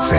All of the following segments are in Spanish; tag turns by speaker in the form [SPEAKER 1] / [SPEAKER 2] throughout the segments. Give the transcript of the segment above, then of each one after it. [SPEAKER 1] se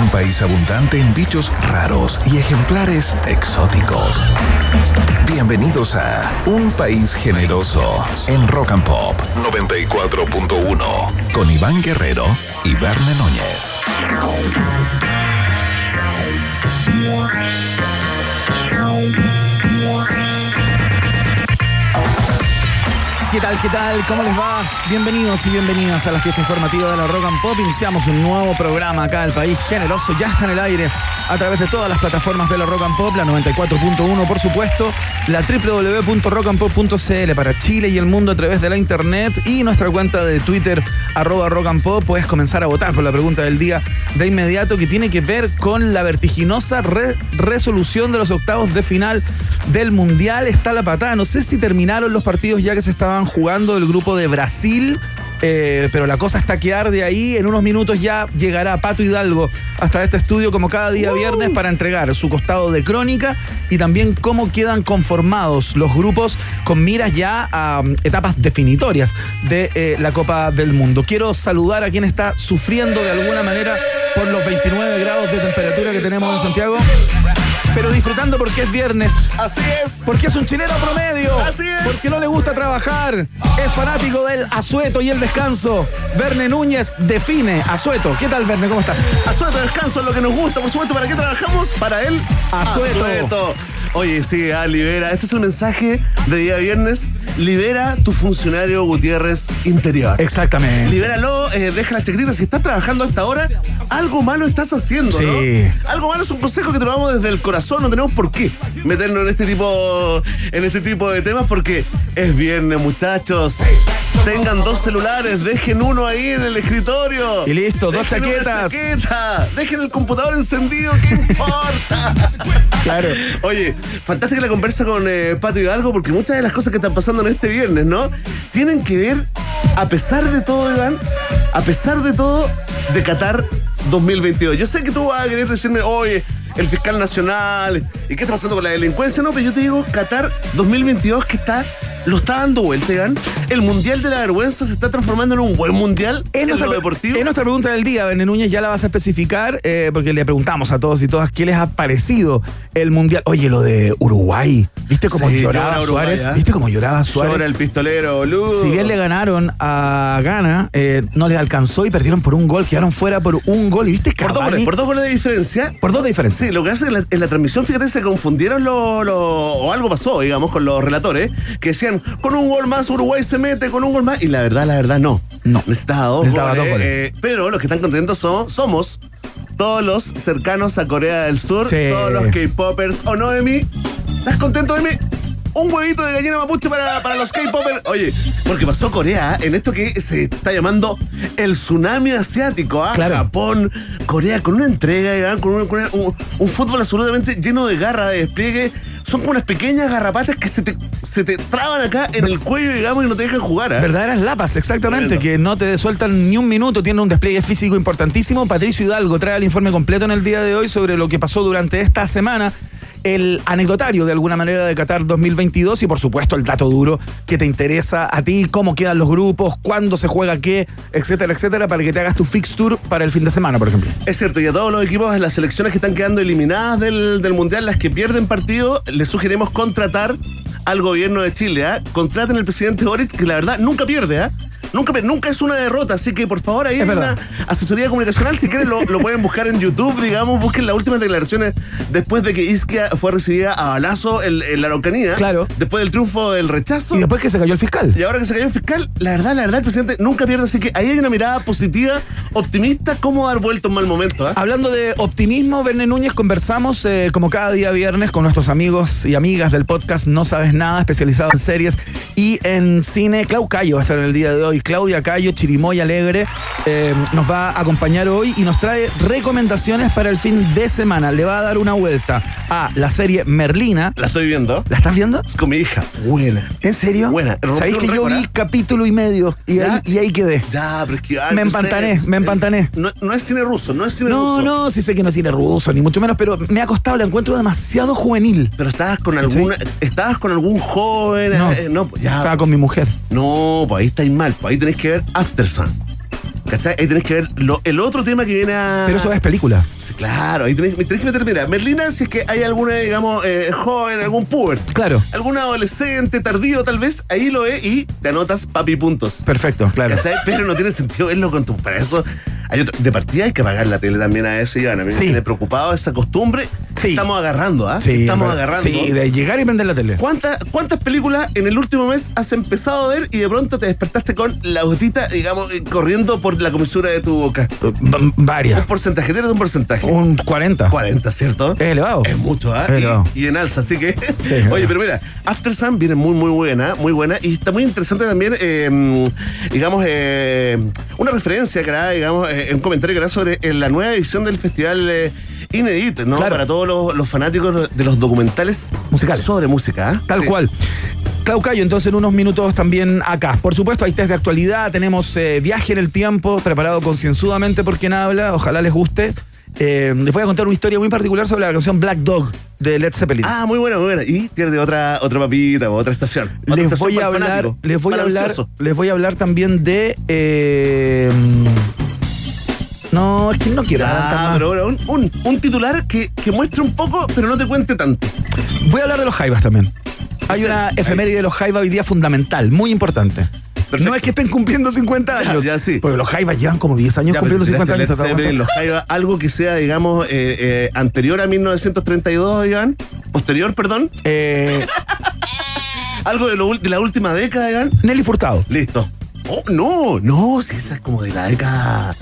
[SPEAKER 1] Un país abundante en bichos raros y ejemplares exóticos. Bienvenidos a Un País Generoso en Rock and Pop 94.1 con Iván Guerrero y Verne Núñez.
[SPEAKER 2] ¿Qué tal? ¿Qué tal? ¿Cómo les va? Bienvenidos y bienvenidas a la fiesta informativa de la Rock and Pop. Iniciamos un nuevo programa acá El País Generoso. Ya está en el aire a través de todas las plataformas de la Rock and Pop, la 94.1 por supuesto, la www.rockandpop.cl para Chile y el mundo a través de la internet y nuestra cuenta de Twitter arroba Rock and Pop. Puedes comenzar a votar por la pregunta del día de inmediato que tiene que ver con la vertiginosa re- resolución de los octavos de final del Mundial. Está la patada. No sé si terminaron los partidos ya que se estaban jugando el grupo de Brasil. eh, pero la cosa está que arde ahí. En unos minutos ya llegará Pato Hidalgo hasta este estudio como cada día viernes para entregar su costado de crónica y también cómo quedan conformados los grupos con miras ya a mm, etapas definitorias de eh, la Copa del Mundo. Quiero saludar a quien está sufriendo de alguna manera por los 29 grados de temperatura que tenemos en Santiago, pero disfrutando porque es viernes,
[SPEAKER 3] Así es.
[SPEAKER 2] porque es un chileno promedio.
[SPEAKER 3] Así es.
[SPEAKER 2] Porque no le gusta trabajar. Es fanático del asueto y el descanso. Verne Núñez define asueto. ¿Qué tal, Verne? ¿Cómo estás?
[SPEAKER 3] Azueto, descanso es lo que nos gusta. Por supuesto, ¿para qué trabajamos? Para él.
[SPEAKER 2] Azueto.
[SPEAKER 3] Oye, sí, ah, libera. Este es el mensaje de día viernes. Libera tu funcionario Gutiérrez interior.
[SPEAKER 2] Exactamente.
[SPEAKER 3] Libéralo, eh, deja las chaquetitas. Si estás trabajando a esta hora, algo malo estás haciendo, ¿no?
[SPEAKER 2] Sí.
[SPEAKER 3] Algo malo es un consejo que te lo damos desde el corazón. No tenemos por qué meternos en este tipo, en este tipo de temas porque es viernes, muchachos. Tengan dos celulares, dejen uno ahí en el escritorio.
[SPEAKER 2] Y listo, dos
[SPEAKER 3] Dejen una
[SPEAKER 2] chaquetas.
[SPEAKER 3] chaqueta, Dejen el computador encendido, ¿qué importa?
[SPEAKER 2] Claro.
[SPEAKER 3] Oye, fantástica la conversa con eh, Pato Hidalgo porque muchas de las cosas que están pasando en este viernes, ¿no? Tienen que ver, a pesar de todo, Iván, a pesar de todo, de Qatar 2022. Yo sé que tú vas a querer decirme, oye, el fiscal nacional, ¿y qué está pasando con la delincuencia? No, pero yo te digo, Qatar 2022 que está... Lo está dando vuelta, Iván. El Mundial de la Vergüenza se está transformando en un buen mundial en, lo
[SPEAKER 2] pre-
[SPEAKER 3] deportivo.
[SPEAKER 2] es nuestra pregunta del día, Verne Núñez, ya la vas a especificar, eh, porque le preguntamos a todos y todas qué les ha parecido el Mundial. Oye, lo de Uruguay, ¿viste cómo
[SPEAKER 3] Sí,
[SPEAKER 2] lloraba
[SPEAKER 3] llora Uruguay,
[SPEAKER 2] Suárez?
[SPEAKER 3] ¿eh?
[SPEAKER 2] ¿Viste cómo lloraba Suárez?
[SPEAKER 3] Sobre el pistolero, boludo.
[SPEAKER 2] Si bien le ganaron a Ghana, eh, no les alcanzó y perdieron por un gol, quedaron fuera por un gol. ¿Y viste
[SPEAKER 3] por dos
[SPEAKER 2] Cavani?
[SPEAKER 3] goles, por dos goles de diferencia.
[SPEAKER 2] Por dos de diferencia.
[SPEAKER 3] Sí, lo que hace en la, en la transmisión, fíjate, se confundieron los. los- o algo pasó, digamos, con los relatores, que decían, con un gol más Uruguay se mete, con un gol más. Y la verdad, la verdad, no.
[SPEAKER 2] No.
[SPEAKER 3] Necesitaba dos
[SPEAKER 2] Necesitaba
[SPEAKER 3] goles.
[SPEAKER 2] dos goles.
[SPEAKER 3] eh, pero los que están contentos son, somos todos los cercanos a Corea del Sur,
[SPEAKER 2] Sí.
[SPEAKER 3] todos los K-Poppers. ¿O no, Emi? ¿Estás contento, Emi? Un huevito de gallina mapuche para, para los K-Poppers. Oye, porque pasó Corea en esto que se está llamando el tsunami asiático. ¿ah?
[SPEAKER 2] Claro.
[SPEAKER 3] Japón, Corea, con una entrega, Iván, con, una- con una- un, un fútbol absolutamente lleno de garra, de despliegue. Son como unas pequeñas garrapatas que se te, se te traban acá en el cuello, digamos, y no te dejan jugar. ¿ah?
[SPEAKER 2] Verdaderas lapas, exactamente,
[SPEAKER 3] Tremendo.
[SPEAKER 2] que no te sueltan ni un minuto, tienen un despliegue físico importantísimo. Patricio Hidalgo trae el informe completo en el día de hoy sobre lo que pasó durante esta semana, el anecdotario de alguna manera de Qatar 2022 y por supuesto el dato duro que te interesa a ti, cómo quedan los grupos, cuándo se juega qué, etcétera, etcétera, para que te hagas tu fixture para el fin de semana, por ejemplo.
[SPEAKER 3] Es cierto, y a todos los equipos, las selecciones que están quedando eliminadas del, del Mundial, las que pierden partido, les sugerimos contratar al gobierno de Chile. ¿ah? Contraten al presidente Boric, que la verdad nunca pierde, ¿ah? Nunca, pierde, nunca es una derrota, así que por favor, ahí
[SPEAKER 2] Es
[SPEAKER 3] hay
[SPEAKER 2] verdad.
[SPEAKER 3] una asesoría comunicacional. Si quieren, lo, lo pueden buscar en YouTube, digamos. Busquen las últimas declaraciones después de que Isquia fue recibida a balazo en, en la Araucanía.
[SPEAKER 2] Claro.
[SPEAKER 3] Después del triunfo del rechazo.
[SPEAKER 2] Y después que se cayó el fiscal.
[SPEAKER 3] Y ahora que se cayó el fiscal, la verdad, la verdad, el presidente nunca pierde. Así que ahí hay una mirada positiva, optimista, cómo dar vuelta un mal momento. ¿ah?
[SPEAKER 2] Hablando de optimismo, Verne Núñez, conversamos eh, como cada día viernes con nuestros amigos y amigas del podcast No Sabes Nada, especializado en series y en cine. Clau Cayo va a estar en el día de hoy. Claudia Cayo, Chirimoy Alegre, eh, nos va a acompañar hoy y nos trae recomendaciones para el fin de semana. Le va a dar una vuelta a la serie Merlina.
[SPEAKER 3] La estoy viendo.
[SPEAKER 2] ¿La estás viendo?
[SPEAKER 3] Es con mi hija. Buena.
[SPEAKER 2] ¿En serio?
[SPEAKER 3] Buena. Rompió
[SPEAKER 2] ¿Sabéis que yo
[SPEAKER 3] un récord,
[SPEAKER 2] vi
[SPEAKER 3] ¿ah?
[SPEAKER 2] capítulo y medio y ahí,
[SPEAKER 3] ¿Ya?
[SPEAKER 2] y ahí quedé?
[SPEAKER 3] Ya, pero es que. ay,
[SPEAKER 2] Me
[SPEAKER 3] no sé.
[SPEAKER 2] empantané, me en Pantané.
[SPEAKER 3] No, no es cine ruso, no es cine
[SPEAKER 2] No,
[SPEAKER 3] ruso.
[SPEAKER 2] no, sí sé que no es cine ruso, ni mucho menos, pero me ha costado, la encuentro demasiado juvenil.
[SPEAKER 3] Pero estabas con alguna. Estabas con algún joven. eh,
[SPEAKER 2] No.
[SPEAKER 3] No, ya.
[SPEAKER 2] Estaba con mi mujer.
[SPEAKER 3] No, pues ahí estáis mal. Pues ahí tenés que ver After Sun. ¿Cachai? Ahí tenés que ver lo- el otro tema que viene a.
[SPEAKER 2] Pero eso es película.
[SPEAKER 3] Sí, Claro, ahí tenés, tenés que meter. Mira, Merlina, si es que hay alguna, digamos, eh, joven, algún puber.
[SPEAKER 2] Claro.
[SPEAKER 3] Algún adolescente, tardío tal vez, ahí lo ve y te anotas papi puntos.
[SPEAKER 2] Perfecto, claro.
[SPEAKER 3] ¿Cachai? Pero no tiene sentido verlo con tu. Para eso. hay otro- de partida hay que pagar la tele también a eso, Iván. A mí
[SPEAKER 2] Sí.
[SPEAKER 3] me tiene preocupado esa costumbre. que
[SPEAKER 2] Sí.
[SPEAKER 3] Estamos agarrando, ¿ah?
[SPEAKER 2] Sí,
[SPEAKER 3] Estamos
[SPEAKER 2] pero-
[SPEAKER 3] agarrando.
[SPEAKER 2] Sí, de llegar y prender la tele.
[SPEAKER 3] ¿Cuántas, ¿Cuántas películas en el último mes has empezado a ver y de pronto te despertaste con la gotita, digamos, eh, corriendo por la comisura de tu boca?
[SPEAKER 2] Va-
[SPEAKER 3] Un
[SPEAKER 2] Varias.
[SPEAKER 3] porcentaje, tienes un porcentaje.
[SPEAKER 2] Un 40.
[SPEAKER 3] 40, ¿cierto?
[SPEAKER 2] Es elevado.
[SPEAKER 3] Es mucho, ¿ah?
[SPEAKER 2] Es elevado.
[SPEAKER 3] Y, y en alza, así que.
[SPEAKER 2] Sí, es
[SPEAKER 3] Oye,
[SPEAKER 2] verdad.
[SPEAKER 3] pero mira, After Sun viene muy, muy buena, muy buena. Y está muy interesante también, eh, digamos, eh, una referencia que hará, digamos, eh, un comentario que hará sobre eh, la nueva edición del festival eh, Inedit, ¿no?
[SPEAKER 2] Claro.
[SPEAKER 3] Para todos los, los fanáticos de los documentales
[SPEAKER 2] Musicales.
[SPEAKER 3] sobre música. ¿ah?
[SPEAKER 2] Tal
[SPEAKER 3] Sí.
[SPEAKER 2] cual. Clau Cayo, entonces en unos minutos también acá. Por supuesto, hay test de actualidad, tenemos eh, viaje en el tiempo, preparado concienzudamente por quien habla, ojalá les guste. Eh, les voy a contar una historia muy particular sobre la canción Black Dog de Led Zeppelin.
[SPEAKER 3] Ah, muy buena, muy buena. Y tiene otra, otra papita o otra estación. Otra
[SPEAKER 2] les
[SPEAKER 3] estación
[SPEAKER 2] voy a
[SPEAKER 3] para el
[SPEAKER 2] hablar,
[SPEAKER 3] fanático,
[SPEAKER 2] les voy a
[SPEAKER 3] para el
[SPEAKER 2] hablar,
[SPEAKER 3] ansioso.
[SPEAKER 2] les voy a hablar también de eh, no, es que no quiero adelantar
[SPEAKER 3] Ya,
[SPEAKER 2] más.
[SPEAKER 3] Ah, pero ahora un, un, un titular que, que muestre un poco, pero no te cuente tanto.
[SPEAKER 2] Voy a hablar de los Jaivas también. Hay
[SPEAKER 3] Sí,
[SPEAKER 2] una
[SPEAKER 3] ahí.
[SPEAKER 2] efeméride de los Jaivas hoy día fundamental, muy importante.
[SPEAKER 3] Perfecto.
[SPEAKER 2] No es que estén cumpliendo 50
[SPEAKER 3] Ya,
[SPEAKER 2] años.
[SPEAKER 3] ya, sí.
[SPEAKER 2] Porque los Jaivas llevan como 10 años
[SPEAKER 3] Ya, pero
[SPEAKER 2] cumpliendo 50
[SPEAKER 3] tiraste
[SPEAKER 2] años.
[SPEAKER 3] Led Zeppelin, los Jaivas, algo que sea, digamos, eh, eh, anterior a 1932, Iván. Posterior, perdón.
[SPEAKER 2] Eh,
[SPEAKER 3] Algo de, lo ul- de la última década, Iván.
[SPEAKER 2] Nelly Furtado.
[SPEAKER 3] Listo. Oh, no, no, si esa es como de la década.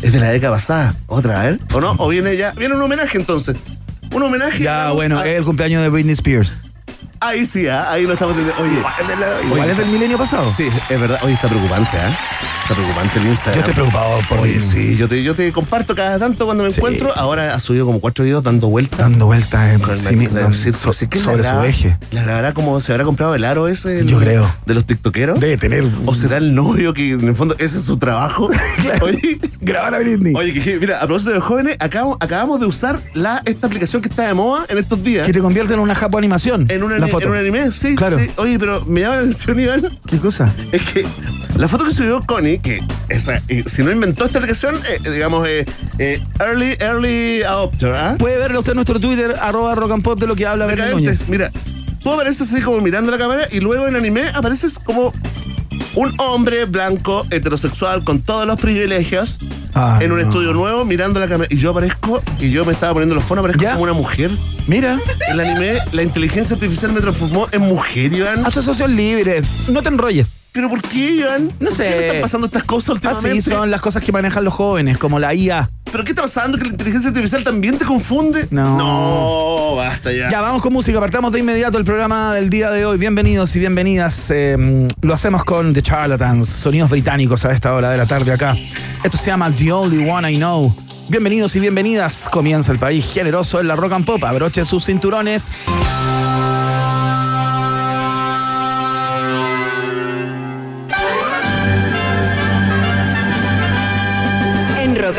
[SPEAKER 3] Es de la década pasada. Otra, ¿eh? ¿O no? ¿O viene ya? Viene un homenaje entonces. Un homenaje.
[SPEAKER 2] Ya,
[SPEAKER 3] digamos,
[SPEAKER 2] bueno, eh.
[SPEAKER 3] a-
[SPEAKER 2] es el cumpleaños de Britney Spears.
[SPEAKER 3] Ahí sí, ¿ah? ahí lo estamos teniendo. Oye,
[SPEAKER 2] Igual
[SPEAKER 3] oye,
[SPEAKER 2] es del milenio pasado.
[SPEAKER 3] Sí, es verdad. Hoy está preocupante, ¿ah? Está preocupante el Instagram.
[SPEAKER 2] Yo estoy preocupado por
[SPEAKER 3] Oye, sí, yo te, yo te comparto cada tanto cuando me
[SPEAKER 2] mm. Sí.
[SPEAKER 3] encuentro. Ahora ha subido como cuatro videos dando vueltas.
[SPEAKER 2] Dando vueltas en-
[SPEAKER 3] Con
[SPEAKER 2] sí
[SPEAKER 3] la-
[SPEAKER 2] mismo,
[SPEAKER 3] la- sí,
[SPEAKER 2] so-
[SPEAKER 3] sí, que la
[SPEAKER 2] sobre su
[SPEAKER 3] graba-
[SPEAKER 2] eje.
[SPEAKER 3] La grabará como se habrá comprado el aro ese.
[SPEAKER 2] Yo
[SPEAKER 3] el-
[SPEAKER 2] creo.
[SPEAKER 3] De los tiktokeros.
[SPEAKER 2] Debe tener.
[SPEAKER 3] O será el novio que en el fondo ese es su trabajo.
[SPEAKER 2] Claro.
[SPEAKER 3] Oye,
[SPEAKER 2] Grabar a Britney.
[SPEAKER 3] oye, que mira, a propósito de los jóvenes, acabamos, acabamos de usar la, esta aplicación que está de moda en estos días.
[SPEAKER 2] que te convierten en una japo animación.
[SPEAKER 3] En un,
[SPEAKER 2] la
[SPEAKER 3] ani-
[SPEAKER 2] foto.
[SPEAKER 3] en un anime, sí,
[SPEAKER 2] Claro.
[SPEAKER 3] sí. Oye, pero me llama la atención, Iván,
[SPEAKER 2] ¿Qué cosa?
[SPEAKER 3] es que la foto que subió Connie, que esa, eh, si no inventó esta aplicación, eh, eh, digamos, eh, eh, early, early adopter, ¿ah?
[SPEAKER 2] Puede verlo usted en nuestro Twitter, arroba rock and pop de lo que habla Bernal
[SPEAKER 3] Decadentes,
[SPEAKER 2] Núñez.
[SPEAKER 3] mira, tú apareces así como mirando la cámara y luego en anime apareces como un hombre blanco, heterosexual, con todos los privilegios,
[SPEAKER 2] Ah,
[SPEAKER 3] en un
[SPEAKER 2] no.
[SPEAKER 3] estudio nuevo, mirando la cámara. Y yo aparezco, y yo me estaba poniendo los fonos, aparezco
[SPEAKER 2] ¿Ya?
[SPEAKER 3] como una mujer.
[SPEAKER 2] Mira.
[SPEAKER 3] El anime, la inteligencia artificial me transformó en mujer, Iván.
[SPEAKER 2] Asociación libre. No te enrolles.
[SPEAKER 3] ¿Pero por qué, Iván?
[SPEAKER 2] No
[SPEAKER 3] ¿Por qué
[SPEAKER 2] sé.
[SPEAKER 3] me están pasando estas cosas últimamente?
[SPEAKER 2] Así son las cosas que manejan los jóvenes, como la IA.
[SPEAKER 3] ¿Pero qué está pasando? ¿Que la inteligencia artificial también te confunde?
[SPEAKER 2] No.
[SPEAKER 3] No, basta ya.
[SPEAKER 2] Ya, vamos con música. Partamos de inmediato el programa del día de hoy. Bienvenidos y bienvenidas. Eh, lo hacemos con The Charlatans, sonidos británicos a esta hora de la tarde acá. Esto se llama The Only One I Know. Bienvenidos y bienvenidas. Comienza el país generoso en la rock and pop. Abrochen sus cinturones.
[SPEAKER 4] En Rock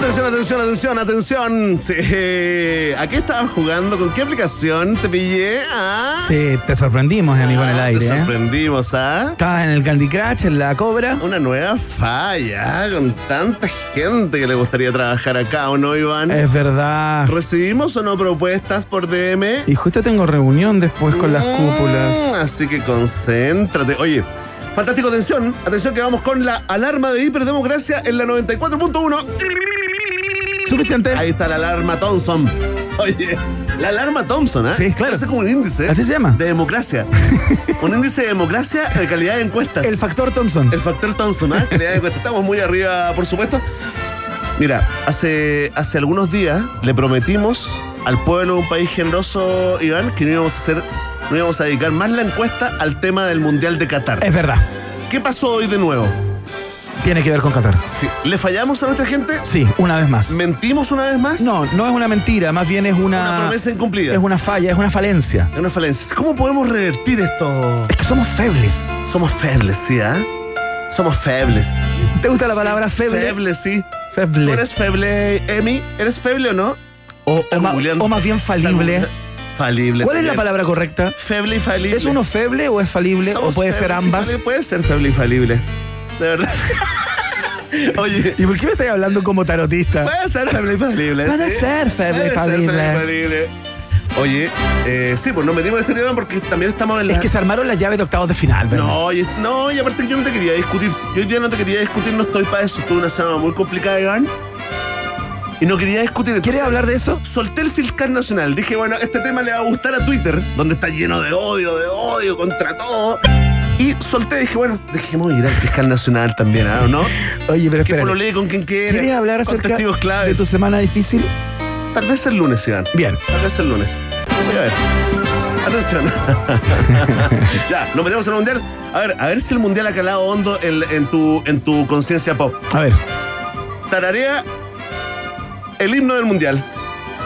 [SPEAKER 3] Atención, atención, atención, atención. Sí. ¿A qué estabas jugando? ¿Con qué aplicación te pillé? ¿Ah?
[SPEAKER 2] Sí, te sorprendimos, amigo, en el
[SPEAKER 3] Ah,
[SPEAKER 2] aire.
[SPEAKER 3] Te
[SPEAKER 2] ¿eh?
[SPEAKER 3] sorprendimos, ¿ah?
[SPEAKER 2] Estabas en el Candy Crush, en la Cobra.
[SPEAKER 3] Una nueva falla ¿ah? con tanta gente que le gustaría trabajar acá, ¿o no, Iván?
[SPEAKER 2] Es verdad.
[SPEAKER 3] ¿Recibimos o no propuestas por DM?
[SPEAKER 2] Y justo tengo reunión después con las
[SPEAKER 3] Mm,
[SPEAKER 2] cúpulas.
[SPEAKER 3] Así que concéntrate. Oye, fantástico, atención. Atención que vamos con la alarma de hiperdemocracia en la 94.1.
[SPEAKER 2] Suficiente.
[SPEAKER 3] Ahí está la alarma Thompson. Oye, la alarma Thompson, ¿eh?
[SPEAKER 2] Sí, claro.
[SPEAKER 3] Ese es como un índice.
[SPEAKER 2] Así se llama.
[SPEAKER 3] De democracia. un índice de democracia de calidad de encuestas.
[SPEAKER 2] El factor Thompson.
[SPEAKER 3] El factor Thompson, ¿eh? Calidad de encuestas. Estamos muy arriba, por supuesto. Mira, hace, hace algunos días le prometimos al pueblo de un país generoso,
[SPEAKER 2] Eh.
[SPEAKER 3] Iván, que no íbamos a hacer, no íbamos a dedicar más la encuesta al tema del Mundial de Qatar.
[SPEAKER 2] Es verdad.
[SPEAKER 3] ¿Qué pasó hoy de nuevo?
[SPEAKER 2] Tiene que ver con Qatar.
[SPEAKER 3] Sí. ¿Le fallamos a nuestra gente?
[SPEAKER 2] Sí, una vez más.
[SPEAKER 3] ¿Mentimos una vez más?
[SPEAKER 2] No, no es una mentira, más bien es una.
[SPEAKER 3] Una promesa incumplida.
[SPEAKER 2] Es una falla, es una falencia.
[SPEAKER 3] Es una falencia. ¿Cómo podemos revertir esto?
[SPEAKER 2] Es que somos febles.
[SPEAKER 3] Somos febles, ¿sí? ah? Somos febles.
[SPEAKER 2] ¿Te gusta la palabra feble?
[SPEAKER 3] Febles, sí.
[SPEAKER 2] Feble.
[SPEAKER 3] ¿Tú eres feble, Emi? ¿Eres feble o no?
[SPEAKER 2] O,
[SPEAKER 3] Estás
[SPEAKER 2] o ma-
[SPEAKER 3] googleando.
[SPEAKER 2] o más bien falible.
[SPEAKER 3] Estás- Falible.
[SPEAKER 2] ¿Cuál es la
[SPEAKER 3] también.
[SPEAKER 2] palabra correcta?
[SPEAKER 3] Feble y falible.
[SPEAKER 2] ¿Es uno feble o es falible? ¿O
[SPEAKER 3] Somos
[SPEAKER 2] puede ser
[SPEAKER 3] febles y
[SPEAKER 2] ambas?
[SPEAKER 3] falibles. Puede ser feble y falible. De verdad. Oye,
[SPEAKER 2] ¿Y por qué me estás hablando como tarotista?
[SPEAKER 3] puede ser feble y falible.
[SPEAKER 2] Puede
[SPEAKER 3] sí.
[SPEAKER 2] ser feble y
[SPEAKER 3] Puede ser feble y
[SPEAKER 2] falible.
[SPEAKER 3] falible. Oye, eh, sí, pues nos metimos en este tema porque también estamos en la.
[SPEAKER 2] Es que se armaron las llaves de octavos de final, ¿verdad?
[SPEAKER 3] No, y, no, y aparte que yo no te quería discutir. Yo hoy día no te quería discutir, no estoy para eso. Estuve una semana muy complicada, Iván. Y no quería discutir.
[SPEAKER 2] ¿Quieres
[SPEAKER 3] Entonces,
[SPEAKER 2] hablar de eso?
[SPEAKER 3] Solté el fiscal nacional. Dije, bueno, este tema le va a gustar a Twitter, donde está lleno de odio, de odio contra todo. Y solté, dije, bueno, dejemos ir al fiscal nacional también, ¿ah, ¿o no?
[SPEAKER 2] Oye, pero
[SPEAKER 3] Que
[SPEAKER 2] espera.
[SPEAKER 3] pololee con quien quiera.
[SPEAKER 2] ¿Quieres hablar
[SPEAKER 3] con
[SPEAKER 2] acerca
[SPEAKER 3] testigos
[SPEAKER 2] de
[SPEAKER 3] claves.
[SPEAKER 2] tu semana difícil?
[SPEAKER 3] Tal vez el lunes, Iván.
[SPEAKER 2] Bien.
[SPEAKER 3] Tal vez el lunes. Voy a ver. Atención. ya, nos metemos en el mundial. A ver, a ver si el mundial ha calado hondo en, en tu, en tu conciencia pop.
[SPEAKER 2] A ver.
[SPEAKER 3] Tararea el himno del mundial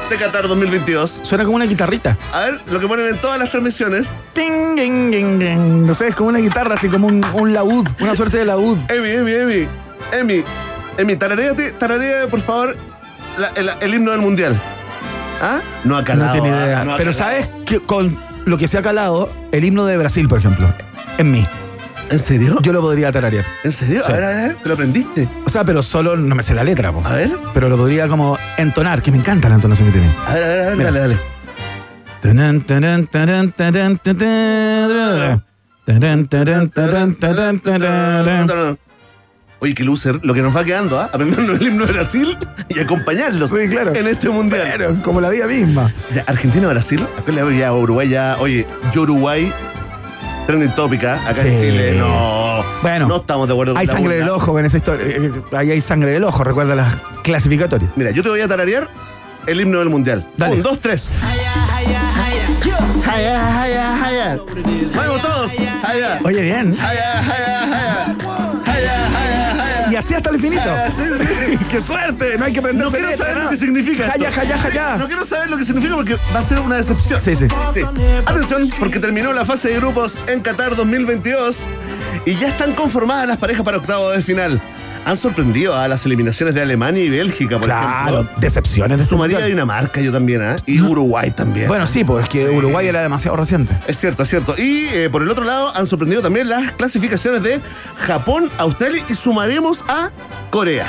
[SPEAKER 3] de Qatar 2022.
[SPEAKER 2] Suena como una guitarrita.
[SPEAKER 3] A ver, lo que ponen en todas las transmisiones.
[SPEAKER 2] Ting, ding, ding, ding. No sé, es como una guitarra, así como un, un laúd, una suerte de laúd.
[SPEAKER 3] Emi, Emi, Emi, Emi, Emi, tarareate, tararea, por favor, la- el, el himno del mundial. ¿Ah? No ha calado.
[SPEAKER 2] no tiene
[SPEAKER 3] ah,
[SPEAKER 2] idea.
[SPEAKER 3] no ha
[SPEAKER 2] pero
[SPEAKER 3] calado.
[SPEAKER 2] sabes que con lo que se ha calado, el himno de Brasil, por ejemplo, en mí,
[SPEAKER 3] ¿En serio?
[SPEAKER 2] yo lo podría tararear.
[SPEAKER 3] ¿En serio?
[SPEAKER 2] Sí.
[SPEAKER 3] A ver, a ver, a ver, ¿te lo aprendiste?
[SPEAKER 2] O sea, pero solo no me sé la letra, po.
[SPEAKER 3] A ver,
[SPEAKER 2] pero lo podría como entonar, que me encanta la entonación que tiene.
[SPEAKER 3] a ver, a ver, a ver,
[SPEAKER 2] Mira.
[SPEAKER 3] dale, dale.
[SPEAKER 2] Tarán, tarán, tarán, tarán, tarán, tarán, tarán, tarán, tarán, tarán.
[SPEAKER 3] Oye, qué loser, lo que nos va quedando, ¿ah? Aprendernos el himno de Brasil y acompañarlos
[SPEAKER 2] Sí, claro.
[SPEAKER 3] en este mundial.
[SPEAKER 2] Claro, como la vida misma.
[SPEAKER 3] Ya, Argentina, Brasil, acuérdate, ya Uruguay, ya, oye, yo Uruguay, trending tópica, acá en
[SPEAKER 2] Sí.
[SPEAKER 3] Chile, no.
[SPEAKER 2] Bueno,
[SPEAKER 3] no estamos de acuerdo con
[SPEAKER 2] Hay
[SPEAKER 3] la
[SPEAKER 2] sangre en el
[SPEAKER 3] urna.
[SPEAKER 2] ojo en esa historia. Eh, eh, Ahí hay sangre en el ojo, recuerda las clasificatorias.
[SPEAKER 3] Mira, yo te voy a tararear el himno del mundial.
[SPEAKER 2] Dale.
[SPEAKER 3] Un, dos, tres. Haya, haya, haya. Vamos todos. Haya.
[SPEAKER 2] Oye, bien.
[SPEAKER 3] Haya, haya, haya. Haya, haya,
[SPEAKER 2] Y así hasta el infinito.
[SPEAKER 3] haya. Ah, Sí, sí.
[SPEAKER 2] ¡Qué suerte! No hay que aprender
[SPEAKER 3] No quiero saber lo que significa.
[SPEAKER 2] ¡Jaya,
[SPEAKER 3] esto.
[SPEAKER 2] jaya,
[SPEAKER 3] Sí,
[SPEAKER 2] jaya!
[SPEAKER 3] No quiero saber lo que significa porque va a ser una decepción.
[SPEAKER 2] Sí, sí.
[SPEAKER 3] Sí. Atención, porque terminó la fase de grupos en Qatar 2022 y ya están conformadas las parejas para octavo de final. Han sorprendido a las eliminaciones de Alemania y Bélgica, por
[SPEAKER 2] Claro,
[SPEAKER 3] ejemplo.
[SPEAKER 2] decepciones. de
[SPEAKER 3] Sumaría
[SPEAKER 2] este
[SPEAKER 3] a
[SPEAKER 2] mundial.
[SPEAKER 3] Dinamarca, yo también, ¿ah? Y Uruguay también.
[SPEAKER 2] Bueno, sí, pues es que
[SPEAKER 3] Sí.
[SPEAKER 2] Uruguay era demasiado reciente.
[SPEAKER 3] Es cierto, es cierto. Y eh, por el otro lado, han sorprendido también las clasificaciones de Japón, Australia y sumaremos a Corea.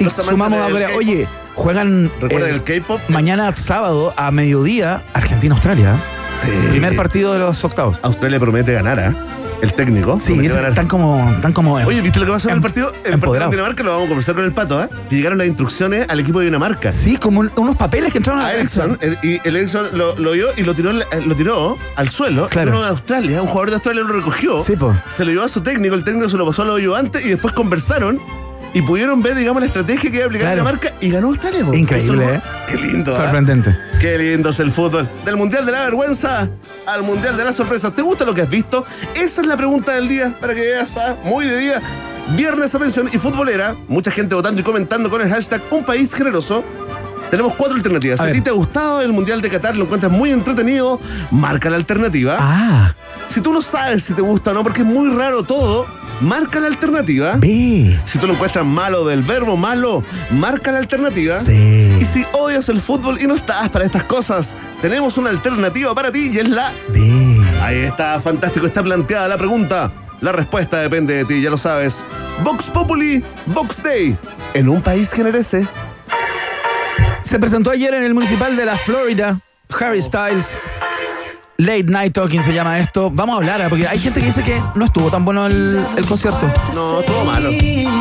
[SPEAKER 2] Y
[SPEAKER 3] Los amantes
[SPEAKER 2] sumamos
[SPEAKER 3] del
[SPEAKER 2] ahora,
[SPEAKER 3] K-pop.
[SPEAKER 2] oye, juegan eh,
[SPEAKER 3] Recuerden el K-pop.
[SPEAKER 2] mañana sábado a mediodía Argentina-Australia.
[SPEAKER 3] Sí.
[SPEAKER 2] Primer partido de los octavos.
[SPEAKER 3] Australia promete ganar, ¿ah? El técnico.
[SPEAKER 2] Sí,
[SPEAKER 3] promete
[SPEAKER 2] es-
[SPEAKER 3] ganar.
[SPEAKER 2] están como. Están como
[SPEAKER 3] Oye, ¿viste lo que pasó en el partido? El partido
[SPEAKER 2] Em, empoderado.
[SPEAKER 3] de Dinamarca lo vamos a conversar con el pato, ¿eh? Que llegaron las instrucciones al equipo de Dinamarca.
[SPEAKER 2] sí, como un- unos papeles que entraron a
[SPEAKER 3] A
[SPEAKER 2] la
[SPEAKER 3] Ericsson,
[SPEAKER 2] cancha.
[SPEAKER 3] y el Ericsson lo, lo vio y lo tiró, eh, lo tiró al suelo.
[SPEAKER 2] Claro.
[SPEAKER 3] Uno de Australia, un jugador de Australia lo recogió.
[SPEAKER 2] Sí, po.
[SPEAKER 3] Se lo llevó a su técnico, el técnico se lo pasó a los ayudantes y después conversaron y pudieron ver, digamos, la estrategia que iba a aplicar
[SPEAKER 2] Claro.
[SPEAKER 3] Dinamarca y ganó Australia. po.
[SPEAKER 2] Increíble,
[SPEAKER 3] Eso,
[SPEAKER 2] ¿eh?
[SPEAKER 3] Qué lindo. ¿ah?
[SPEAKER 2] Sorprendente.
[SPEAKER 3] Qué lindo es el fútbol. Del Mundial de la Vergüenza al Mundial de las Sorpresas. ¿Te gusta lo que has visto? Esa es la pregunta del día para que veas ah, muy de día. Viernes, atención, y futbolera. Mucha gente votando y comentando con el hashtag Un País Generoso. Tenemos cuatro alternativas.
[SPEAKER 2] A
[SPEAKER 3] Si a ti
[SPEAKER 2] ver.
[SPEAKER 3] te ha gustado el Mundial de Qatar, lo encuentras muy entretenido, marca la alternativa.
[SPEAKER 2] Ah,
[SPEAKER 3] Si tú no sabes si te gusta o no, porque es muy raro todo, marca la alternativa.
[SPEAKER 2] ve.
[SPEAKER 3] Si tú lo encuentras malo del verbo malo, marca la alternativa. Y
[SPEAKER 2] Sí.
[SPEAKER 3] si odias el fútbol y no estás para estas cosas, tenemos una alternativa para ti y es la...
[SPEAKER 2] Ve.
[SPEAKER 3] Ahí está, fantástico, está planteada la pregunta. La respuesta depende de ti, ya lo sabes. Vox Populi, Vox Day. En un país generese.
[SPEAKER 2] Se presentó ayer en el municipal de la Florida, Harry Styles. Late Night Talking se llama esto. Vamos a hablar, ¿eh? porque hay gente que dice que no estuvo tan bueno el, el concierto.
[SPEAKER 3] No, todo malo. Llegó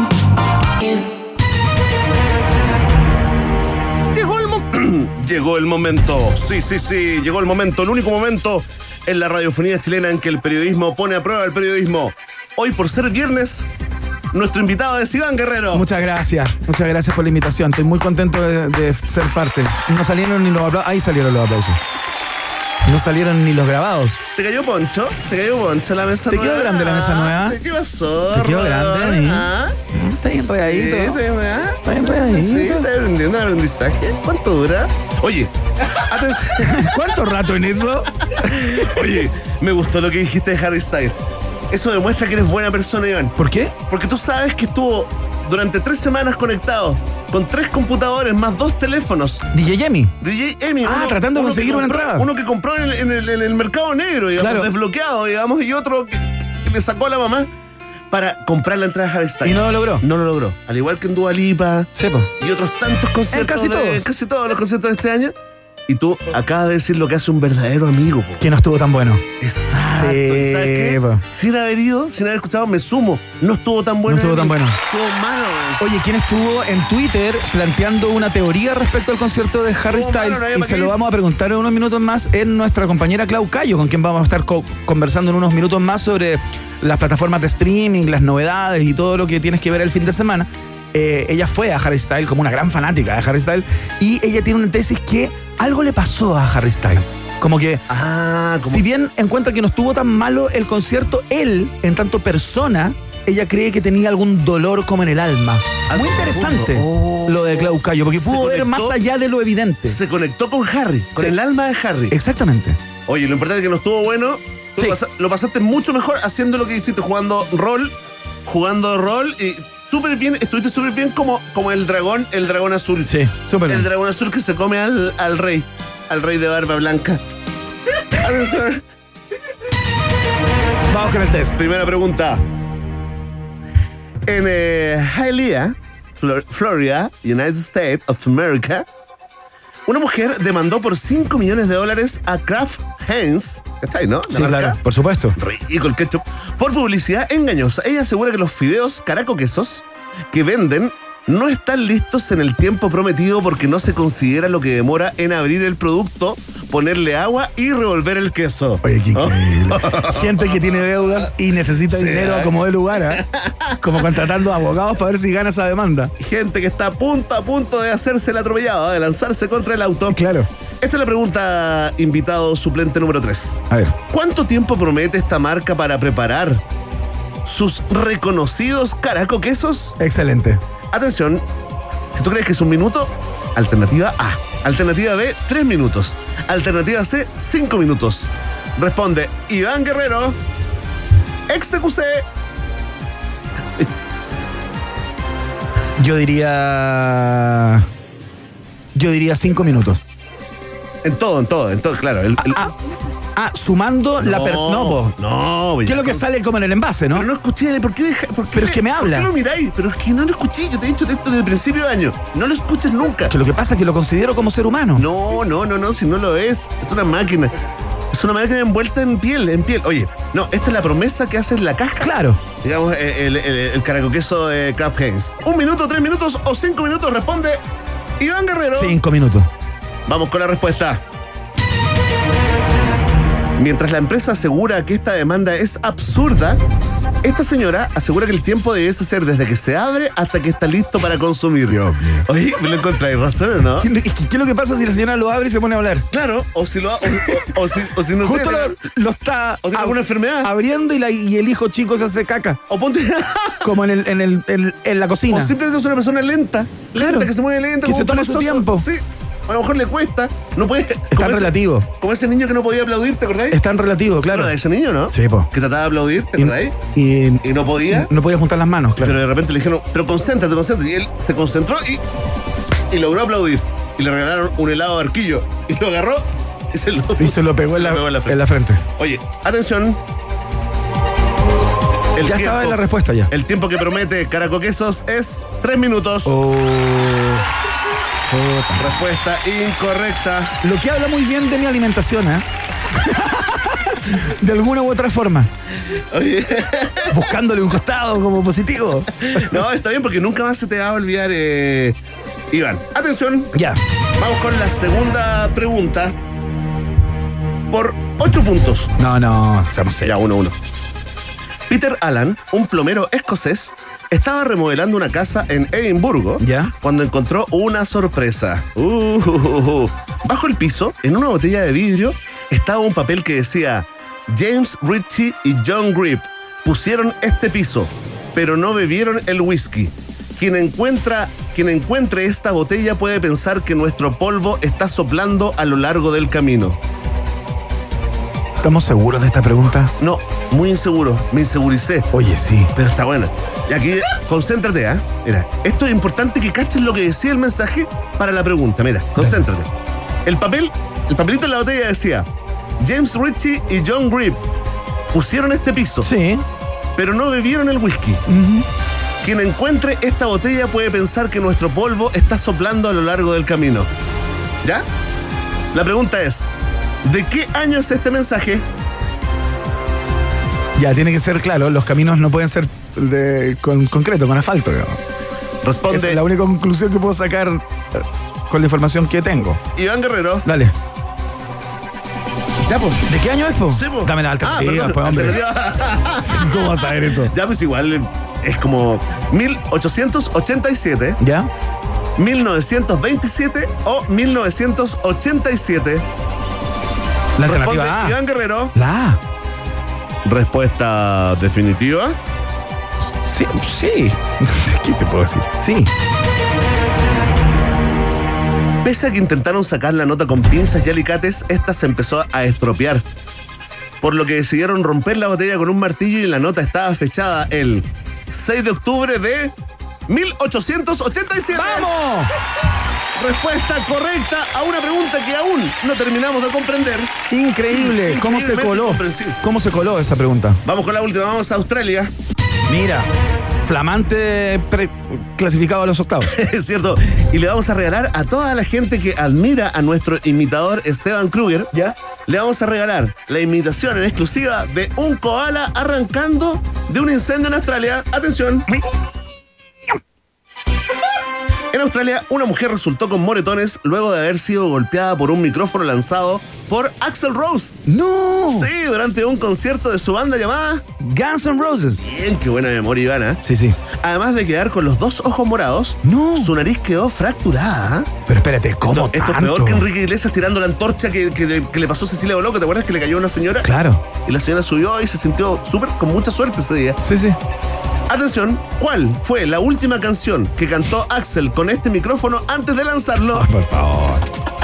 [SPEAKER 3] el, mom- llegó el momento. Sí, sí, sí, llegó el momento. El único momento en la radiofonía chilena en que el periodismo pone a prueba el periodismo. Hoy, por ser viernes, nuestro invitado es Iván Guerrero.
[SPEAKER 2] Muchas gracias, muchas gracias por la invitación. Estoy muy contento de, de ser parte. No salieron ni los aplausos. Ahí salieron los aplausos. No salieron ni los grabados.
[SPEAKER 3] ¿Te cayó poncho? ¿Te cayó poncho la mesa
[SPEAKER 2] ¿Te
[SPEAKER 3] nueva?
[SPEAKER 2] quedó grande la mesa nueva?
[SPEAKER 3] ¿Te quedó zorro?
[SPEAKER 2] Te quedó grande, mi.
[SPEAKER 3] Ah,
[SPEAKER 2] Está bien
[SPEAKER 3] sí,
[SPEAKER 2] pegadito.
[SPEAKER 3] está bien, ah.
[SPEAKER 2] Está bien pegadito.
[SPEAKER 3] Sí, está aprendiendo el aprendizaje. ¿Cuánto dura? Oye, atención.
[SPEAKER 2] ¿Cuánto rato en eso?
[SPEAKER 3] Oye, me gustó lo que dijiste de Harry Styles. Eso demuestra que eres buena persona, Iván.
[SPEAKER 2] ¿Por qué?
[SPEAKER 3] Porque tú sabes que estuvo durante tres semanas conectado con tres computadores más dos teléfonos.
[SPEAKER 2] DJ Yemi.
[SPEAKER 3] DJ Emi.
[SPEAKER 2] Ah, tratando de
[SPEAKER 3] que
[SPEAKER 2] conseguir una
[SPEAKER 3] compró-
[SPEAKER 2] entrada.
[SPEAKER 3] Uno que compró en el, en el- en el mercado negro, digamos,
[SPEAKER 2] Claro.
[SPEAKER 3] desbloqueado, digamos, y otro que le sacó a la mamá para comprar la entrada de Harry
[SPEAKER 2] Y
[SPEAKER 3] Styles.
[SPEAKER 2] no lo logró.
[SPEAKER 3] No lo logró. Al igual que en Dua Lipa
[SPEAKER 2] Sepo.
[SPEAKER 3] y otros tantos conciertos.
[SPEAKER 2] En casi
[SPEAKER 3] de-
[SPEAKER 2] todos.
[SPEAKER 3] casi todos los conciertos de este año. Y tú acabas de decir lo que hace un verdadero amigo. po.
[SPEAKER 2] Que no estuvo tan bueno.
[SPEAKER 3] Exacto. ¿Y
[SPEAKER 2] Sí,
[SPEAKER 3] sabes qué?
[SPEAKER 2] po.
[SPEAKER 3] Sin haber ido, sin haber escuchado, me sumo. No estuvo tan bueno.
[SPEAKER 2] No estuvo tan
[SPEAKER 3] el evento.
[SPEAKER 2] bueno.
[SPEAKER 3] Estuvo malo. weón.
[SPEAKER 2] Oye, ¿quién estuvo en Twitter planteando una teoría respecto al concierto de Harry
[SPEAKER 3] Oh, mano,
[SPEAKER 2] Styles?
[SPEAKER 3] no había
[SPEAKER 2] y
[SPEAKER 3] para
[SPEAKER 2] se
[SPEAKER 3] qué
[SPEAKER 2] lo
[SPEAKER 3] ir.
[SPEAKER 2] vamos a preguntar en unos minutos más en nuestra compañera Clau Cayo, con quien vamos a estar co- conversando en unos minutos más sobre las plataformas de streaming, las novedades y todo lo que tienes que ver el fin de semana. Eh, ella fue a Harry Styles como una gran fanática de Harry Styles y ella tiene una tesis que algo le pasó a Harry Styles. Como que
[SPEAKER 3] Ah, como
[SPEAKER 2] si bien encuentra que no estuvo tan malo el concierto, él, en tanto persona, ella cree que tenía algún dolor como en el alma. Muy interesante
[SPEAKER 3] profundo. Ah, Oh.
[SPEAKER 2] lo de Clau Cayo, porque
[SPEAKER 3] Se
[SPEAKER 2] pudo ver
[SPEAKER 3] conectó.
[SPEAKER 2] más allá de lo evidente.
[SPEAKER 3] se conectó con Harry, con
[SPEAKER 2] Sí.
[SPEAKER 3] el alma de Harry.
[SPEAKER 2] Exactamente.
[SPEAKER 3] Oye, lo importante es que no estuvo bueno. Tú
[SPEAKER 2] Sí.
[SPEAKER 3] lo, pasa- lo pasaste mucho mejor haciendo lo que hiciste, jugando rol, jugando rol y súper bien, estuviste súper bien como, como el dragón, el dragón azul.
[SPEAKER 2] Sí, súper
[SPEAKER 3] El
[SPEAKER 2] bien.
[SPEAKER 3] dragón azul que se come al, al rey, al rey de barba blanca. Atención.
[SPEAKER 2] Vamos con el test.
[SPEAKER 3] Primera pregunta. En eh, Hialeah, Flor- Florida, United States of America, una mujer demandó por 5 millones de dólares a Kraft Heinz. ¿Está ahí, no? La
[SPEAKER 2] Sí,
[SPEAKER 3] marca.
[SPEAKER 2] claro, por supuesto.
[SPEAKER 3] Rico el ketchup. Por publicidad engañosa. Ella asegura que los fideos caraco quesos que venden no están listos en el tiempo prometido porque no se considera lo que demora en abrir el producto, ponerle agua y revolver el queso.
[SPEAKER 2] Oye, qué increíble. Gente que tiene deudas y necesita
[SPEAKER 3] Oh. Sí,
[SPEAKER 2] dinero
[SPEAKER 3] ¿eh?
[SPEAKER 2] como de lugar, ¿eh? como contratando abogados para ver si gana esa demanda.
[SPEAKER 3] Gente que está a punto a punto de hacerse el atropellado, de lanzarse contra el auto.
[SPEAKER 2] Claro.
[SPEAKER 3] Esta es la pregunta, invitado suplente número 3.
[SPEAKER 2] A ver.
[SPEAKER 3] ¿Cuánto tiempo promete esta marca para preparar sus reconocidos caraco quesos?
[SPEAKER 2] Excelente.
[SPEAKER 3] Atención, si tú crees que es un minuto, alternativa A. Alternativa B, tres minutos. Alternativa C, cinco minutos. Responde Iván Guerrero, XQC.
[SPEAKER 2] Yo diría. Yo diría cinco minutos.
[SPEAKER 3] En todo, en todo, en todo, claro. el- el-
[SPEAKER 2] Ah, ah, sumando la per... No, po.
[SPEAKER 3] no, pues,
[SPEAKER 2] ¿Qué es lo que sale como en el envase, no?
[SPEAKER 3] Pero no escuché, ¿por qué deja- por qué-
[SPEAKER 2] Pero es que me habla.
[SPEAKER 3] ¿Por qué lo miráis? Pero es que no lo escuché, yo te he dicho esto desde el principio de año. No lo escuches nunca.
[SPEAKER 2] Que lo que pasa es que lo considero como ser humano.
[SPEAKER 3] No, no, no, no, si no lo es. Es una máquina. Es una máquina envuelta en piel, en piel. Oye, no, esta es la promesa que hace en la caja.
[SPEAKER 2] Claro.
[SPEAKER 3] Digamos, eh, el, el, el caracoqueso de Kraft Heinz. Un minuto, tres minutos o cinco minutos, responde Iván Guerrero.
[SPEAKER 2] Cinco minutos.
[SPEAKER 3] Vamos con la respuesta. Mientras la empresa asegura que esta demanda es absurda, esta señora asegura que el tiempo debiese ser desde que se abre hasta que está listo para consumir. Oye, ¿me lo encontráis razón o no?
[SPEAKER 2] ¿Qué, qué- qué es lo que pasa si la señora lo abre y se pone a hablar?
[SPEAKER 3] Claro, o si lo ha- o, o- o si, o si no sé,
[SPEAKER 2] Justo lo,
[SPEAKER 3] tiene-
[SPEAKER 2] lo está
[SPEAKER 3] o tiene
[SPEAKER 2] ab-
[SPEAKER 3] alguna enfermedad.
[SPEAKER 2] abriendo y, la- y el hijo chico se hace caca.
[SPEAKER 3] o ponte
[SPEAKER 2] Como en, el, en, el, en- en la cocina.
[SPEAKER 3] o simplemente es una persona lenta, lenta
[SPEAKER 2] Claro.
[SPEAKER 3] que se mueve lenta,
[SPEAKER 2] Que
[SPEAKER 3] como
[SPEAKER 2] se
[SPEAKER 3] un
[SPEAKER 2] toma su
[SPEAKER 3] perezoso.
[SPEAKER 2] tiempo.
[SPEAKER 3] Sí. A lo mejor le cuesta, no puede
[SPEAKER 2] Es
[SPEAKER 3] como
[SPEAKER 2] tan
[SPEAKER 3] ese-
[SPEAKER 2] relativo.
[SPEAKER 3] Como ese niño que no podía aplaudir, ¿te acordáis?
[SPEAKER 2] Es tan relativo, claro.
[SPEAKER 3] Bueno, de ese niño, ¿no?
[SPEAKER 2] Sí, po.
[SPEAKER 3] Que trataba de aplaudir, ¿te
[SPEAKER 2] Y,
[SPEAKER 3] acordáis?
[SPEAKER 2] y-
[SPEAKER 3] Y no podía,
[SPEAKER 2] no podía juntar las manos, Mm, claro.
[SPEAKER 3] pero de repente le dijeron, pero concéntrate, concéntrate. Y él se concentró y, y logró aplaudir. Y le regalaron un helado de arquillo. Y lo agarró y se lo,
[SPEAKER 2] y se lo pegó, en, la, en la frente.
[SPEAKER 3] Oye, atención. El
[SPEAKER 2] ya estaba en la respuesta ya.
[SPEAKER 3] El tiempo que promete Caracoquesos es 3 minutos.
[SPEAKER 2] Oh. Oh.
[SPEAKER 3] Respuesta incorrecta.
[SPEAKER 2] Lo que habla muy bien de mi alimentación, ¿eh? De alguna u otra forma.
[SPEAKER 3] Oye,
[SPEAKER 2] Buscándole un costado como positivo.
[SPEAKER 3] no, está bien porque nunca más se te va a olvidar, eh, Iván. Atención,
[SPEAKER 2] Ya.
[SPEAKER 3] vamos con la segunda pregunta. Por 8 puntos.
[SPEAKER 2] No, no, seamos serios.
[SPEAKER 3] Ya, 1-1. Peter Allan, un plomero escocés, estaba remodelando una casa en Edimburgo
[SPEAKER 2] Ya.
[SPEAKER 3] cuando encontró una sorpresa. Uh, uh, uh, uh. Bajo el piso, en una botella de vidrio, estaba un papel que decía, James Ritchie y John Grip pusieron este piso, pero no bebieron el whisky. Quien, encuentra, quien encuentre esta botella puede pensar que nuestro polvo está soplando a lo largo del camino.
[SPEAKER 2] ¿Estamos seguros de esta pregunta?
[SPEAKER 3] No, muy inseguro, me inseguricé,
[SPEAKER 2] Oye, sí.
[SPEAKER 3] pero está buena. Y aquí, concéntrate, ¿ah? Mira, esto es importante que caches lo que decía el mensaje para la pregunta. Mira, concéntrate. El papel, el papelito en la botella decía, James Ritchie y John Grip pusieron este piso,
[SPEAKER 2] Sí.
[SPEAKER 3] pero no bebieron el whisky. Quien encuentre esta botella puede pensar que nuestro polvo está soplando a lo largo del camino. ¿Ya? La pregunta es, ¿de qué año es este mensaje?
[SPEAKER 2] Ya, tiene que ser claro, los caminos no pueden ser de, con concreto, con asfalto. digamos. Esa es
[SPEAKER 3] Responde
[SPEAKER 2] la única conclusión que puedo sacar eh, con la información que tengo.
[SPEAKER 3] Iván Guerrero.
[SPEAKER 2] Dale.
[SPEAKER 3] Ya, pues.
[SPEAKER 2] ¿De qué año es, po?
[SPEAKER 3] Sí, po.
[SPEAKER 2] Dame la alternativa,
[SPEAKER 3] Ah,
[SPEAKER 2] pues,
[SPEAKER 3] perdón,
[SPEAKER 2] hombre.
[SPEAKER 3] alternativa.
[SPEAKER 2] ¿Cómo vas a saber eso?
[SPEAKER 3] ya, pues igual eh, es como 1887,
[SPEAKER 2] ¿Ya?
[SPEAKER 3] 1927 o 1987.
[SPEAKER 2] La
[SPEAKER 3] Responde
[SPEAKER 2] alternativa A.
[SPEAKER 3] Iván Guerrero.
[SPEAKER 2] La A.
[SPEAKER 3] Respuesta definitiva.
[SPEAKER 2] Sí, sí. ¿Qué te puedo decir? Sí.
[SPEAKER 3] Pese a que intentaron sacar la nota con pinzas y alicates, esta se empezó a estropear. Por lo que decidieron romper la botella con un martillo y la nota estaba fechada el 6 de octubre de 1887.
[SPEAKER 2] ¡Vamos!
[SPEAKER 3] Respuesta correcta a una pregunta que aún no terminamos de comprender.
[SPEAKER 2] Increíble. ¿Cómo se
[SPEAKER 3] Increíblemente
[SPEAKER 2] coló?
[SPEAKER 3] incomprensible.
[SPEAKER 2] ¿Cómo se coló esa pregunta?
[SPEAKER 3] Vamos con la última, vamos a Australia.
[SPEAKER 2] Mira, flamante pre- clasificado a los octavos.
[SPEAKER 3] Es cierto. Y le vamos a regalar a toda la gente que admira a nuestro imitador Esteban Kruger.
[SPEAKER 2] ¿Ya?
[SPEAKER 3] Le vamos a regalar la imitación en exclusiva de un koala arrancando de un incendio en Australia. Atención. En Australia, una mujer resultó con moretones luego de haber sido golpeada por un micrófono lanzado por Axel Rose.
[SPEAKER 2] ¡No!
[SPEAKER 3] Sí, durante un concierto de su banda llamada.
[SPEAKER 2] Guns N' Roses.
[SPEAKER 3] Bien, qué buena memoria, Ivana.
[SPEAKER 2] Sí, sí.
[SPEAKER 3] Además de quedar con los dos ojos morados,
[SPEAKER 2] No.
[SPEAKER 3] su nariz quedó fracturada. ¿ah?
[SPEAKER 2] Pero espérate, ¿cómo
[SPEAKER 3] esto es
[SPEAKER 2] tanto?
[SPEAKER 3] peor que Enrique Iglesias tirando la antorcha que, que- que le pasó a Cecilia Boloco. ¿Te acuerdas que le cayó a una señora?
[SPEAKER 2] Claro.
[SPEAKER 3] Y la señora subió y se sintió súper con mucha suerte ese día.
[SPEAKER 2] Sí, sí.
[SPEAKER 3] Atención, ¿cuál fue la última canción que cantó Axel con este micrófono antes de lanzarlo?
[SPEAKER 2] Ay, Ah, por favor.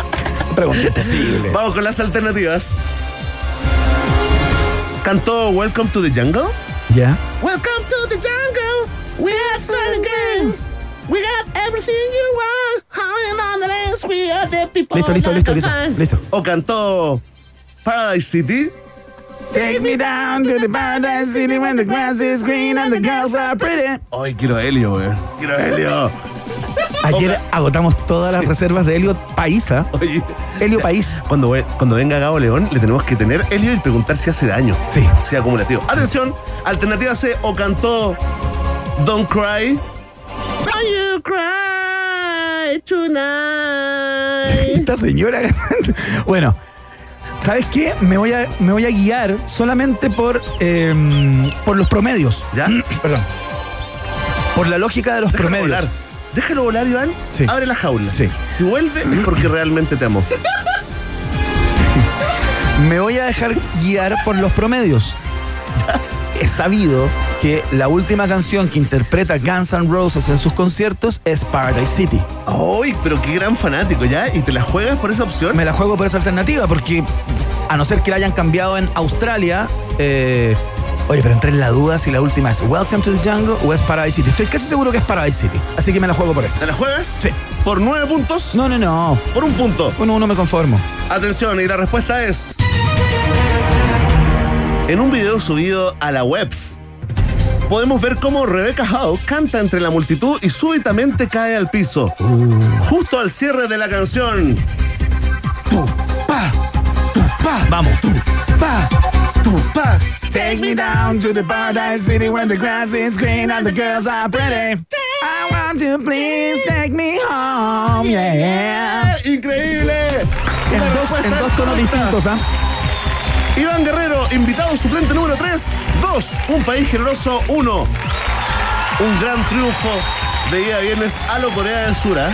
[SPEAKER 2] Pregunta imposible.
[SPEAKER 3] Vamos con las alternativas. ¿Cantó Welcome to the Jungle?
[SPEAKER 2] ¿Ya?
[SPEAKER 3] Welcome to the jungle. We had fun and games. We got everything you want. Having on the dance, we are the people.
[SPEAKER 2] Listo, listo,
[SPEAKER 3] that
[SPEAKER 2] listo,
[SPEAKER 3] can
[SPEAKER 2] listo,
[SPEAKER 3] find.
[SPEAKER 2] listo.
[SPEAKER 3] O cantó Paradise City.
[SPEAKER 2] Take me down to the paradise city when the grass is green and the girls are pretty.
[SPEAKER 3] Ay, quiero a Helio, weón. Quiero a Helio.
[SPEAKER 2] Ayer agotamos todas las
[SPEAKER 3] Sí.
[SPEAKER 2] reservas de Helio Paisa.
[SPEAKER 3] Oye.
[SPEAKER 2] Helio País.
[SPEAKER 3] Cuando, ve- cuando venga Gabo León, le tenemos que tener Helio y preguntar si hace daño.
[SPEAKER 2] Sí.
[SPEAKER 3] Si es acumulativo. Atención, alternativa C o cantó Don't Cry. Don't you cry tonight.
[SPEAKER 2] Esta señora ganando. Bueno, ¿sabes qué? Me voy a, me voy a guiar solamente por, em, por los promedios.
[SPEAKER 3] ¿Ya?
[SPEAKER 2] Perdón. Por la lógica de los
[SPEAKER 3] Déjalo
[SPEAKER 2] promedios.
[SPEAKER 3] volar. Déjalo volar, Iván.
[SPEAKER 2] Sí.
[SPEAKER 3] Abre la jaula.
[SPEAKER 2] Sí.
[SPEAKER 3] Si vuelve es porque realmente te amó.
[SPEAKER 2] Me voy a dejar guiar por los promedios. Es sabido que la última canción que interpreta Guns N' Roses en sus conciertos es Paradise City.
[SPEAKER 3] ¡Ay, pero qué gran fanático, ya! ¿Y te la juegas por esa opción?
[SPEAKER 2] Me la juego por esa alternativa porque, a no ser que la hayan cambiado en Australia, eh, oye, pero entré en la duda si la última es Welcome to the Jungle o es Paradise City. Estoy casi seguro que es Paradise City, así que me la juego por
[SPEAKER 3] ¿Te
[SPEAKER 2] esa.
[SPEAKER 3] la juegas?
[SPEAKER 2] Sí.
[SPEAKER 3] ¿Por nueve puntos?
[SPEAKER 2] No, no, no.
[SPEAKER 3] Por un punto.
[SPEAKER 2] Uno, uno me conformo.
[SPEAKER 3] Atención, y la respuesta es. En un video subido a la webs, podemos ver cómo Rebecca Howe canta entre la multitud y súbitamente cae al piso. Justo al cierre de la canción. Tu, pa, tu, pa,
[SPEAKER 2] Vamos.
[SPEAKER 3] pa, tu, pa.
[SPEAKER 2] Take me down to the paradise city where the grass is green and the girls are pretty. I want you, please take me home, yeah.
[SPEAKER 3] ¡Ah, ¡Increíble!
[SPEAKER 2] En
[SPEAKER 3] La
[SPEAKER 2] dos,
[SPEAKER 3] respuesta
[SPEAKER 2] en dos
[SPEAKER 3] es
[SPEAKER 2] tonos
[SPEAKER 3] correcta.
[SPEAKER 2] distintos, ¿ah?
[SPEAKER 3] Iván Guerrero, invitado suplente número 3. 2. Un país generoso. 1. Un gran triunfo de día viernes a lo Corea del Sur. ¿ah?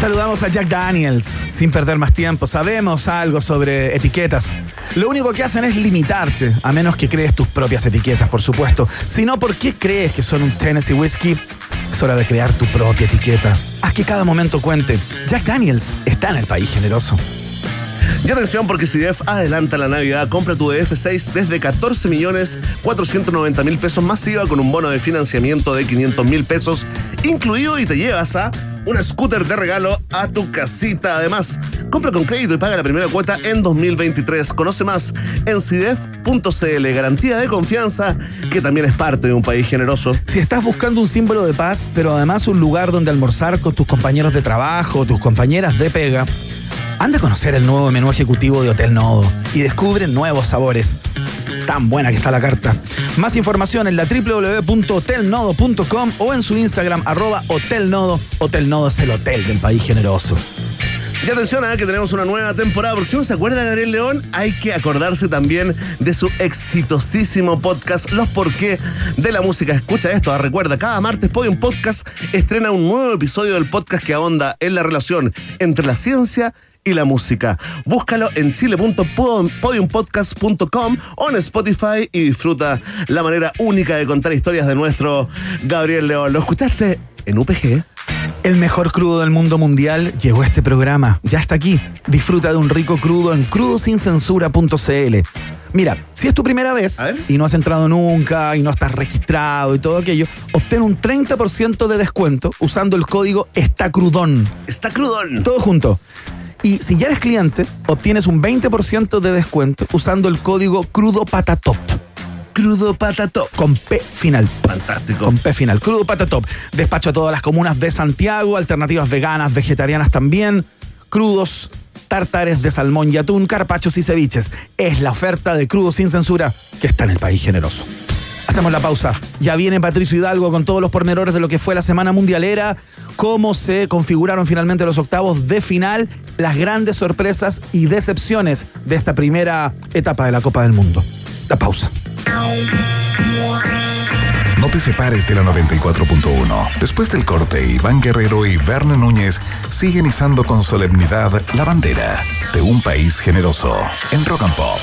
[SPEAKER 2] Saludamos a Jack Daniels, sin perder más tiempo. Sabemos algo sobre etiquetas. Lo único que hacen es limitarte, a menos que crees tus propias etiquetas, por supuesto. Si no, ¿por qué crees que son un Tennessee Whiskey? Es hora de crear tu propia etiqueta. Haz que cada momento cuente. Jack Daniels está en el país generoso.
[SPEAKER 3] Y atención porque CIDEF adelanta la Navidad, compra tu DF6 desde 14 millones 490 mil pesos masiva con un bono de financiamiento de 500 mil pesos incluido y te llevas a un scooter de regalo a tu casita. Además, compra con crédito y paga la primera cuota en 2023. Conoce más en CIDEF.cl, garantía de confianza que también es parte de un país generoso.
[SPEAKER 2] Si estás buscando un símbolo de paz, pero además un lugar donde almorzar con tus compañeros de trabajo, tus compañeras de pega, anda a conocer el nuevo menú ejecutivo de Hotel Nodo y descubre nuevos sabores. Tan buena que está la carta. Más información en la www.hotelnodo.com o en su Instagram arroba hotelnodo. Hotel Nodo es el hotel del país generoso.
[SPEAKER 3] Y atención a que tenemos una nueva temporada, porque si uno se acuerda de Gabriel León, hay que acordarse también de su exitosísimo podcast Los Porqué de la Música. Escucha esto, ah, recuerda, cada martes Podium Podcast estrena un nuevo episodio del podcast que ahonda en la relación entre la ciencia y la música. Búscalo en chile.podiumpodcast.com o en Spotify y disfruta la manera única de contar historias de nuestro Gabriel León. ¿Lo escuchaste en UPG?
[SPEAKER 2] El mejor crudo del mundo mundial llegó a este programa. Ya está aquí. Disfruta de un rico crudo en crudosincensura.cl. Mira, si es tu primera vez
[SPEAKER 3] A ver.
[SPEAKER 2] y no has entrado nunca y no estás registrado y todo aquello, obtén un 30% de descuento usando el código ESTACRUDON.
[SPEAKER 3] Está crudón.
[SPEAKER 2] Todo junto. Y si ya eres cliente, obtienes un 20% de descuento usando el código CRUDOPATATOP
[SPEAKER 3] Crudo patató.
[SPEAKER 2] con P final.
[SPEAKER 3] Fantástico.
[SPEAKER 2] Con P final. Crudo Pata Top. Despacho a todas las comunas de Santiago, alternativas veganas, vegetarianas también, crudos, tartares de salmón y atún, carpachos y ceviches. Es la oferta de crudo sin censura que está en el país generoso. Hacemos la pausa. Ya viene Patricio Hidalgo con todos los pormenores de lo que fue la semana mundialera, cómo se configuraron finalmente los octavos de final, las grandes sorpresas y decepciones de esta primera etapa de la Copa del Mundo. La pausa.
[SPEAKER 1] No te separes de la 94.1. Después del corte, Iván Guerrero y Verne Núñez siguen izando con solemnidad la bandera de un país generoso en Rock and Pop.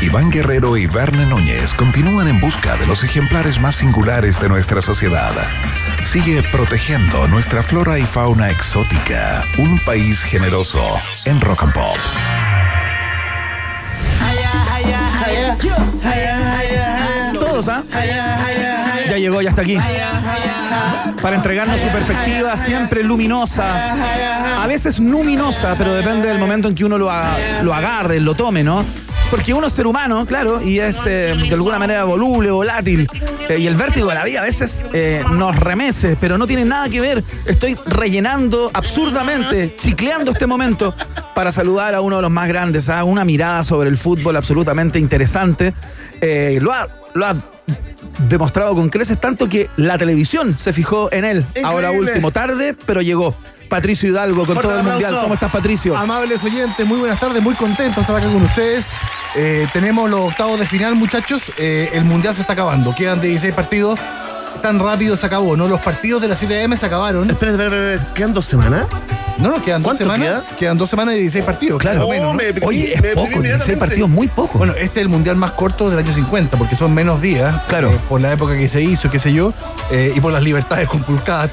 [SPEAKER 1] Iván Guerrero y Verne Núñez continúan en busca de los ejemplares más singulares de nuestra sociedad. Sigue protegiendo nuestra flora y fauna exótica, un país generoso en Rock and Pop.
[SPEAKER 2] Todos, ¿ah? Ya llegó, ya está aquí. Para entregarnos su perspectiva siempre luminosa. A veces luminosa, pero depende del momento en que uno lo, a- lo agarre, lo tome, ¿no? Porque uno es ser humano, claro, y es eh, de alguna manera voluble, volátil. Eh, y el vértigo de la vida a veces eh, nos remece, pero no tiene nada que ver. Estoy rellenando absurdamente, chicleando este momento para saludar a uno de los más grandes, a una mirada sobre el fútbol absolutamente interesante. Eh, lo ha- lo ha demostrado con creces, tanto que la televisión se fijó en él.
[SPEAKER 3] Increíble.
[SPEAKER 2] Ahora último, tarde, pero llegó. Patricio Hidalgo con
[SPEAKER 3] Fuerte
[SPEAKER 2] todo el
[SPEAKER 3] aplauso.
[SPEAKER 2] mundial. ¿Cómo estás, Patricio?
[SPEAKER 5] Amables oyentes, muy buenas tardes, muy contento de estar acá con ustedes. Eh, tenemos los octavos de final, muchachos. Eh, el mundial se está acabando. Quedan 16 partidos. Tan rápido se acabó, ¿no? Los partidos de la 7M se acabaron.
[SPEAKER 3] Espera, espera, espera, espera. ¿Quedan dos semanas?
[SPEAKER 5] No, no, quedan dos
[SPEAKER 3] ¿Cuánto
[SPEAKER 5] semanas.
[SPEAKER 3] queda?
[SPEAKER 5] Quedan dos semanas y 16 partidos, claro.
[SPEAKER 3] Oh,
[SPEAKER 5] menos, ¿no?
[SPEAKER 3] me-
[SPEAKER 2] Oye,
[SPEAKER 3] me- me-
[SPEAKER 2] es poco, 16
[SPEAKER 3] inmediatamente-
[SPEAKER 2] partidos, muy poco.
[SPEAKER 5] Bueno, este es el mundial más corto del año 50, porque son menos días.
[SPEAKER 2] Claro.
[SPEAKER 5] eh, por la época que se hizo, qué sé yo. eh, y por las libertades conculcadas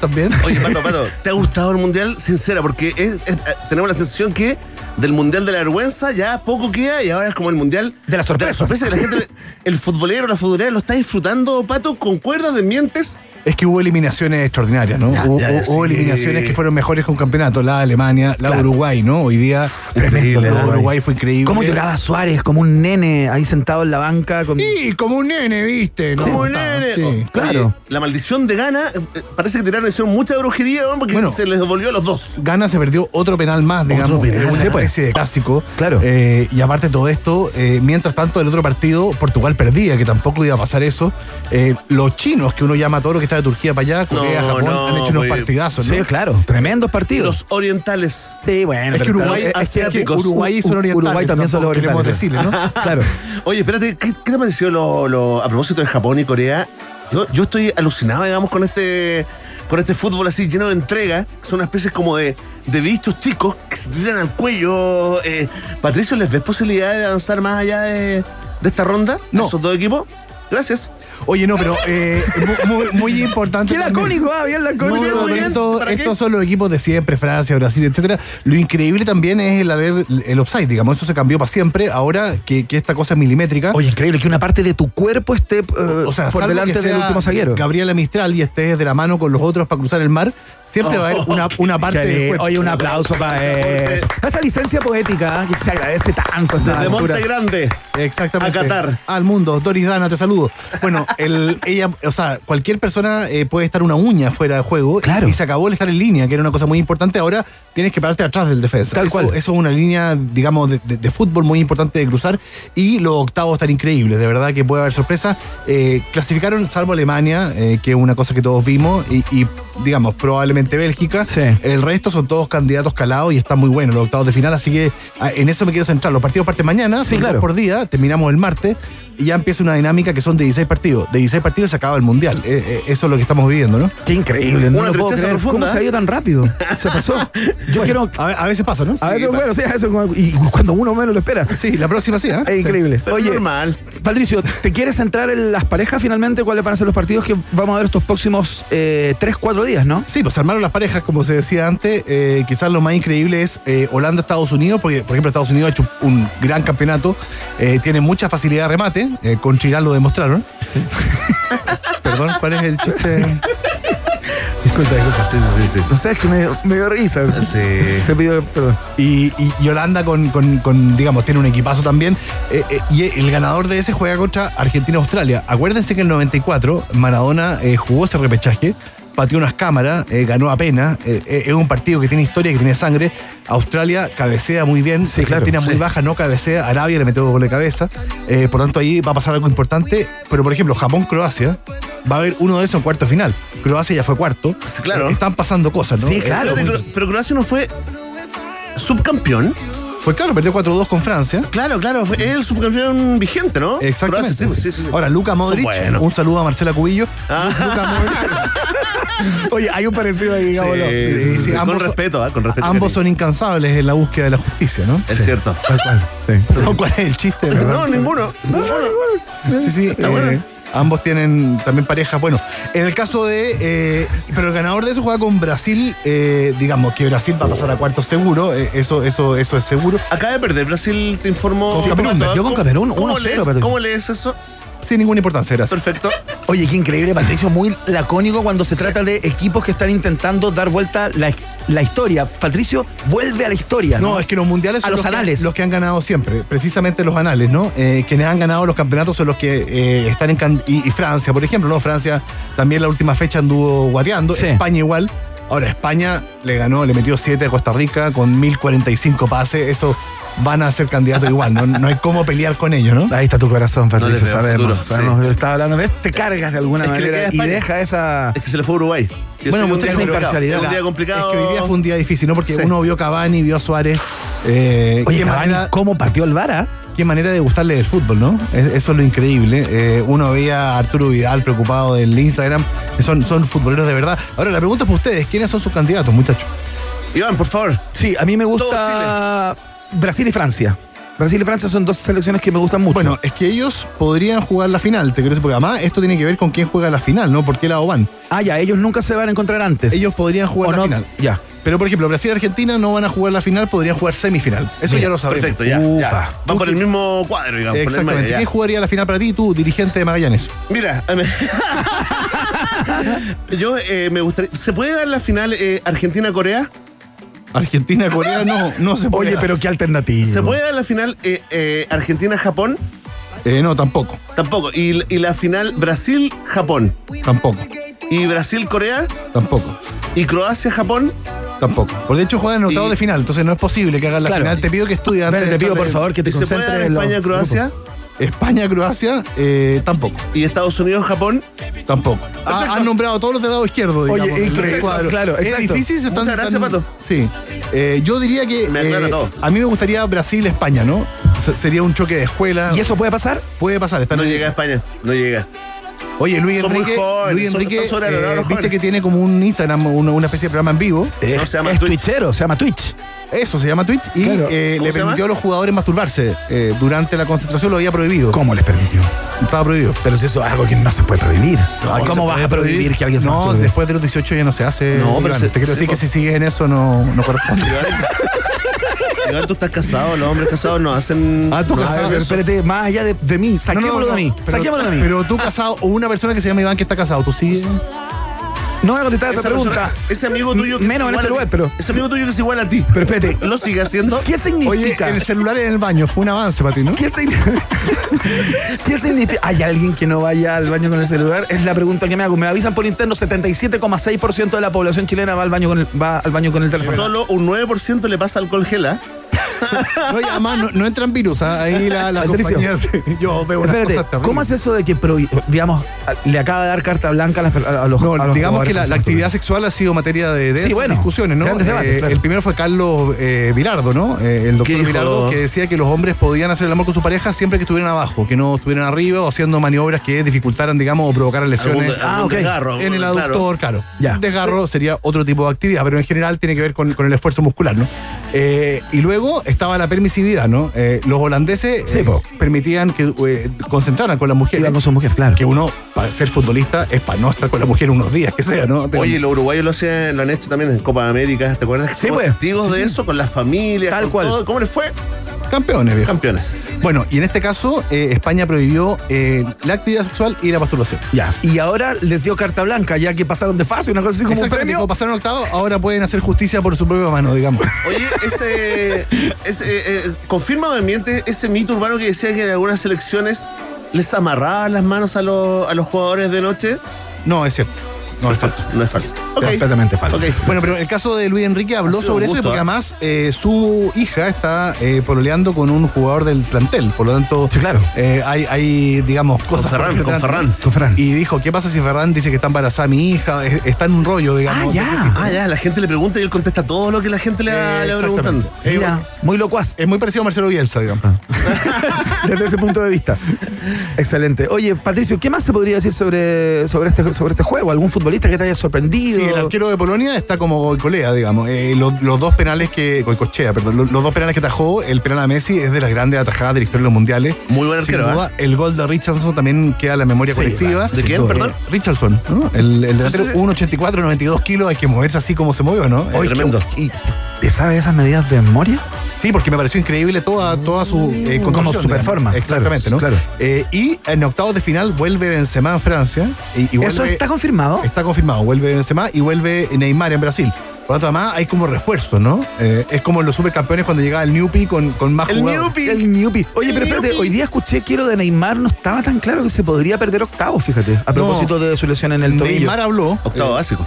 [SPEAKER 5] también.
[SPEAKER 3] Oye, Pato, Pato, ¿te ha gustado el Mundial? Sincera, porque es- es- eh, tenemos la sensación que del Mundial de la Vergüenza ya poco queda y ahora es como el Mundial
[SPEAKER 2] De las sorpresas.
[SPEAKER 3] que la gente, el futbolero, la futbolera lo está disfrutando, Pato, con cuerdas de mientes.
[SPEAKER 5] Es que hubo eliminaciones extraordinarias, ¿no?
[SPEAKER 3] Ya,
[SPEAKER 5] hubo
[SPEAKER 3] ya, ya,
[SPEAKER 5] hubo
[SPEAKER 3] sí.
[SPEAKER 5] eliminaciones que fueron mejores que un campeonato. La de Alemania, la de
[SPEAKER 2] Claro.
[SPEAKER 5] Uruguay, ¿no? Hoy día,
[SPEAKER 3] tremendo,
[SPEAKER 5] la de
[SPEAKER 3] Uruguay.
[SPEAKER 5] Uruguay fue increíble.
[SPEAKER 2] ¿Cómo lloraba Suárez como un nene ahí sentado en la banca? Con...
[SPEAKER 5] Sí, como un nene, ¿viste? ¿no?
[SPEAKER 3] Como
[SPEAKER 5] Estaba,
[SPEAKER 3] nene.
[SPEAKER 5] sí.
[SPEAKER 3] Oh,
[SPEAKER 2] claro.
[SPEAKER 3] oye, la maldición de Gana, eh, eh, parece que tiraron hicieron mucha brujería weón, porque
[SPEAKER 5] Bueno.
[SPEAKER 3] se les devolvió a los dos.
[SPEAKER 5] Gana se perdió otro penal más, digamos.
[SPEAKER 3] penal,
[SPEAKER 5] es una
[SPEAKER 2] sí, pues.
[SPEAKER 5] especie de clásico.
[SPEAKER 2] Claro.
[SPEAKER 5] Eh, y aparte de todo esto, eh, mientras tanto, el otro partido, Portugal perdía, que tampoco iba a pasar eso. Eh, los chinos, que uno llama a todo lo que está de Turquía para allá, Corea,
[SPEAKER 3] No,
[SPEAKER 5] Japón,
[SPEAKER 3] no,
[SPEAKER 5] han hecho unos
[SPEAKER 3] muy-
[SPEAKER 5] partidazos, ¿no?
[SPEAKER 2] Sí, claro. Tremendos partidos.
[SPEAKER 3] Los orientales.
[SPEAKER 2] Sí, bueno.
[SPEAKER 5] Es que
[SPEAKER 2] pero-
[SPEAKER 5] Uruguay,
[SPEAKER 2] es que-
[SPEAKER 3] asiáticos.
[SPEAKER 5] Uruguay son
[SPEAKER 2] U-
[SPEAKER 5] orientales.
[SPEAKER 2] Uruguay también son los
[SPEAKER 5] tampoco
[SPEAKER 2] orientales.
[SPEAKER 5] Queremos decirle, ¿no?
[SPEAKER 2] Claro.
[SPEAKER 3] Oye, espérate, ¿qué, qué te pareció lo, lo- a propósito de Japón y Corea? Yo, yo estoy alucinado, digamos, con este con este fútbol así lleno de entrega, que son una especie como de, de bichos chicos que se tiran al cuello. Eh, Patricio, ¿les ves posibilidad de avanzar más allá de, de esta ronda?
[SPEAKER 5] No.
[SPEAKER 3] ¿Esos dos equipos? Gracias.
[SPEAKER 5] Oye, no, pero eh, mu- muy, muy importante.
[SPEAKER 2] Qué
[SPEAKER 5] también.
[SPEAKER 2] lacónico, ah, bien lacónico.
[SPEAKER 5] No, no,
[SPEAKER 2] muy
[SPEAKER 5] no,
[SPEAKER 2] bien.
[SPEAKER 5] esto-
[SPEAKER 3] ¿Para qué?
[SPEAKER 5] estos son los equipos de siempre, Francia, Brasil, etcétera. Lo increíble también es el haber el offside, digamos, eso se cambió para siempre, ahora que, que esta cosa es milimétrica.
[SPEAKER 2] Oye, increíble que una parte de tu cuerpo esté eh,
[SPEAKER 5] o sea,
[SPEAKER 2] por
[SPEAKER 5] salvo
[SPEAKER 2] delante
[SPEAKER 5] que
[SPEAKER 2] del
[SPEAKER 5] sea
[SPEAKER 2] último zaguero.
[SPEAKER 5] Gabriela Mistral y estés de la mano con los otros para cruzar el mar, siempre va a haber una, una parte
[SPEAKER 2] Que-
[SPEAKER 5] del cuerpo.
[SPEAKER 2] Oh. oye, un aplauso para eso. Para Esa licencia poética ah, que se agradece tanto. a esta
[SPEAKER 3] Desde
[SPEAKER 2] altura.
[SPEAKER 3] Monte Grande.
[SPEAKER 5] Exactamente.
[SPEAKER 3] A Qatar.
[SPEAKER 5] Al mundo. Doris Dana, te saludo. Bueno, el, ella, o sea, cualquier persona eh, puede estar una uña fuera de juego.
[SPEAKER 2] Claro.
[SPEAKER 5] Y se acabó el estar en línea, que era una cosa muy importante. Ahora tienes que pararte atrás del defensa.
[SPEAKER 2] Tal
[SPEAKER 5] eso,
[SPEAKER 2] cual.
[SPEAKER 5] Eso es una línea, digamos, de, de- de fútbol muy importante de cruzar. Y los octavos están increíbles. De verdad que puede haber sorpresas. Eh, clasificaron, salvo Alemania, eh, que es una cosa que todos vimos. Y, y, digamos, probablemente Bélgica.
[SPEAKER 2] Sí.
[SPEAKER 5] El resto son todos candidatos calados y están muy buenos los octavos de final. Así que ah, en eso me quiero centrar. Los partidos parten mañana.
[SPEAKER 2] Sí,
[SPEAKER 5] son
[SPEAKER 2] claro.
[SPEAKER 5] dos por día, terminamos el martes y ya empieza una dinámica que son de 16 partidos. De 16 partidos se acaba el mundial. Eh, eh, eso es lo que estamos viviendo, ¿no?
[SPEAKER 2] Qué increíble. No
[SPEAKER 3] Una
[SPEAKER 2] lo puedo
[SPEAKER 3] tristeza
[SPEAKER 2] creer.
[SPEAKER 3] profunda,
[SPEAKER 2] ¿Cómo se ha ido tan rápido? Se pasó. Yo quiero.
[SPEAKER 5] A, ve- a veces pasa, ¿no?
[SPEAKER 2] A veces,
[SPEAKER 5] ah, sí,
[SPEAKER 2] bueno, sí, a veces como- y cuando uno menos lo espera.
[SPEAKER 5] pa- sí, la próxima sí, ¿eh?
[SPEAKER 2] Es increíble.
[SPEAKER 3] Pero
[SPEAKER 2] Oye,
[SPEAKER 3] normal.
[SPEAKER 2] Patricio, ¿te quieres centrar en las parejas finalmente? ¿Cuáles van a ser los partidos que vamos a ver estos próximos 3-4 días, no?
[SPEAKER 5] Sí, pues armaron las parejas, como se decía antes. Eh, quizás lo más increíble es eh, Holanda-Estados Unidos, porque, por ejemplo, Estados Unidos ha hecho un gran campeonato. eh, tiene mucha facilidad de remate. eh, con Chirán lo demostraron. Perdón, ¿cuál es el chiste?
[SPEAKER 2] Disculpa, disculpa.
[SPEAKER 3] Sí, sí, sí.
[SPEAKER 2] No sabes que me, me dio risa.
[SPEAKER 5] Sí.
[SPEAKER 2] Te pido perdón.
[SPEAKER 5] Y, y- y Holanda con, con- con, digamos, tiene un equipazo también. Eh, eh, y el ganador de ese juega contra Argentina-Australia. Acuérdense que en el 94 Maradona eh, jugó ese repechaje, pateó unas cámaras, eh, ganó apenas. Eh, eh, es un partido que tiene historia, que tiene sangre. Australia cabecea muy bien,
[SPEAKER 2] Sí, claro,
[SPEAKER 5] Argentina muy
[SPEAKER 2] sí.
[SPEAKER 5] baja, no cabecea. Arabia le metió gol de cabeza. Eh, por tanto, ahí va a pasar algo importante. Pero, por ejemplo, Japón-Croacia. Va a haber uno de esos en cuarto de final. Croacia ya fue cuarto.
[SPEAKER 3] Sí, claro.
[SPEAKER 5] Eh, Están pasando cosas, ¿no?
[SPEAKER 2] Sí,
[SPEAKER 5] Eh,
[SPEAKER 2] claro.
[SPEAKER 3] Espérate, Cro- pero Croacia no fue subcampeón.
[SPEAKER 5] Pues claro, perdió 4-2 con Francia.
[SPEAKER 3] Claro, claro, fue es el subcampeón vigente, ¿no?
[SPEAKER 5] Exactamente.
[SPEAKER 3] Croacia, sí, sí, sí, sí.
[SPEAKER 5] Ahora, Luca Modric,
[SPEAKER 3] Son buenos. Ah.
[SPEAKER 5] un saludo a Marcela Cubillo. Luca Modric,
[SPEAKER 2] Oye, hay un parecido ahí, digámoslo.
[SPEAKER 3] Sí,
[SPEAKER 5] sí,
[SPEAKER 3] sí,
[SPEAKER 5] sí,
[SPEAKER 3] sí,
[SPEAKER 5] ambos
[SPEAKER 3] con
[SPEAKER 5] son-
[SPEAKER 3] respeto, ah, con respeto.
[SPEAKER 5] ambos
[SPEAKER 3] cariño.
[SPEAKER 5] son incansables en la búsqueda de la justicia, ¿no?
[SPEAKER 3] Es
[SPEAKER 5] Sí,
[SPEAKER 3] cierto.
[SPEAKER 5] Tal cual, sí. ¿Son cuál es el chiste?
[SPEAKER 3] No,
[SPEAKER 5] ¿verdad?
[SPEAKER 3] ninguno. ninguno.
[SPEAKER 5] Sí, sí. eh,
[SPEAKER 3] bueno.
[SPEAKER 5] Ambos tienen también parejas. Bueno, en el caso de. eh, pero el ganador de eso juega con Brasil. eh, digamos que Brasil va a pasar a cuartos seguro. eh, eso, eso, eso es seguro.
[SPEAKER 3] Acaba de perder. Brasil te informó.
[SPEAKER 5] Con
[SPEAKER 3] Sí,
[SPEAKER 5] Camerún,
[SPEAKER 3] pero-
[SPEAKER 2] perdió con Camerún,
[SPEAKER 3] ¿Cómo
[SPEAKER 2] 1-0,
[SPEAKER 3] lees-
[SPEAKER 2] Patricio.
[SPEAKER 3] ¿Cómo lees eso?
[SPEAKER 5] Sin ninguna importancia, gracias.
[SPEAKER 3] Perfecto.
[SPEAKER 2] Oye, qué increíble, Patricio, muy lacónico cuando se trata de equipos que están intentando dar vuelta la, la historia. Patricio vuelve a la historia.
[SPEAKER 5] No, es que los mundiales
[SPEAKER 2] A
[SPEAKER 5] son
[SPEAKER 2] los
[SPEAKER 5] que-
[SPEAKER 2] anales.
[SPEAKER 5] los que han ganado siempre, precisamente los anales, ¿no? Eh, quienes han ganado los campeonatos son los que eh, están en can- y, y Francia, por ejemplo, ¿no? Francia también la última fecha anduvo guateando,
[SPEAKER 2] Sí.
[SPEAKER 5] España igual. Ahora España le ganó, le metió 7 a Costa Rica con 1045 pases, eso van a ser candidatos igual, no, no hay cómo pelear con ellos, ¿no?
[SPEAKER 2] Ahí está tu corazón,
[SPEAKER 3] No
[SPEAKER 2] Patricio,
[SPEAKER 3] le veo
[SPEAKER 2] sabemos.
[SPEAKER 3] futuro,
[SPEAKER 2] sabemos, yo estaba hablando, ¿ves? Te cargas de alguna
[SPEAKER 3] Es que le queda
[SPEAKER 2] manera y
[SPEAKER 3] España.
[SPEAKER 2] deja esa...
[SPEAKER 3] Es que se le fue a Uruguay. Yo sé que es
[SPEAKER 5] Bueno, mucha
[SPEAKER 3] un día complicado,
[SPEAKER 2] imparcialidad.
[SPEAKER 3] es Un día
[SPEAKER 5] Es
[SPEAKER 3] complicado.
[SPEAKER 5] que hoy día fue un día difícil, ¿no? Porque
[SPEAKER 3] Sí.
[SPEAKER 5] uno vio a Cavani, vio a Suárez. eh,
[SPEAKER 2] Oye,
[SPEAKER 5] qué
[SPEAKER 2] Cavani,
[SPEAKER 5] manera-
[SPEAKER 2] ¿cómo pateó el ah? vara?
[SPEAKER 5] Qué manera de gustarle el fútbol, ¿no? Es- Eso es lo increíble. Eh, uno veía a Arturo Vidal preocupado del Instagram. Son, son futboleros de verdad. Ahora, la pregunta es para ustedes. ¿Quiénes son sus candidatos, muchachos?
[SPEAKER 3] Iván, por favor.
[SPEAKER 2] Sí, a mí me gusta Brasil y Francia. Brasil y Francia son dos selecciones que me gustan mucho.
[SPEAKER 5] Bueno, es que ellos podrían jugar la final, ¿te crees? Porque además esto tiene que ver con quién juega la final, ¿no? ¿Por qué lado van?
[SPEAKER 2] ah, ya, ellos nunca se van a encontrar antes.
[SPEAKER 5] Ellos podrían
[SPEAKER 2] o
[SPEAKER 5] jugar la
[SPEAKER 2] no,
[SPEAKER 5] final.
[SPEAKER 2] ya.
[SPEAKER 5] Pero, por ejemplo, Brasil y Argentina no van a jugar la final, podrían jugar semifinal. Eso
[SPEAKER 2] Mira,
[SPEAKER 5] ya lo sabemos.
[SPEAKER 3] Perfecto, ya.
[SPEAKER 2] Upa.
[SPEAKER 3] ya. Van por el mismo cuadro, digamos. por el mismo-
[SPEAKER 5] Exactamente.
[SPEAKER 3] ya.
[SPEAKER 5] ¿Quién jugaría la final para ti, tú, dirigente de Magallanes?
[SPEAKER 3] Mira, a mí- yo eh, me gustaría. ¿Se puede dar la final eh, Argentina-Corea?
[SPEAKER 5] Argentina, Corea, no, no se puede.
[SPEAKER 2] Oye, pero qué alternativa.
[SPEAKER 3] ¿Se puede dar la final eh, eh, Argentina-Japón?
[SPEAKER 5] Eh, no, tampoco.
[SPEAKER 3] Tampoco. Y, y la final Brasil-Japón.
[SPEAKER 5] Tampoco.
[SPEAKER 3] Y Brasil-Corea.
[SPEAKER 5] Tampoco.
[SPEAKER 3] Y Croacia-Japón.
[SPEAKER 5] Tampoco. Por de hecho juegan en octavos
[SPEAKER 3] Y-
[SPEAKER 5] de final, entonces no es posible que hagan la
[SPEAKER 2] Claro.
[SPEAKER 5] final. Te pido que estudies antes
[SPEAKER 2] Espérate,
[SPEAKER 5] de
[SPEAKER 2] te pido por
[SPEAKER 5] echarle-
[SPEAKER 2] favor que te
[SPEAKER 3] ¿Y se puede
[SPEAKER 2] concentres
[SPEAKER 3] dar
[SPEAKER 2] en los-
[SPEAKER 3] España-Croacia?
[SPEAKER 5] España, Croacia, eh, tampoco.
[SPEAKER 3] Y Estados Unidos-Japón.
[SPEAKER 5] Tampoco. Ha- han nombrado a todos los del lado izquierdo,
[SPEAKER 2] Oye,
[SPEAKER 5] digamos. en
[SPEAKER 2] increíble.
[SPEAKER 5] el cuadro.
[SPEAKER 2] Claro,
[SPEAKER 5] es
[SPEAKER 2] exacto.
[SPEAKER 5] difícil. se están-
[SPEAKER 3] Muchas gracias,
[SPEAKER 5] están-
[SPEAKER 3] Pato.
[SPEAKER 5] Sí. Eh, yo diría que.
[SPEAKER 3] Me aclara
[SPEAKER 5] eh,
[SPEAKER 3] todo.
[SPEAKER 5] A mí me gustaría Brasil-España, ¿no? Se- sería un choque de escuela.
[SPEAKER 2] ¿Y eso puede pasar?
[SPEAKER 5] Puede pasar. Están
[SPEAKER 3] No
[SPEAKER 5] en-
[SPEAKER 3] llega a España. No llega.
[SPEAKER 5] Oye, Luis
[SPEAKER 3] Son muy
[SPEAKER 5] Enrique,
[SPEAKER 3] jóvenes,
[SPEAKER 5] Luis
[SPEAKER 3] son-
[SPEAKER 5] Enrique
[SPEAKER 3] son horarios,
[SPEAKER 5] eh,
[SPEAKER 3] horarios
[SPEAKER 5] viste
[SPEAKER 3] jóvenes.
[SPEAKER 5] que tiene como un Instagram, una, una especie de programa en vivo.
[SPEAKER 2] Es,
[SPEAKER 3] No, se llama
[SPEAKER 2] Eh, es
[SPEAKER 3] Twitch.
[SPEAKER 2] Twitchero, se llama Twitch.
[SPEAKER 5] Eso se llama Twitch y
[SPEAKER 2] Claro.
[SPEAKER 5] eh,
[SPEAKER 3] ¿Cómo
[SPEAKER 5] le
[SPEAKER 3] se llama?
[SPEAKER 5] permitió a los jugadores masturbarse eh, durante la concentración, lo había prohibido.
[SPEAKER 2] ¿Cómo les permitió?
[SPEAKER 5] Estaba prohibido.
[SPEAKER 2] Pero si eso es algo que no se puede prohibir.
[SPEAKER 5] No, se
[SPEAKER 2] ¿Cómo vas
[SPEAKER 5] puede
[SPEAKER 2] a prohibir que alguien se
[SPEAKER 5] No,
[SPEAKER 2] masturbe?
[SPEAKER 5] después de los 18 ya no se hace.
[SPEAKER 3] No, pero
[SPEAKER 5] Iván.
[SPEAKER 3] se-
[SPEAKER 5] te quiero
[SPEAKER 3] sí,
[SPEAKER 5] decir que
[SPEAKER 3] pues.
[SPEAKER 5] si sigues en eso no, no corresponde.
[SPEAKER 3] Iván, tú estás casado, los hombres casados no hacen.
[SPEAKER 5] Ah, tú
[SPEAKER 3] no
[SPEAKER 2] Ah,
[SPEAKER 5] casado,
[SPEAKER 3] hacen
[SPEAKER 2] pero
[SPEAKER 3] eso.
[SPEAKER 2] espérate, más allá de, de mí,
[SPEAKER 5] No, no,
[SPEAKER 2] saquémoslo
[SPEAKER 5] no,
[SPEAKER 2] de mí,
[SPEAKER 5] pero-
[SPEAKER 2] saquémoslo de mí.
[SPEAKER 5] Pero tú casado o una persona que se llama Iván que está casado, tú sigues.
[SPEAKER 2] no voy a contestar esa,
[SPEAKER 3] Esa
[SPEAKER 2] pregunta.
[SPEAKER 3] persona- ese amigo tuyo que es
[SPEAKER 2] Menos en
[SPEAKER 3] igual
[SPEAKER 2] este
[SPEAKER 3] a ti-
[SPEAKER 2] lugar, pero-
[SPEAKER 3] Ese amigo tuyo que es igual a ti.
[SPEAKER 2] Pero espérate,
[SPEAKER 3] ¿Lo sigue haciendo?
[SPEAKER 2] ¿qué
[SPEAKER 5] Oye,
[SPEAKER 2] significa?
[SPEAKER 5] el celular en el baño fue un avance para ti, ¿no?
[SPEAKER 2] ¿Qué, signi- ¿Qué significa? ¿Hay alguien que no vaya al baño con el celular? Es la pregunta que me hago. Me avisan por interno, 77,6% de la población chilena va al baño con el, va al baño con el teléfono.
[SPEAKER 3] Solo un 9% le pasa alcool gel, ¿ah?
[SPEAKER 5] No, y además no, no entran virus, ¿ah? ahí la, la
[SPEAKER 2] Patricio.
[SPEAKER 5] compañía. sí, Yo veo una
[SPEAKER 2] Espérate, ¿cómo es eso de que, prohi- digamos, a- le acaba de dar carta blanca a, las per- a los
[SPEAKER 5] No,
[SPEAKER 2] a los
[SPEAKER 5] digamos
[SPEAKER 2] jugadores
[SPEAKER 5] que la,
[SPEAKER 2] se
[SPEAKER 5] la
[SPEAKER 2] masturben?
[SPEAKER 5] actividad sexual ha sido materia de, de
[SPEAKER 2] Sí, bueno,
[SPEAKER 5] discusiones, ¿no? Eh,
[SPEAKER 2] grandes debates, claro.
[SPEAKER 5] El primero fue Carlos eh, Vilardo, ¿no? Eh, el doctor
[SPEAKER 3] dijo?
[SPEAKER 5] Vilardo que decía que los hombres podían hacer el amor con su pareja siempre que estuvieran abajo, que no estuvieran arriba o haciendo maniobras que dificultaran, digamos, o provocaran lesiones.
[SPEAKER 3] Algún-
[SPEAKER 2] Ah,
[SPEAKER 3] algún
[SPEAKER 2] ok.
[SPEAKER 3] desgarro,
[SPEAKER 5] En el
[SPEAKER 3] claro.
[SPEAKER 5] aductor, claro.
[SPEAKER 2] Ya.
[SPEAKER 5] Desgarro sería otro tipo de actividad, pero en general tiene que ver con, con el esfuerzo muscular, ¿no? Eh, y luego estaba la permisividad, ¿no? Eh, los holandeses
[SPEAKER 2] Sí,
[SPEAKER 5] eh,
[SPEAKER 2] po.
[SPEAKER 5] permitían que eh, concentraran con las
[SPEAKER 2] Iban
[SPEAKER 5] mujeres.
[SPEAKER 2] con su mujer, claro.
[SPEAKER 5] Que uno, para ser futbolista, es para no estar con la mujer unos días, que sea, ¿no? De-
[SPEAKER 3] Oye, los uruguayos lo, hacían, lo han hecho también en Copa América, ¿te acuerdas? Que
[SPEAKER 2] Sí,
[SPEAKER 3] fuimos
[SPEAKER 2] pues.
[SPEAKER 3] testigos de eso con las familias,
[SPEAKER 2] Tal
[SPEAKER 3] con
[SPEAKER 2] cual.
[SPEAKER 3] todo. ¿Cómo les fue?
[SPEAKER 5] campeones, viejo.
[SPEAKER 3] Campeones.
[SPEAKER 5] Bueno, y en este caso, eh, España prohibió eh, la actividad sexual y la masturbación.
[SPEAKER 2] Ya. Y ahora les dio carta blanca, ya que pasaron de fase, una cosa así como un
[SPEAKER 5] Exactamente,
[SPEAKER 2] premio.
[SPEAKER 5] como pasaron octavo, ahora pueden hacer justicia por su propia mano, digamos.
[SPEAKER 3] Oye, ese. ese eh, confirma o me miente ese mito urbano que decía que en algunas selecciones les amarraban las manos a, los- a los jugadores de noche.
[SPEAKER 5] No, es cierto. No, es falso.
[SPEAKER 3] No es falso. Ok.
[SPEAKER 2] Perfectamente falso.
[SPEAKER 3] Ok.
[SPEAKER 5] Bueno, pero el caso de Luis Enrique habló
[SPEAKER 3] Ha sido
[SPEAKER 5] sobre
[SPEAKER 3] un
[SPEAKER 5] eso y
[SPEAKER 3] gusto,
[SPEAKER 5] porque
[SPEAKER 3] ¿eh?
[SPEAKER 5] además eh, su hija está eh, pololeando con un jugador del plantel. Por lo tanto,
[SPEAKER 2] Sí, claro.
[SPEAKER 5] eh, hay, hay, digamos, cosas.
[SPEAKER 3] Ferran,
[SPEAKER 5] por
[SPEAKER 3] con
[SPEAKER 5] detrás,
[SPEAKER 3] Ferran.
[SPEAKER 5] ¿no?
[SPEAKER 2] Con Ferran.
[SPEAKER 5] Y dijo, ¿qué pasa si Ferran dice que está embarazada mi hija? Es- Está en un rollo, digamos.
[SPEAKER 2] Ah, ya.
[SPEAKER 3] Ah, ya, la gente le pregunta y él contesta todo lo que la gente le va, le va
[SPEAKER 5] Exactamente.
[SPEAKER 3] preguntando.
[SPEAKER 2] Ah, Mira, muy locuaz
[SPEAKER 5] Es muy parecido a Marcelo Bielsa, digamos.
[SPEAKER 2] desde ese punto de vista. Excelente. Oye, Patricio, ¿qué más se podría decir sobre, sobre, este, sobre este juego? ¿Algún futbolista que te haya sorprendido?
[SPEAKER 5] Sí, el arquero de Polonia está como Goicolea, digamos. Eh, lo- los dos penales que. Goicochea, perdón. Lo- Los, dos penales que atajó, el penal a Messi es de las grandes atajadas de la historia de los mundiales.
[SPEAKER 3] Muy buen
[SPEAKER 5] Sin
[SPEAKER 3] arquero, ¿eh?
[SPEAKER 5] duda, el gol de Richardson también queda en la memoria
[SPEAKER 2] Sí,
[SPEAKER 5] colectiva.
[SPEAKER 2] claro.
[SPEAKER 3] ¿De
[SPEAKER 2] Sin
[SPEAKER 3] quién,
[SPEAKER 2] duda.
[SPEAKER 3] perdón?
[SPEAKER 5] Richardson, ¿no? El, el delantero
[SPEAKER 3] Sí, sí, sí.
[SPEAKER 5] 1,84, 92 kilos, hay que moverse así como se movió, ¿no?
[SPEAKER 3] Oye,
[SPEAKER 5] Eh,
[SPEAKER 3] tremendo.
[SPEAKER 2] ¿Y te sabes esas medidas de memoria?
[SPEAKER 5] Sí, porque me pareció increíble toda, toda su eh,
[SPEAKER 2] Como
[SPEAKER 5] construcción,
[SPEAKER 2] su
[SPEAKER 5] digamos.
[SPEAKER 2] performance,
[SPEAKER 5] Exactamente,
[SPEAKER 2] claro, claro.
[SPEAKER 5] ¿no? Eh, y en octavos de final vuelve Benzema en Francia. Y, y
[SPEAKER 2] ¿Eso
[SPEAKER 5] vuelve-
[SPEAKER 2] está confirmado?
[SPEAKER 5] Está confirmado, vuelve Benzema y vuelve Neymar en Brasil. Por lo tanto, además hay como refuerzo, ¿no? Eh, es como en los supercampeones cuando llegaba el Newpi con, con más
[SPEAKER 3] El
[SPEAKER 5] jugadores.
[SPEAKER 3] Newpi.
[SPEAKER 2] El Newpi. Oye,
[SPEAKER 3] El
[SPEAKER 2] pero espérate,
[SPEAKER 3] Newpi.
[SPEAKER 2] hoy día escuché que lo de Neymar no estaba tan claro que se podría perder octavos, fíjate, a propósito de su lesión en el tobillo.
[SPEAKER 5] Neymar habló.
[SPEAKER 3] Octavo
[SPEAKER 5] eh,
[SPEAKER 3] básico.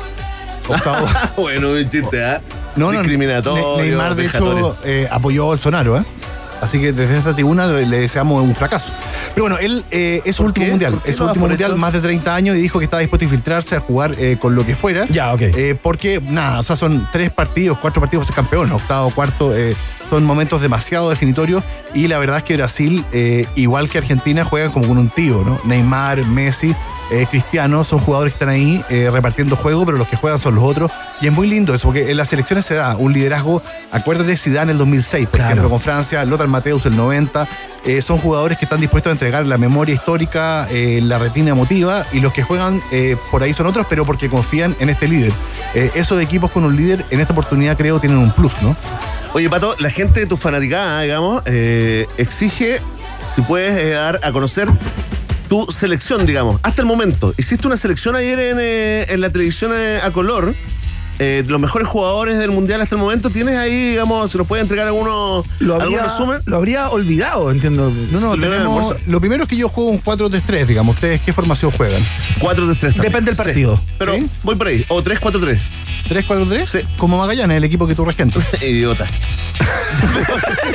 [SPEAKER 5] octavo.
[SPEAKER 3] bueno, un chiste, ¿ah?
[SPEAKER 5] No, no,
[SPEAKER 3] Discriminatorio.
[SPEAKER 5] Ne- Neymar, de
[SPEAKER 3] vejatorio.
[SPEAKER 5] hecho, eh, apoyó a Bolsonaro, ¿eh? Así que desde esta tribuna le, le deseamos un fracaso. Pero bueno, él eh, es su
[SPEAKER 3] ¿Por
[SPEAKER 5] último
[SPEAKER 3] qué?
[SPEAKER 5] mundial.
[SPEAKER 3] ¿Por qué
[SPEAKER 5] Es su
[SPEAKER 3] lo das
[SPEAKER 5] último
[SPEAKER 3] por
[SPEAKER 5] mundial,
[SPEAKER 3] hecho?
[SPEAKER 5] más de 30 años, y dijo que estaba dispuesto a infiltrarse, a jugar eh, con lo que fuera.
[SPEAKER 2] Ya, ok.
[SPEAKER 5] Eh, porque, nada, o sea, son tres partidos, cuatro partidos para ser campeón, octavo, cuarto, eh, son momentos demasiado definitorios y la verdad es que Brasil, eh, igual que Argentina, juegan como con un tío, ¿no? Neymar, Messi, eh, Cristiano, son jugadores que están ahí eh, repartiendo juego, pero los que juegan son los otros y es muy lindo eso, porque en las selecciones se da un liderazgo, acuérdate de Zidane en el 2006, por
[SPEAKER 2] Claro.
[SPEAKER 5] ejemplo, con Francia, Lothar Mateus el 90, eh, son jugadores que están dispuestos a entregar la memoria histórica, eh, la retina emotiva y los que juegan eh, por ahí son otros, pero porque confían en este líder. Eh, esos equipos con un líder en esta oportunidad creo tienen un plus, ¿no?
[SPEAKER 3] Oye, Pato, la gente de tu fanaticada, digamos, eh, exige si puedes eh, dar a conocer tu selección, digamos. Hasta el momento, hiciste una selección ayer en, eh, en la televisión eh, a color. eh, los mejores jugadores del mundial hasta el momento, ¿tienes ahí, digamos, se nos puede entregar alguno,
[SPEAKER 2] Lo
[SPEAKER 3] algún
[SPEAKER 2] habría,
[SPEAKER 3] resumen?
[SPEAKER 2] lo habría olvidado, entiendo.
[SPEAKER 5] No, no,
[SPEAKER 3] Sí, le dan
[SPEAKER 5] tenemos,
[SPEAKER 3] almuerzo.
[SPEAKER 5] lo primero es que yo juego un 4-3-3, digamos. ¿Ustedes qué formación juegan?
[SPEAKER 3] 4 de 3
[SPEAKER 2] Depende del partido.
[SPEAKER 3] Pero
[SPEAKER 5] ¿Sí?
[SPEAKER 3] voy por ahí. O 3-4-3.
[SPEAKER 5] ¿3-4-3?
[SPEAKER 3] Sí.
[SPEAKER 5] Como Magallanes, el equipo que tú regentas.
[SPEAKER 3] Idiota.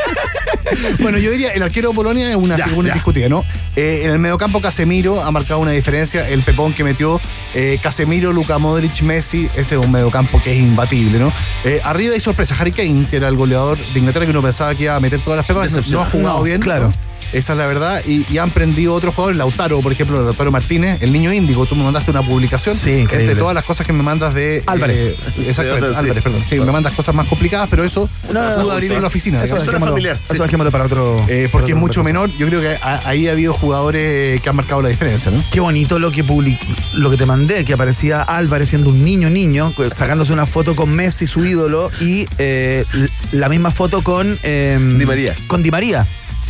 [SPEAKER 5] Bueno, yo diría, el arquero de Polonia es una
[SPEAKER 3] Ya,
[SPEAKER 5] figura
[SPEAKER 3] ya.
[SPEAKER 5] indiscutida, ¿no? Eh, en el mediocampo Casemiro ha marcado una diferencia, el pepón que metió eh, Casemiro, Luka Modric, Messi, ese es un mediocampo que es imbatible, ¿no? Eh, arriba hay sorpresa, Harry Kane, que era el goleador de Inglaterra que uno pensaba que iba a meter todas las pepas, no,
[SPEAKER 3] Decepcionante.
[SPEAKER 5] ha jugado
[SPEAKER 2] No,
[SPEAKER 5] bien.
[SPEAKER 2] claro.
[SPEAKER 5] Esa es la verdad. Y, y han prendido otros jugadores, Lautaro, por ejemplo, Lautaro Martínez, el niño índigo. Tú me mandaste una publicación.
[SPEAKER 2] Sí, increíble.
[SPEAKER 5] Entre todas las cosas que me mandas de.
[SPEAKER 2] Álvarez.
[SPEAKER 5] eh, exactamente,
[SPEAKER 3] Sí.
[SPEAKER 5] Álvarez, perdón. Sí, me mandas cosas más complicadas, pero eso
[SPEAKER 2] No, no,
[SPEAKER 5] pudo
[SPEAKER 2] no,
[SPEAKER 5] abrir
[SPEAKER 3] sí.
[SPEAKER 5] en la oficina.
[SPEAKER 2] Eso
[SPEAKER 5] digamos.
[SPEAKER 3] es
[SPEAKER 2] dejémoslo,
[SPEAKER 3] familiar,
[SPEAKER 2] eso
[SPEAKER 3] sí.
[SPEAKER 2] dejémoslo para otro.
[SPEAKER 5] Eh,
[SPEAKER 2] para
[SPEAKER 5] porque
[SPEAKER 2] otra
[SPEAKER 5] es mucho
[SPEAKER 2] conversación.
[SPEAKER 5] menor. Yo creo que a- ahí ha habido jugadores que han marcado la diferencia, ¿no?
[SPEAKER 2] Qué bonito lo que public- lo que te mandé, que aparecía Álvarez siendo un niño niño, pues, sacándose una foto con Messi, su ídolo, y eh, l- la misma foto con eh,
[SPEAKER 3] Di María.
[SPEAKER 2] Con Di María.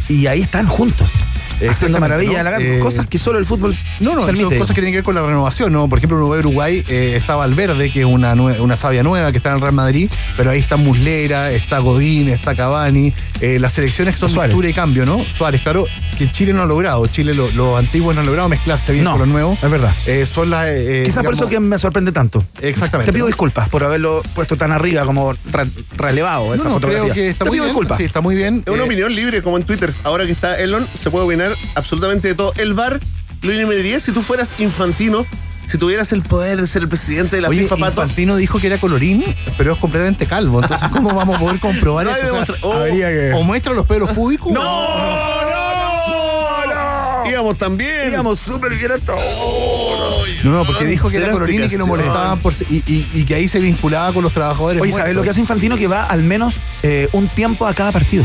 [SPEAKER 2] Y ahí están juntos. Haciendo
[SPEAKER 5] Exactamente,
[SPEAKER 2] maravilla,
[SPEAKER 5] ¿no?
[SPEAKER 2] lagarto,
[SPEAKER 5] Eh,
[SPEAKER 2] cosas que solo el fútbol
[SPEAKER 5] No, no,
[SPEAKER 2] permite.
[SPEAKER 5] son cosas que tienen que ver con la renovación, ¿no? Por ejemplo, uno ve Uruguay, eh, está Valverde, que es una, nue- una savia nueva que está en el Real Madrid, pero ahí está Muslera, está Godín, está Cavani, eh, las selecciones que son
[SPEAKER 2] Suárez.
[SPEAKER 5] mixtura y cambio, ¿no? Suárez, claro, que Chile no ha logrado, Chile lo- los antiguos no han logrado mezclarse bien
[SPEAKER 2] No,
[SPEAKER 5] con los nuevos.
[SPEAKER 2] es verdad.
[SPEAKER 5] Eh, son las... eh, eh,
[SPEAKER 2] Quizás por
[SPEAKER 5] digamos,
[SPEAKER 2] eso que me sorprende tanto.
[SPEAKER 5] Exactamente.
[SPEAKER 2] Te pido
[SPEAKER 5] ¿no?
[SPEAKER 2] disculpas por haberlo puesto tan arriba como re- relevado esa
[SPEAKER 5] No, no,
[SPEAKER 2] fotografía.
[SPEAKER 5] creo que está
[SPEAKER 2] Te
[SPEAKER 5] muy
[SPEAKER 2] pido
[SPEAKER 5] bien.
[SPEAKER 2] disculpas.
[SPEAKER 5] Sí, está muy bien.
[SPEAKER 3] Es una
[SPEAKER 5] Eh,
[SPEAKER 3] opinión libre, como en Twitter. Ahora que está Elon, se puede opinar absolutamente de todo. El bar lo eliminaría si tú fueras infantino, si tuvieras el poder de ser el presidente de la
[SPEAKER 5] Oye,
[SPEAKER 3] FIFA, Pato.
[SPEAKER 5] Infantino dijo que era colorín, pero es completamente calvo. Entonces, ¿cómo vamos a poder comprobar
[SPEAKER 3] No hay
[SPEAKER 5] eso? O, sea,
[SPEAKER 3] demostra- Oh.
[SPEAKER 2] habría que-
[SPEAKER 5] o muestra los pelos públicos.
[SPEAKER 3] ¡No! ¡No! Íbamos también.
[SPEAKER 2] Digamos, súper bien a todo.
[SPEAKER 5] No, no, porque dijo que
[SPEAKER 2] Cero
[SPEAKER 5] era colorín y que lo
[SPEAKER 2] explicación.
[SPEAKER 5] molestaban por, y, y- y que ahí se vinculaba con los trabajadores.
[SPEAKER 2] Oye,
[SPEAKER 5] muertos.
[SPEAKER 2] ¿sabes lo que hace Infantino? Que va al menos eh, un tiempo a cada partido.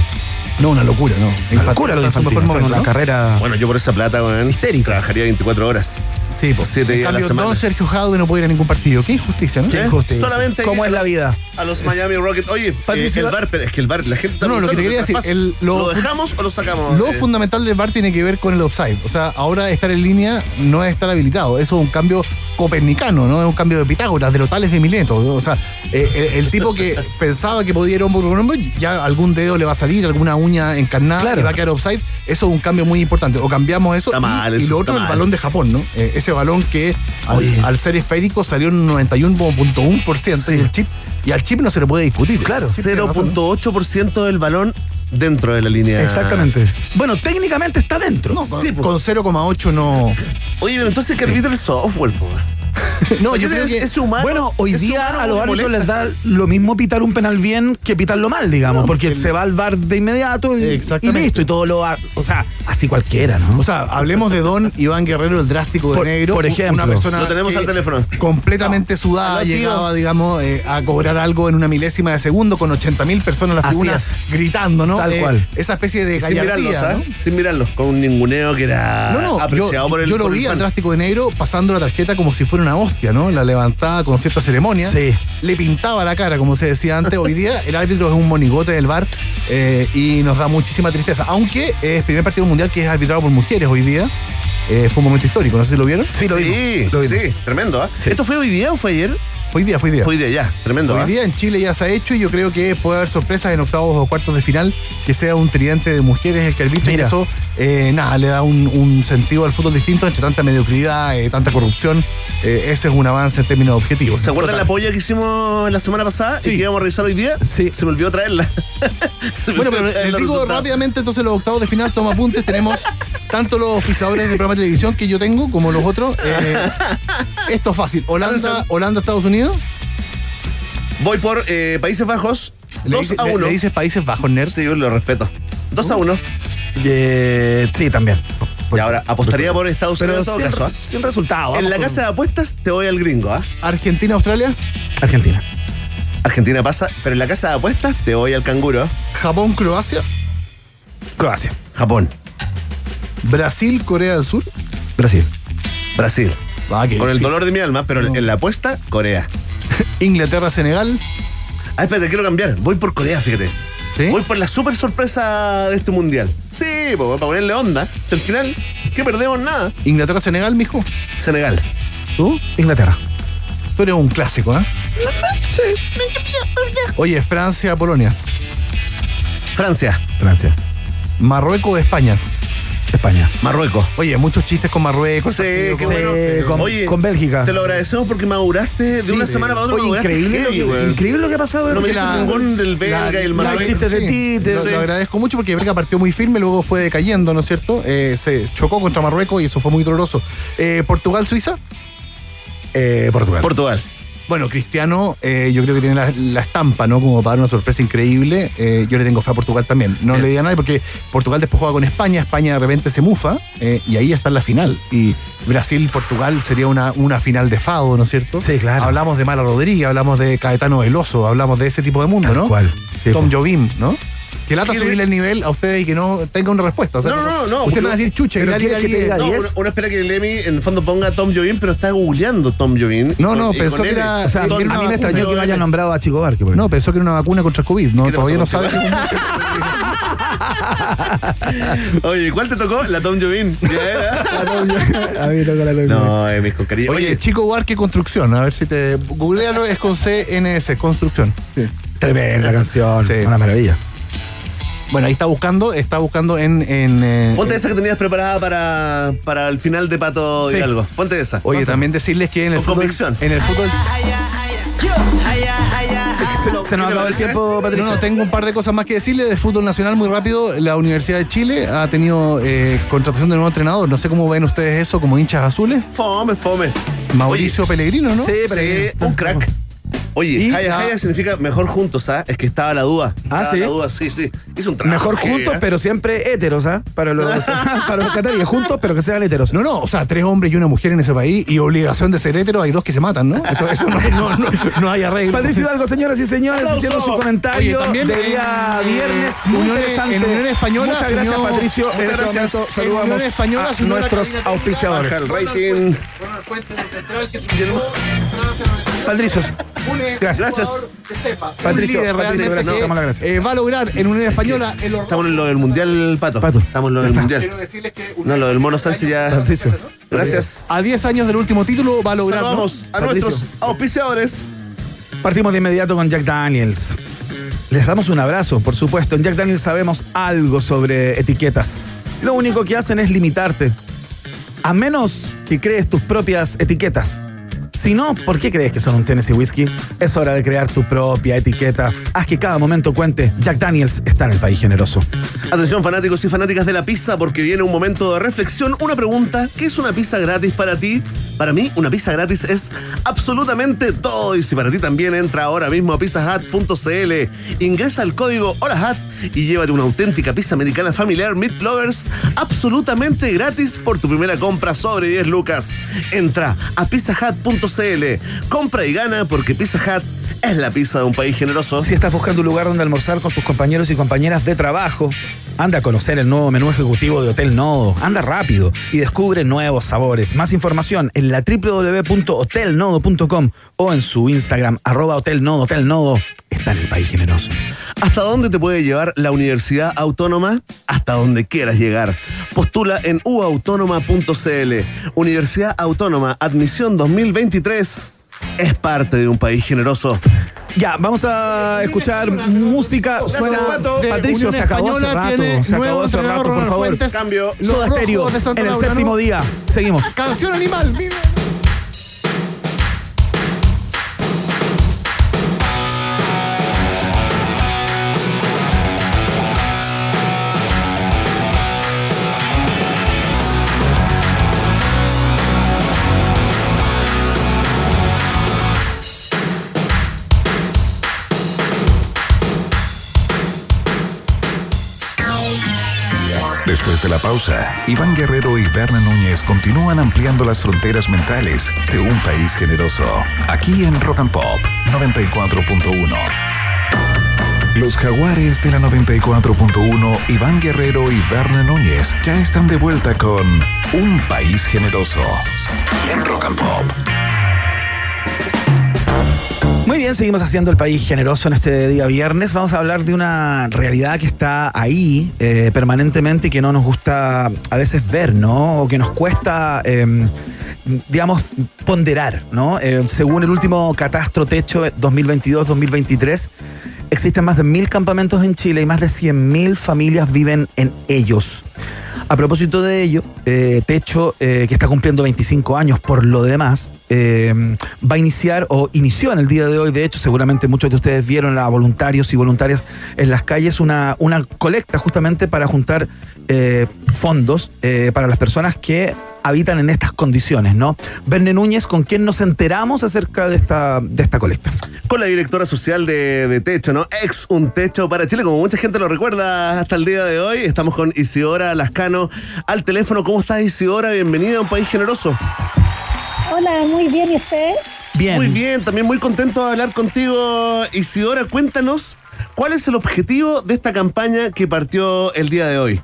[SPEAKER 5] No, una locura, ¿no?
[SPEAKER 2] Una locura lo de
[SPEAKER 5] Está en su
[SPEAKER 2] Infantino. Está
[SPEAKER 5] mejor
[SPEAKER 2] en
[SPEAKER 5] momento,
[SPEAKER 2] una
[SPEAKER 5] ¿no?
[SPEAKER 2] carrera...
[SPEAKER 3] Bueno, yo por esa plata, weón,
[SPEAKER 2] Histérica.
[SPEAKER 3] trabajaría 24 horas.
[SPEAKER 5] Sí, pues.
[SPEAKER 3] siete
[SPEAKER 5] en
[SPEAKER 3] días a la
[SPEAKER 5] cambio,
[SPEAKER 3] semana.
[SPEAKER 5] don Sergio Jadwe no puede ir a ningún partido. Qué injusticia, ¿no?
[SPEAKER 2] Qué
[SPEAKER 3] ¿Eh?
[SPEAKER 2] injusticia.
[SPEAKER 3] Solamente
[SPEAKER 2] ¿Cómo
[SPEAKER 3] a
[SPEAKER 2] es la
[SPEAKER 3] los-
[SPEAKER 2] vida?
[SPEAKER 3] A los Miami Rocket. Oye, eh,
[SPEAKER 2] Patricio-
[SPEAKER 3] el bar, pero es que el bar, la gente está
[SPEAKER 5] No, no, lo que te
[SPEAKER 3] preguntando,
[SPEAKER 5] quería decir,
[SPEAKER 3] ¿traspaso?
[SPEAKER 5] el- lo-
[SPEAKER 3] lo, dejamos o lo sacamos?
[SPEAKER 5] Lo
[SPEAKER 3] Eh,
[SPEAKER 5] fundamental del VAR tiene que ver con el offside. O sea, ahora estar en línea no es estar habilitado. Eso es un cambio copernicano, ¿no? Es un cambio de Pitágoras, de los tales de Mileto. ¿no? O sea, eh, eh, el, tipo que pensaba que podía ir hombro con hombro, ya algún dedo le va a salir, alguna uña encarnada
[SPEAKER 2] Claro.
[SPEAKER 5] y va a quedar offside. Eso es un cambio muy importante. O cambiamos eso.
[SPEAKER 3] Está
[SPEAKER 5] y,
[SPEAKER 3] mal
[SPEAKER 5] y
[SPEAKER 3] eso,
[SPEAKER 5] lo
[SPEAKER 3] está
[SPEAKER 5] otro, el
[SPEAKER 3] mal. Ah,
[SPEAKER 5] balón de Japón, ¿no? Eh, ese balón que
[SPEAKER 2] Oye.
[SPEAKER 5] al, al ser esférico salió en un 91.1%
[SPEAKER 2] Sí.
[SPEAKER 5] y el chip. Y al chip no se le puede discutir.
[SPEAKER 2] Claro.
[SPEAKER 5] Sí, tiene razón, ¿no?
[SPEAKER 3] 0.8% del balón dentro de la línea.
[SPEAKER 2] Exactamente. Bueno, técnicamente está dentro.
[SPEAKER 5] No,
[SPEAKER 2] Sí,
[SPEAKER 5] con
[SPEAKER 3] pues.
[SPEAKER 5] 0,8 no.
[SPEAKER 3] Oye, pero entonces que arbitra el software, po.
[SPEAKER 5] No,
[SPEAKER 3] Oye,
[SPEAKER 5] yo creo
[SPEAKER 3] es,
[SPEAKER 5] que
[SPEAKER 3] es humano.
[SPEAKER 2] Bueno, hoy
[SPEAKER 3] es
[SPEAKER 2] día
[SPEAKER 3] humano
[SPEAKER 2] a los
[SPEAKER 3] porque
[SPEAKER 2] árbitros les
[SPEAKER 3] molesta.
[SPEAKER 2] da lo mismo pitar un penal bien que pitarlo mal, digamos, porque
[SPEAKER 5] el-
[SPEAKER 2] se va al bar de inmediato y, y
[SPEAKER 5] Exactamente.
[SPEAKER 2] listo, y todo lo... ar- O sea, así cualquiera, ¿no?
[SPEAKER 5] O sea, hablemos de Don Iván Guerrero, el drástico de
[SPEAKER 2] Por-
[SPEAKER 5] negro.
[SPEAKER 2] por ejemplo.
[SPEAKER 5] Una persona
[SPEAKER 3] Lo tenemos
[SPEAKER 5] que
[SPEAKER 3] al teléfono.
[SPEAKER 5] Completamente sudada,
[SPEAKER 3] Lo tío.
[SPEAKER 5] llegaba, digamos, eh, a cobrar algo en una milésima de segundo con 80 mil personas en las
[SPEAKER 2] Así
[SPEAKER 5] tribunas
[SPEAKER 2] es.
[SPEAKER 5] gritando, ¿no? Eh,
[SPEAKER 2] Tal cual.
[SPEAKER 5] Esa especie de
[SPEAKER 3] Sin mirarlos,
[SPEAKER 5] gallardía,
[SPEAKER 3] ¿ah? Sin mirarlos. Con un ninguneo que era
[SPEAKER 5] No, no, yo,
[SPEAKER 3] Ah, apreciado por el
[SPEAKER 5] yo lo
[SPEAKER 3] por el
[SPEAKER 5] vi al
[SPEAKER 3] fan.
[SPEAKER 5] drástico de negro pasando la tarjeta como si fuera una hostia, ¿no? La levantaba con cierta ceremonia.
[SPEAKER 2] Sí.
[SPEAKER 5] Le pintaba la cara, como se decía antes. Hoy día el árbitro es un monigote del bar eh, y nos da muchísima tristeza. Aunque es primer partido mundial que es arbitrado por mujeres hoy día. Eh, fue un momento histórico, no sé si lo vieron.
[SPEAKER 3] Sí,
[SPEAKER 2] lo vimos, lo vimos.
[SPEAKER 3] sí, tremendo, ¿ah?
[SPEAKER 2] Sí.
[SPEAKER 3] ¿Esto fue hoy día o fue ayer?
[SPEAKER 5] Hoy día, fue hoy día.
[SPEAKER 3] Fue hoy día, ya. Tremendo,
[SPEAKER 5] Hoy
[SPEAKER 3] ¿ah?
[SPEAKER 5] día en Chile ya se ha hecho y yo creo que puede haber sorpresas en octavos o cuartos de final que sea un tridente de mujeres el que arbitre y
[SPEAKER 2] Mira.
[SPEAKER 5] eso eh, nada, le da un, un sentido al fútbol distinto entre tanta mediocridad, eh, tanta corrupción. Eh, ese es un avance en términos objetivos.
[SPEAKER 3] ¿Se acuerdan la polla que hicimos la semana pasada
[SPEAKER 5] Sí.
[SPEAKER 3] y que íbamos a revisar hoy día?
[SPEAKER 2] Sí.
[SPEAKER 3] Se me olvidó traerla. Se me olvidó
[SPEAKER 5] Bueno, pero
[SPEAKER 3] traer
[SPEAKER 5] les
[SPEAKER 3] los
[SPEAKER 5] digo
[SPEAKER 3] resultados.
[SPEAKER 5] rápidamente entonces los octavos de final, toma apuntes, tenemos tanto los oficiadores del programa de televisión que yo tengo como los otros. Eh, esto es fácil. Holanda, Holanda, Estados Unidos.
[SPEAKER 3] Voy por eh, Países Bajos,
[SPEAKER 5] Le
[SPEAKER 3] 2
[SPEAKER 5] dice- Uh.
[SPEAKER 3] a
[SPEAKER 5] le-
[SPEAKER 3] 1.
[SPEAKER 5] Le, dices Países Bajos, Nerd.
[SPEAKER 3] Sí, yo lo respeto. 2 a 1.
[SPEAKER 2] Eh, sí, también.
[SPEAKER 3] Y ahora, apostaría por Estados
[SPEAKER 2] Pero
[SPEAKER 3] Unidos en todo
[SPEAKER 2] sin,
[SPEAKER 3] caso, ¿ah?
[SPEAKER 2] sin resultado.
[SPEAKER 3] En
[SPEAKER 2] vamos
[SPEAKER 3] la
[SPEAKER 2] con
[SPEAKER 3] casa de apuestas te voy al gringo, ¿ah?
[SPEAKER 5] Argentina, Australia.
[SPEAKER 2] Argentina.
[SPEAKER 3] Argentina pasa, pero en la casa de apuestas te voy al canguro.
[SPEAKER 5] Japón, Croacia.
[SPEAKER 2] Croacia.
[SPEAKER 3] Japón,
[SPEAKER 5] Brasil, Corea del Sur.
[SPEAKER 2] Brasil.
[SPEAKER 3] Brasil.
[SPEAKER 5] Ah, qué
[SPEAKER 3] Con el
[SPEAKER 5] difícil.
[SPEAKER 3] dolor de mi alma, pero en- en la apuesta, Corea.
[SPEAKER 5] Inglaterra, Senegal.
[SPEAKER 3] Ah, espérate, quiero cambiar. Voy por Corea, fíjate.
[SPEAKER 5] ¿Sí?
[SPEAKER 3] Voy por la super sorpresa de este mundial. Sí, po, para ponerle onda. Si al final, ¿qué perdemos? Nada.
[SPEAKER 5] Inglaterra, Senegal, mijo.
[SPEAKER 3] Senegal.
[SPEAKER 5] ¿Tú?
[SPEAKER 2] Inglaterra.
[SPEAKER 5] Tú eres un clásico, ¿eh? Oye, Francia, Polonia.
[SPEAKER 3] Francia.
[SPEAKER 2] Francia.
[SPEAKER 5] Marruecos, España.
[SPEAKER 2] España.
[SPEAKER 3] Marruecos.
[SPEAKER 5] Oye, muchos chistes con Marruecos.
[SPEAKER 3] Sí, qué
[SPEAKER 5] partido con-
[SPEAKER 3] bueno.
[SPEAKER 2] Eh, con,
[SPEAKER 3] Oye,
[SPEAKER 2] con Bélgica.
[SPEAKER 3] Te lo agradecemos porque maduraste de
[SPEAKER 5] Sí,
[SPEAKER 3] una
[SPEAKER 5] sí.
[SPEAKER 3] semana para otra.
[SPEAKER 2] Oye,
[SPEAKER 3] maduraste
[SPEAKER 2] increíble,
[SPEAKER 3] heavy,
[SPEAKER 2] lo que,
[SPEAKER 3] weón.
[SPEAKER 2] increíble lo que ha pasado.
[SPEAKER 3] No me
[SPEAKER 2] porque
[SPEAKER 3] digas
[SPEAKER 2] la-
[SPEAKER 3] ningún del belga y el
[SPEAKER 5] la-
[SPEAKER 3] marroquí.
[SPEAKER 2] chistes de
[SPEAKER 5] sí.
[SPEAKER 2] Tite.
[SPEAKER 5] Lo,
[SPEAKER 3] Sí.
[SPEAKER 5] lo agradezco mucho porque Belga partió muy firme, luego fue decayendo, ¿no es cierto? Eh, se chocó contra Marruecos y eso fue muy doloroso. Eh, Portugal, Suiza.
[SPEAKER 2] Eh, Portugal.
[SPEAKER 3] Portugal.
[SPEAKER 5] Bueno, Cristiano, eh, yo creo que tiene la, la estampa, ¿no? Como para dar una sorpresa increíble. Eh, yo le tengo fe a Portugal también. No le diga nada porque Portugal después juega con España, España de repente se mufa eh, y ahí está la final. Y Brasil-Portugal sería una, una final de fado, ¿no es cierto?
[SPEAKER 2] Sí, claro.
[SPEAKER 5] Hablamos de Mala Rodríguez, hablamos de Caetano Veloso, hablamos de ese tipo de mundo, ¿no?
[SPEAKER 2] cual. Sí, pues.
[SPEAKER 5] Tom
[SPEAKER 2] po.
[SPEAKER 5] Jovim, ¿no? Que lata
[SPEAKER 3] ¿Quiere-
[SPEAKER 5] subirle el nivel a ustedes y que no tenga una respuesta. O sea,
[SPEAKER 3] No, no, no, no,
[SPEAKER 5] Usted
[SPEAKER 3] porque-
[SPEAKER 5] me va a decir, chucha,
[SPEAKER 2] pero
[SPEAKER 5] Hilal,
[SPEAKER 2] ¿quiere que
[SPEAKER 5] Hilal,
[SPEAKER 2] te diga
[SPEAKER 5] Hilal.
[SPEAKER 3] No,
[SPEAKER 2] ¿Y
[SPEAKER 3] uno,
[SPEAKER 2] es?
[SPEAKER 3] uno espera que el Emi en el fondo ponga Tom Jobim, pero está googleando Tom Jobim.
[SPEAKER 5] No, no,
[SPEAKER 3] Con- y
[SPEAKER 5] pensó
[SPEAKER 3] con
[SPEAKER 5] que
[SPEAKER 3] N.
[SPEAKER 5] era-
[SPEAKER 2] O sea, a
[SPEAKER 5] Con
[SPEAKER 2] mí
[SPEAKER 5] una
[SPEAKER 2] me
[SPEAKER 5] vacuna,
[SPEAKER 2] extrañó que no hayan nombrado a Chico Barque. por
[SPEAKER 5] No,
[SPEAKER 2] ejemplo.
[SPEAKER 5] pensó que era una vacuna contra el COVID. No,
[SPEAKER 3] ¿Qué te
[SPEAKER 5] todavía no
[SPEAKER 3] pasó
[SPEAKER 5] sabe.
[SPEAKER 3] contigo? Oye, ¿cuál te tocó? La Tom Jobim. Ya era.
[SPEAKER 5] A mí me toca la locura.
[SPEAKER 3] no, Emi, con cariño.
[SPEAKER 5] Oye,
[SPEAKER 3] Oye,
[SPEAKER 5] Chico Huarque Construcción, a ver si te. Googlealo, es con CNS, Construcción.
[SPEAKER 2] Tremenda canción.
[SPEAKER 5] Sí.
[SPEAKER 2] Una maravilla.
[SPEAKER 5] Bueno, ahí está buscando, está buscando en. en, eh,
[SPEAKER 3] ponte
[SPEAKER 5] en-
[SPEAKER 3] esa que tenías preparada para, para el final de Pato
[SPEAKER 5] Sí.
[SPEAKER 3] Hidalgo. Ponte esa.
[SPEAKER 5] Oye,
[SPEAKER 3] Vamos.
[SPEAKER 5] también decirles que en el
[SPEAKER 3] Con
[SPEAKER 5] fútbol.
[SPEAKER 3] convicción.
[SPEAKER 5] En el fútbol.
[SPEAKER 2] Se nos
[SPEAKER 3] Ah, ¿Qué te
[SPEAKER 2] acabó el
[SPEAKER 3] parece?
[SPEAKER 2] tiempo, Patricio.
[SPEAKER 5] No, no, tengo un par de cosas más que decirle de fútbol nacional muy rápido. La Universidad de Chile ha tenido eh, contratación de nuevo entrenador. No sé cómo ven ustedes eso como hinchas azules.
[SPEAKER 3] Fome, fome.
[SPEAKER 5] Mauricio
[SPEAKER 3] Oye,
[SPEAKER 5] Pellegrino, ¿no?
[SPEAKER 2] Sí,
[SPEAKER 3] Sí,
[SPEAKER 2] pero-
[SPEAKER 3] un crack. Oye,
[SPEAKER 5] Y-
[SPEAKER 3] Jaya Jaya significa mejor juntos, ¿ah? Es que estaba la duda.
[SPEAKER 2] Ah,
[SPEAKER 3] Estaba
[SPEAKER 2] ¿sí?
[SPEAKER 3] La duda, sí, sí. Hizo un trabajo.
[SPEAKER 2] Mejor
[SPEAKER 3] que-
[SPEAKER 5] ¿eh?
[SPEAKER 2] juntos, pero siempre héteros, ¿ah? Para los, para los cataríes. Juntos, pero que sean héteros.
[SPEAKER 5] No, no, o sea, tres hombres y una mujer en ese país y obligación de ser hetero, hay dos que se matan, ¿no? Eso, eso no, no, no, no hay arreglo.
[SPEAKER 2] Patricio Hidalgo, señoras y señores, haciendo su
[SPEAKER 5] Oye,
[SPEAKER 2] comentario
[SPEAKER 5] también
[SPEAKER 2] de
[SPEAKER 5] en,
[SPEAKER 2] día
[SPEAKER 5] eh,
[SPEAKER 2] viernes. Muy
[SPEAKER 5] Unión-
[SPEAKER 2] interesante.
[SPEAKER 5] en Unión Española,
[SPEAKER 2] Muchas gracias,
[SPEAKER 5] señor-
[SPEAKER 2] Patricio. En
[SPEAKER 5] Muchas
[SPEAKER 2] este
[SPEAKER 5] gracias.
[SPEAKER 2] momento
[SPEAKER 5] En
[SPEAKER 2] saludamos
[SPEAKER 5] Unión Española,
[SPEAKER 2] a
[SPEAKER 5] señora
[SPEAKER 2] nuestros
[SPEAKER 5] Carolina
[SPEAKER 2] auspiciadores.
[SPEAKER 3] Baja el rating.
[SPEAKER 5] Ronald Fuentes, el central que
[SPEAKER 2] Patricio,
[SPEAKER 3] Gracias.
[SPEAKER 2] Patricio, Patricio,
[SPEAKER 5] líder realmente
[SPEAKER 2] gracias,
[SPEAKER 5] que,
[SPEAKER 2] damos las gracias.
[SPEAKER 5] eh, va a lograr en Unión Española el
[SPEAKER 3] Estamos
[SPEAKER 5] orgullo.
[SPEAKER 3] en lo del mundial, Pato.
[SPEAKER 2] Pato.
[SPEAKER 3] Estamos en lo
[SPEAKER 2] Ya
[SPEAKER 3] del
[SPEAKER 2] está.
[SPEAKER 3] mundial.
[SPEAKER 5] decirles que
[SPEAKER 3] No, lo del mono Sánchez ya.
[SPEAKER 2] Patricio.
[SPEAKER 3] Gracias.
[SPEAKER 5] A 10 años del último título va a lograr. ¿no?
[SPEAKER 3] Saludamos a
[SPEAKER 2] Patricio.
[SPEAKER 3] nuestros auspiciadores.
[SPEAKER 2] Partimos de inmediato con Jack Daniels. Les damos un abrazo, por supuesto. En Jack Daniels sabemos algo sobre etiquetas. Lo único que hacen es limitarte. A menos que crees tus propias etiquetas. Si no, ¿por qué crees que son un Tennessee Whiskey? Es hora de crear tu propia etiqueta. Haz que cada momento cuente. Jack Daniels está en el país generoso.
[SPEAKER 3] Atención fanáticos y fanáticas de la pizza porque viene un momento de reflexión, una pregunta, ¿qué es una pizza gratis para ti? Para mí, una pizza gratis es absolutamente todo y si para ti también entra ahora mismo a pizzahut.cl, ingresa el código HOLAHAT y llévate una auténtica pizza americana familiar Meat Lovers absolutamente gratis por tu primera compra sobre 10 lucas. Entra a pizzahut.cl, compra y gana porque Pizza Hut es la pizza de un país generoso.
[SPEAKER 2] Si estás buscando un lugar donde almorzar con tus compañeros y compañeras de trabajo, anda a conocer el nuevo menú ejecutivo de Hotel Nodo. Anda rápido y descubre nuevos sabores. Más información en la www.hotelnodo.com o en su Instagram, arroba hotelnodo, hotelnodo. Está en el país generoso.
[SPEAKER 3] ¿Hasta dónde te puede llevar la Universidad Autónoma? Hasta donde quieras llegar. Postula en uautónoma.cl. Universidad Autónoma, admisión 2023. Es parte de un país generoso.
[SPEAKER 2] Ya, vamos a escuchar música. Suena...
[SPEAKER 3] Pato.
[SPEAKER 5] De
[SPEAKER 2] Patricio,
[SPEAKER 5] Unión
[SPEAKER 2] se acabó hace
[SPEAKER 5] Española
[SPEAKER 2] rato.
[SPEAKER 5] tiene
[SPEAKER 2] Se acabó
[SPEAKER 5] nuevo
[SPEAKER 2] hace rato,
[SPEAKER 5] entrenador
[SPEAKER 2] por
[SPEAKER 5] Ronald
[SPEAKER 2] favor.
[SPEAKER 5] Fuentes.
[SPEAKER 3] Cambio.
[SPEAKER 5] Los
[SPEAKER 2] Soda
[SPEAKER 5] Rojos
[SPEAKER 2] Stereo,
[SPEAKER 5] de Santa
[SPEAKER 2] en el
[SPEAKER 5] Laura,
[SPEAKER 2] séptimo
[SPEAKER 5] ¿no?
[SPEAKER 2] día. Seguimos.
[SPEAKER 5] Canción animal. vive.
[SPEAKER 1] Después de la pausa, Iván Guerrero y Berna Núñez continúan ampliando las fronteras mentales de un país generoso. Aquí en Rock and Pop 94.1. Los jaguares de la 94.1, Iván Guerrero y Berna Núñez, ya están de vuelta con Un País Generoso. En Rock and Pop
[SPEAKER 2] Muy bien, seguimos haciendo el país generoso en este día viernes. Vamos a hablar de una realidad que está ahí eh, permanentemente y que no nos gusta a veces ver, ¿no? O que nos cuesta, eh, digamos, ponderar, ¿no? Eh, según el último catastro techo eh, 2022-2023, existen más de mil campamentos en Chile y más de 100.000 familias viven en ellos. A propósito de ello, eh, Techo, eh, que está cumpliendo 25 años por lo demás, eh, va a iniciar o inició en el día de hoy, de hecho, seguramente muchos de ustedes vieron a voluntarios y voluntarias en las calles una, una colecta justamente para juntar eh, fondos eh, para las personas que habitan en estas condiciones, ¿no? Verne Núñez, con quien nos enteramos acerca de esta, de esta colecta.
[SPEAKER 3] Con la directora social de, de Techo, ¿no? Ex Un Techo para Chile, como mucha gente lo recuerda hasta el día de hoy. Estamos con Isidora Lascano al teléfono. ¿Cómo estás, Isidora? Bienvenida a un país generoso.
[SPEAKER 6] Hola, muy bien, ¿y usted?
[SPEAKER 2] Bien.
[SPEAKER 3] Muy bien, también muy contento de hablar contigo, Isidora. Cuéntanos, ¿cuál es el objetivo de esta campaña que partió el día de hoy?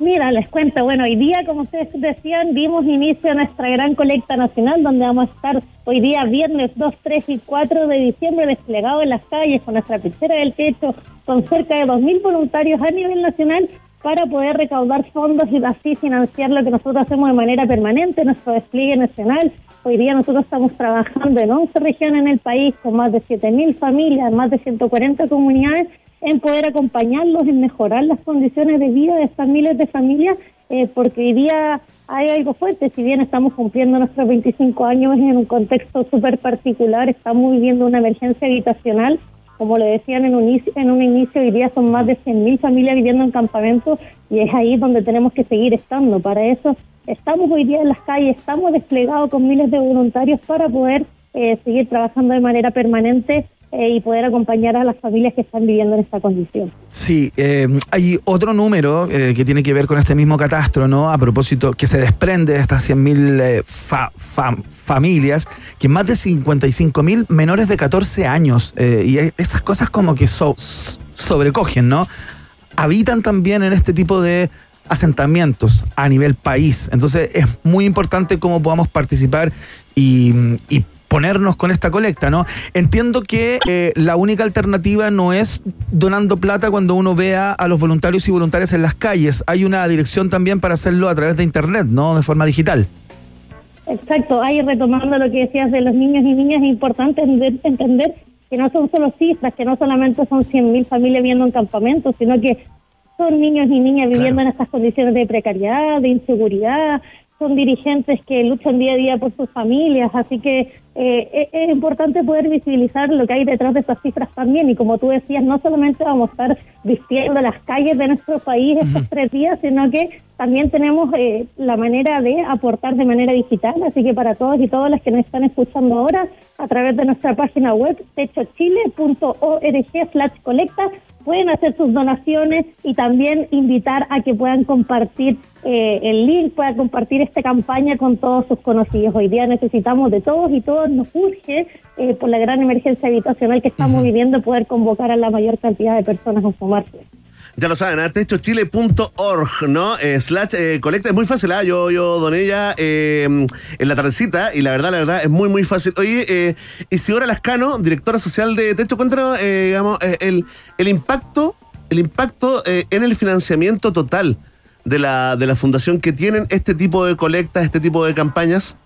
[SPEAKER 6] Mira, les cuento, bueno, hoy día, como ustedes decían, dimos inicio a nuestra gran colecta nacional, donde vamos a estar hoy día, viernes 2, 3 y 4 de diciembre, desplegados en las calles con nuestra pizzería del techo, con cerca de 2.000 voluntarios a nivel nacional, para poder recaudar fondos y así financiar lo que nosotros hacemos de manera permanente, nuestro despliegue nacional. Hoy día nosotros estamos trabajando en 11 regiones en el país, con más de 7.000 familias, más de 140 comunidades, en poder acompañarlos, en mejorar las condiciones de vida de estas miles de familias, eh, porque hoy día hay algo fuerte, si bien estamos cumpliendo nuestros 25 años en un contexto súper particular, estamos viviendo una emergencia habitacional, como lo decían en un, inicio- en un inicio, hoy día son más de 100.000 familias viviendo en campamentos y es ahí donde tenemos que seguir estando. Para eso estamos hoy día en las calles, estamos desplegados con miles de voluntarios para poder eh, seguir trabajando de manera permanente eh, y poder acompañar a las familias que están viviendo en esta condición.
[SPEAKER 2] Sí, eh, hay otro número eh, que tiene que ver con este mismo catastro, ¿no? A propósito, que se desprende de estas 100.000 eh, fa- fam- familias, que más de 55.000 menores de 14 años, eh, y es- esas cosas como que so- sobrecogen, ¿no? Habitan también en este tipo de asentamientos a nivel país. Entonces es muy importante cómo podamos participar y, y ponernos con esta colecta, ¿no? Entiendo que eh, la única alternativa no es donando plata cuando uno vea a los voluntarios y voluntarias en las calles. Hay una dirección también para hacerlo a través de internet, ¿no? De forma digital.
[SPEAKER 6] Exacto, ahí retomando lo que decías de los niños y niñas, es importante ende- entender que no son solo cifras, que no solamente son 100.000 familias viviendo en campamentos, sino que son niños y niñas viviendo en estas condiciones de precariedad, de inseguridad, son dirigentes que luchan día a día por sus familias, así que eh, es, es importante poder visibilizar lo que hay detrás de estas cifras también, y como tú decías, no solamente vamos a estar vistiendo las calles de nuestro país estos tres días, sino que también tenemos eh, la manera de aportar de manera digital, así que para todos y todas las que nos están escuchando ahora, a través de nuestra página web techochile.org slash colecta, pueden hacer sus donaciones y también invitar a que puedan compartir eh, el link, puedan compartir esta campaña con todos sus conocidos. Hoy día necesitamos de todos y todos nos urge, eh, por la gran emergencia habitacional que estamos viviendo, poder convocar a la mayor cantidad de personas a sumarse.
[SPEAKER 3] Ya lo saben, ¿eh? a techochile.org, ¿no? Eh, slash eh, colecta. Es muy fácil, ¿ah? Yo, yo doné ya eh, en la tardecita y la verdad, la verdad, es muy, muy fácil. Oye, eh, Isidora Lascano, directora social de Techo, cuéntanos, eh, digamos, eh, el, el impacto, el impacto eh, en el financiamiento total de la, de la fundación que tienen este tipo de colectas, este tipo de campañas.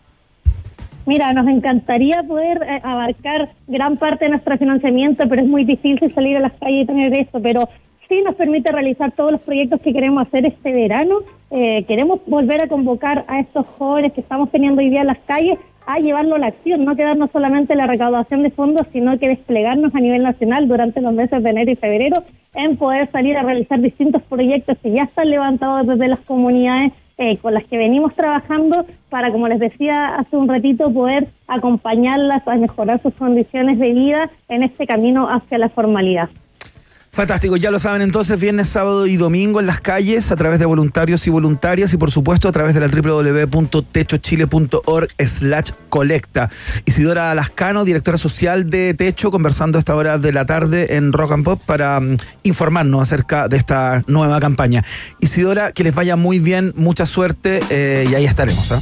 [SPEAKER 6] Mira, nos encantaría poder eh, abarcar gran parte de nuestro financiamiento, pero es muy difícil salir a las calles y tener eso. Pero sí nos permite realizar todos los proyectos que queremos hacer este verano. Eh, queremos volver a convocar a estos jóvenes que estamos teniendo hoy día en las calles a llevarlo a la acción, no quedarnos solamente en la recaudación de fondos, sino que desplegarnos a nivel nacional durante los meses de enero y febrero en poder salir a realizar distintos proyectos que ya están levantados desde las comunidades eh, con las que venimos trabajando para, como les decía hace un ratito, poder acompañarlas a mejorar sus condiciones de vida en este camino hacia la formalidad.
[SPEAKER 2] Fantástico, ya lo saben entonces, viernes, sábado y domingo en las calles a través de voluntarios y voluntarias y por supuesto a través de la www.techochile.org slash colecta. Isidora Lascano, directora social de Techo, conversando a esta hora de la tarde en Rock and Pop para mm, informarnos acerca de esta nueva campaña. Isidora, que les vaya muy bien, mucha suerte eh, y ahí estaremos. ¿ah?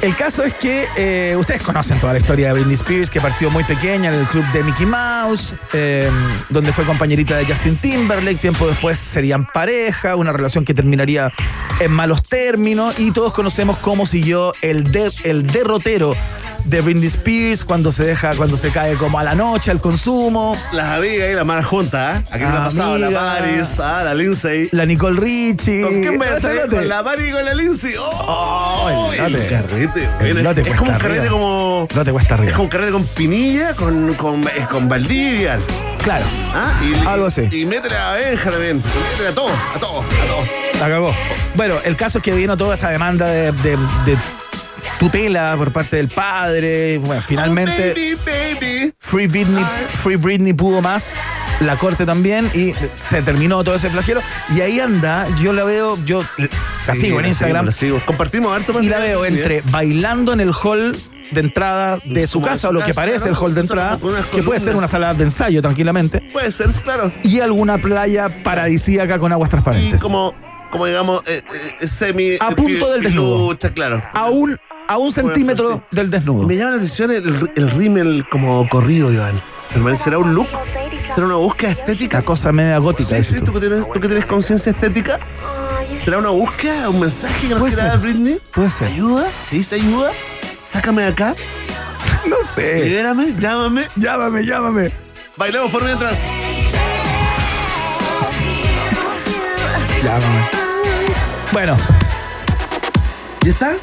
[SPEAKER 2] el caso es que eh, ustedes conocen toda la historia de Britney Spears, que partió muy pequeña en el club de Mickey Mouse, eh, donde fue compañerita de Justin Timberlake. Tiempo después serían pareja, una relación que terminaría en malos términos. Y todos conocemos cómo siguió el, de- el derrotero de Britney Spears cuando se deja, cuando se cae como a la noche, al consumo.
[SPEAKER 3] Las amigas y la mala junta, ¿eh? Aquí me la ha pasado la
[SPEAKER 2] Amiga.
[SPEAKER 3] Paris, ah, la Lindsay.
[SPEAKER 2] La Nicole Richie.
[SPEAKER 3] ¿Con quién voy a salir?
[SPEAKER 2] Celote.
[SPEAKER 3] Con la Paris y con la Lindsay. ¡Oh!
[SPEAKER 2] Oh, el lote.
[SPEAKER 3] el carrete,
[SPEAKER 2] El
[SPEAKER 3] bueno,
[SPEAKER 2] lote
[SPEAKER 3] es
[SPEAKER 2] cuesta
[SPEAKER 3] como un
[SPEAKER 2] arriba.
[SPEAKER 3] carrete como.
[SPEAKER 2] No te cuesta
[SPEAKER 3] Es
[SPEAKER 2] arriba.
[SPEAKER 3] como un carrete con Pinilla, con, con, es con Valdivia.
[SPEAKER 2] Claro,
[SPEAKER 3] ¿ah? Y,
[SPEAKER 2] Algo así.
[SPEAKER 3] Y métele a Benja también. Métele a todo, a todo, a todo.
[SPEAKER 2] la cagó. Bueno, el caso es que vino toda esa demanda de, de- de tutela por parte del padre. Bueno, finalmente.
[SPEAKER 3] Oh, Baby, baby.
[SPEAKER 2] Free Britney, Free Britney pudo más. La corte también y se terminó todo ese flagelo. Y ahí anda, yo la veo, yo la
[SPEAKER 3] Sí,
[SPEAKER 2] sigo en
[SPEAKER 3] la
[SPEAKER 2] Instagram
[SPEAKER 3] la sigo. Compartimos harto
[SPEAKER 2] y la veo entre bailando en el hall de entrada de su
[SPEAKER 3] Como de
[SPEAKER 2] casa
[SPEAKER 3] su
[SPEAKER 2] o lo que
[SPEAKER 3] casa,
[SPEAKER 2] parece el
[SPEAKER 3] claro,
[SPEAKER 2] hall de
[SPEAKER 3] son como
[SPEAKER 2] entrada,
[SPEAKER 3] con unas
[SPEAKER 2] que puede ser
[SPEAKER 3] columnas.
[SPEAKER 2] una sala de ensayo tranquilamente,
[SPEAKER 3] ¿eh? Puede ser, claro.
[SPEAKER 2] y alguna playa paradisíaca con aguas
[SPEAKER 3] Y
[SPEAKER 2] transparentes.
[SPEAKER 3] como, como digamos, eh, eh, semi.
[SPEAKER 2] A punto del desnudo.
[SPEAKER 3] Lucha, claro.
[SPEAKER 2] a un, a un
[SPEAKER 3] Bueno,
[SPEAKER 2] centímetro
[SPEAKER 3] pues
[SPEAKER 2] del desnudo.
[SPEAKER 3] Me llama la atención el, el rímel como corrido, Iván. Hermano, ¿Será un look? ¿Será una búsqueda estética?
[SPEAKER 2] La cosa media gótica.
[SPEAKER 3] Sí,
[SPEAKER 2] dices
[SPEAKER 3] sí,
[SPEAKER 2] tú.
[SPEAKER 3] tú que tienes, tú que tienes conciencia estética. ¿Será una búsqueda? ¿Un mensaje que nos
[SPEAKER 2] Puede
[SPEAKER 3] quiera
[SPEAKER 2] ser.
[SPEAKER 3] dar Britney?
[SPEAKER 2] Puede ser.
[SPEAKER 3] ¿Ayuda? ¿Te dice ayuda? Sácame de acá.
[SPEAKER 2] No sé.
[SPEAKER 3] Libérame, llámame.
[SPEAKER 2] Eh. Llámame, llámame.
[SPEAKER 3] Bailamos por mientras.
[SPEAKER 2] Llámame. Bueno,
[SPEAKER 3] ¿Y está?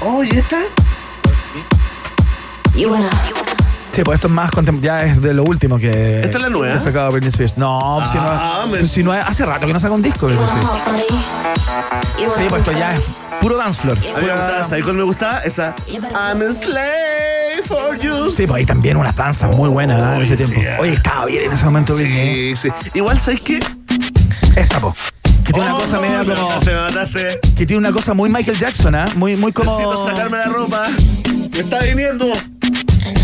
[SPEAKER 3] Oh, ¿y está?
[SPEAKER 2] Sí, pues esto es más contem- ya es de lo último que.
[SPEAKER 3] ¿Esta es la nueva?
[SPEAKER 2] que ha sacado Britney Spears. No, pues si no-
[SPEAKER 3] Ah,
[SPEAKER 2] si
[SPEAKER 3] me-
[SPEAKER 2] no, hace rato que no saca un disco Britney Spears. Sí, pues esto ya es puro dance floor.
[SPEAKER 3] A mí me gustaba, ¿sabes cuál me gustaba? Esa. I'm a slave for you.
[SPEAKER 2] Sí, pues ahí también unas danzas muy buenas ¿eh? en ese
[SPEAKER 3] Oye,
[SPEAKER 2] tiempo.
[SPEAKER 3] sí, eh.
[SPEAKER 2] Oye, estaba bien en ese momento ¿eh? Britney.
[SPEAKER 3] Sí, sí. Igual, ¿sabes qué?
[SPEAKER 2] Esta, po. Que tiene
[SPEAKER 3] Oh,
[SPEAKER 2] una cosa media
[SPEAKER 3] me
[SPEAKER 2] como.
[SPEAKER 3] mataste, me mataste.
[SPEAKER 2] Que tiene una cosa muy Michael Jackson, ¿ah? Muy, muy como.
[SPEAKER 3] Necesito sacarme la ropa. Me está viniendo.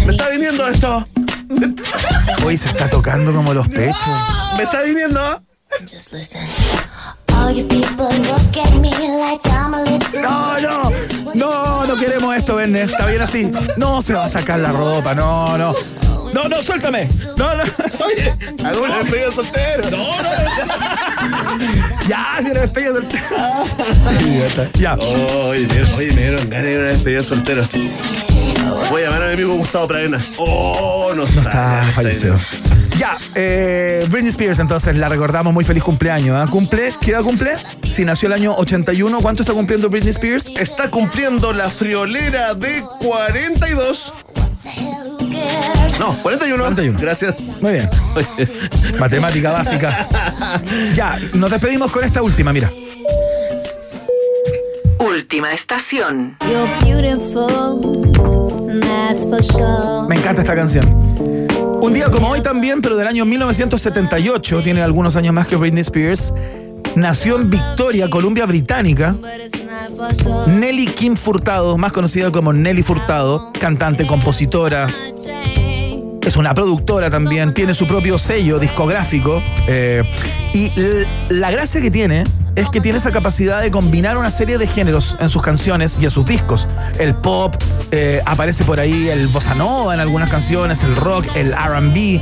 [SPEAKER 3] Me está viniendo esto. Me está-
[SPEAKER 2] Oye, se está tocando como los pechos.
[SPEAKER 3] Me está viniendo.
[SPEAKER 2] No, no, no, no queremos esto, Verne. Está bien así. No se va a sacar la ropa, no, no. No, no, suéltame. No, no.
[SPEAKER 3] Oye, alguna despedida de soltero. No, no.
[SPEAKER 2] Ya, si una despedida soltera. Ya.
[SPEAKER 3] Oye, Oh, me, oye, me dieron ganas de una despedida de soltero. Voy a llamar a mi amigo Gustavo Pravena. Oh, no está.
[SPEAKER 2] Está
[SPEAKER 3] está
[SPEAKER 2] fallecido. Ya, eh, Britney Spears, entonces la recordamos. Muy feliz cumpleaños. ¿ah? ¿Cumple? ¿Qué edad cumple? Si nació el año 81, ¿cuánto está cumpliendo Britney Spears? Eh,
[SPEAKER 3] Está cumpliendo la friolera de 42. No, 41.
[SPEAKER 2] 41.
[SPEAKER 3] Gracias.
[SPEAKER 2] Muy bien. Matemática básica. Ya, nos despedimos con esta última, mira.
[SPEAKER 7] Última estación.
[SPEAKER 2] Me encanta esta canción. Un día como hoy también, pero del año 1978, tiene algunos años más que Britney Spears, nació en Victoria, Columbia Británica, Nelly Kim Furtado, más conocida como Nelly Furtado, cantante, compositora, es una productora también, tiene su propio sello discográfico. eh, y l- la gracia que tiene es que tiene esa capacidad de combinar una serie de géneros en sus canciones y en sus discos. El pop, eh, aparece por ahí el bossa nova en algunas canciones, el rock, el RB.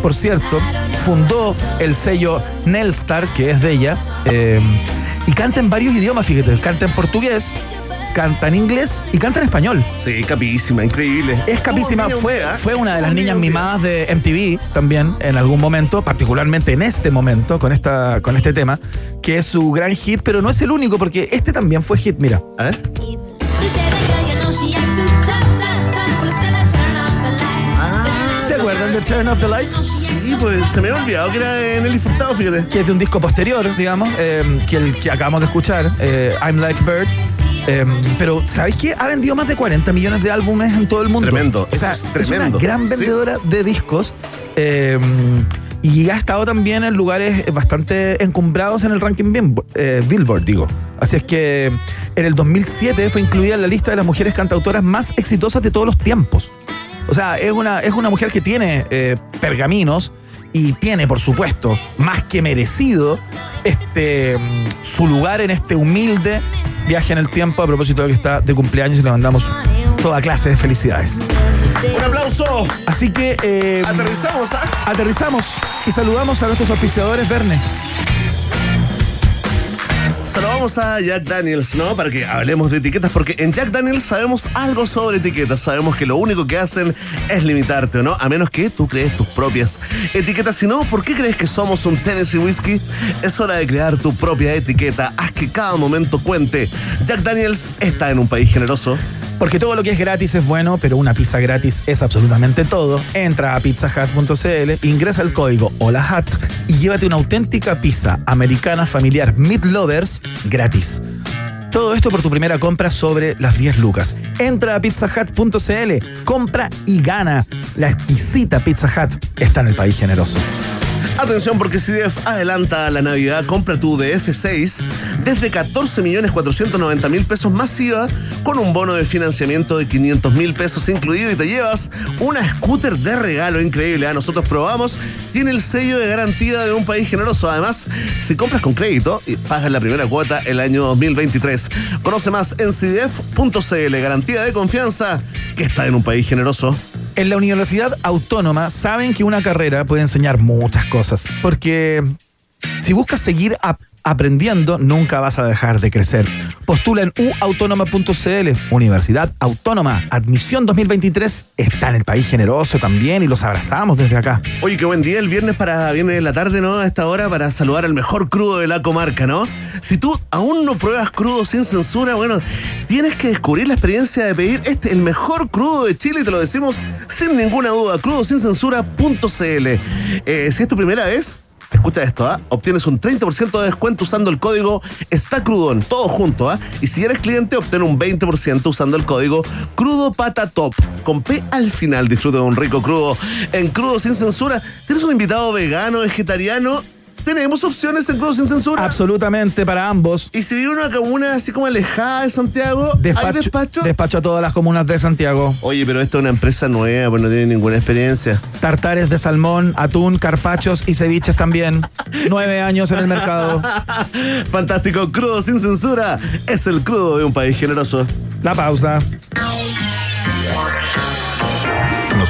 [SPEAKER 2] Por cierto, fundó el sello Nelstar, que es de ella, eh, y canta en varios idiomas, fíjate. Canta en portugués, canta en inglés y canta en español.
[SPEAKER 3] Sí, capísima, increíble.
[SPEAKER 2] Es capísima,
[SPEAKER 3] Tuvo un
[SPEAKER 2] fue, ¿eh?
[SPEAKER 3] niño un día.
[SPEAKER 2] fue una de las
[SPEAKER 3] Un
[SPEAKER 2] niñas
[SPEAKER 3] niño un día.
[SPEAKER 2] mimadas de MTV también en algún momento, particularmente en este momento, con, esta, con este tema, que es su gran hit, pero no es el único, porque este también fue hit, mira.
[SPEAKER 3] A ver.
[SPEAKER 2] ¿Se acuerdan de Turn Off the Lights?
[SPEAKER 3] Sí, pues se me había olvidado que era de Nelly Furtado, fíjate.
[SPEAKER 2] Que es de un disco posterior, digamos, eh, que el que acabamos de escuchar, eh, I'm Like Bird. Eh, pero, ¿sabéis qué? Ha vendido más de 40 millones de álbumes en todo el mundo.
[SPEAKER 3] Tremendo,
[SPEAKER 2] O sea,
[SPEAKER 3] eso es tremendo.
[SPEAKER 2] una gran
[SPEAKER 3] Sí.
[SPEAKER 2] vendedora de discos. eh, y ha estado también en lugares bastante encumbrados en el ranking Bimbo- eh, Billboard, digo. Así es que en el 2007 fue incluida en la lista de las mujeres cantautoras más exitosas de todos los tiempos. O sea, es una, es una mujer que tiene eh, pergaminos y tiene, por supuesto, más que merecido este, mm, su lugar en este humilde viaje en el tiempo a propósito de que está de cumpleaños y le mandamos toda clase de felicidades.
[SPEAKER 3] Un aplauso.
[SPEAKER 2] Así que eh,
[SPEAKER 3] Aterrizamos, ¿ah?
[SPEAKER 2] aterrizamos y saludamos a nuestros auspiciadores, Verne.
[SPEAKER 3] Saludamos a Jack Daniels, ¿no? Para que hablemos de etiquetas, porque en Jack Daniels sabemos algo sobre etiquetas. Sabemos que lo único que hacen es limitarte, ¿o no? A menos que tú crees tus propias etiquetas. Si no, ¿por qué crees que somos un Tennessee Whiskey? Es hora de crear tu propia etiqueta. Haz que cada momento cuente. Jack Daniels está en un país generoso.
[SPEAKER 2] Porque todo lo que es gratis es bueno, pero una pizza gratis es absolutamente todo. Entra a pizzahut.cl, ingresa el código HOLAHAT y llévate una auténtica pizza americana familiar Meat Lovers gratis. Todo esto por tu primera compra sobre las 10 lucas. Entra a pizzahut.cl, compra y gana. La exquisita Pizza Hut está en el país generoso.
[SPEAKER 3] Atención porque CDF adelanta la Navidad, compra tu DF6 desde 14.490.000 pesos masiva con un bono de financiamiento de 500.000 pesos incluido y te llevas una scooter de regalo increíble. A nosotros probamos, tiene el sello de garantía de un país generoso. Además, si compras con crédito, y pagas la primera cuota el año 2023. Conoce más en CDF.cl, garantía de confianza que está en un país generoso.
[SPEAKER 2] En la Universidad Autónoma saben que una carrera puede enseñar muchas cosas, porque si buscas seguir ap- aprendiendo, nunca vas a dejar de crecer. Postula en uautónoma.cl, Universidad Autónoma, admisión 2023, está en el país generoso también y los abrazamos desde acá.
[SPEAKER 3] Oye, qué buen día el viernes para viene la tarde, ¿no? A esta hora para saludar al mejor crudo de la comarca, ¿no? Si tú aún no pruebas crudo sin censura, bueno, tienes que descubrir la experiencia de pedir este el mejor crudo de Chile y te lo decimos sin ninguna duda, crudosincensura.cl. Eh, si es tu primera vez, Escucha esto, ¿ah? Obtienes un 30% de descuento usando el código Está Crudón, todo junto, ¿ah? Y si eres cliente, obtén un 20% usando el código Crudo Pata Top. Con P al final, disfruta de un rico crudo. En Crudo Sin Censura, ¿tienes un invitado vegano, vegetariano? Tenemos opciones en Crudo Sin
[SPEAKER 2] Ah.
[SPEAKER 3] Censura.
[SPEAKER 2] Absolutamente para ambos.
[SPEAKER 3] y si vive en una comuna así como alejada de Santiago, ¿hay despacho?
[SPEAKER 2] despacho a todas las comunas de Santiago.
[SPEAKER 3] Oye, pero esta es una empresa nueva, pues no tiene ninguna experiencia.
[SPEAKER 2] Tartares de salmón, atún, carpachos y ceviches también. Nueve años en el mercado.
[SPEAKER 3] Fantástico, crudo sin censura. Es el crudo de un país generoso.
[SPEAKER 2] La pausa.
[SPEAKER 1] Nos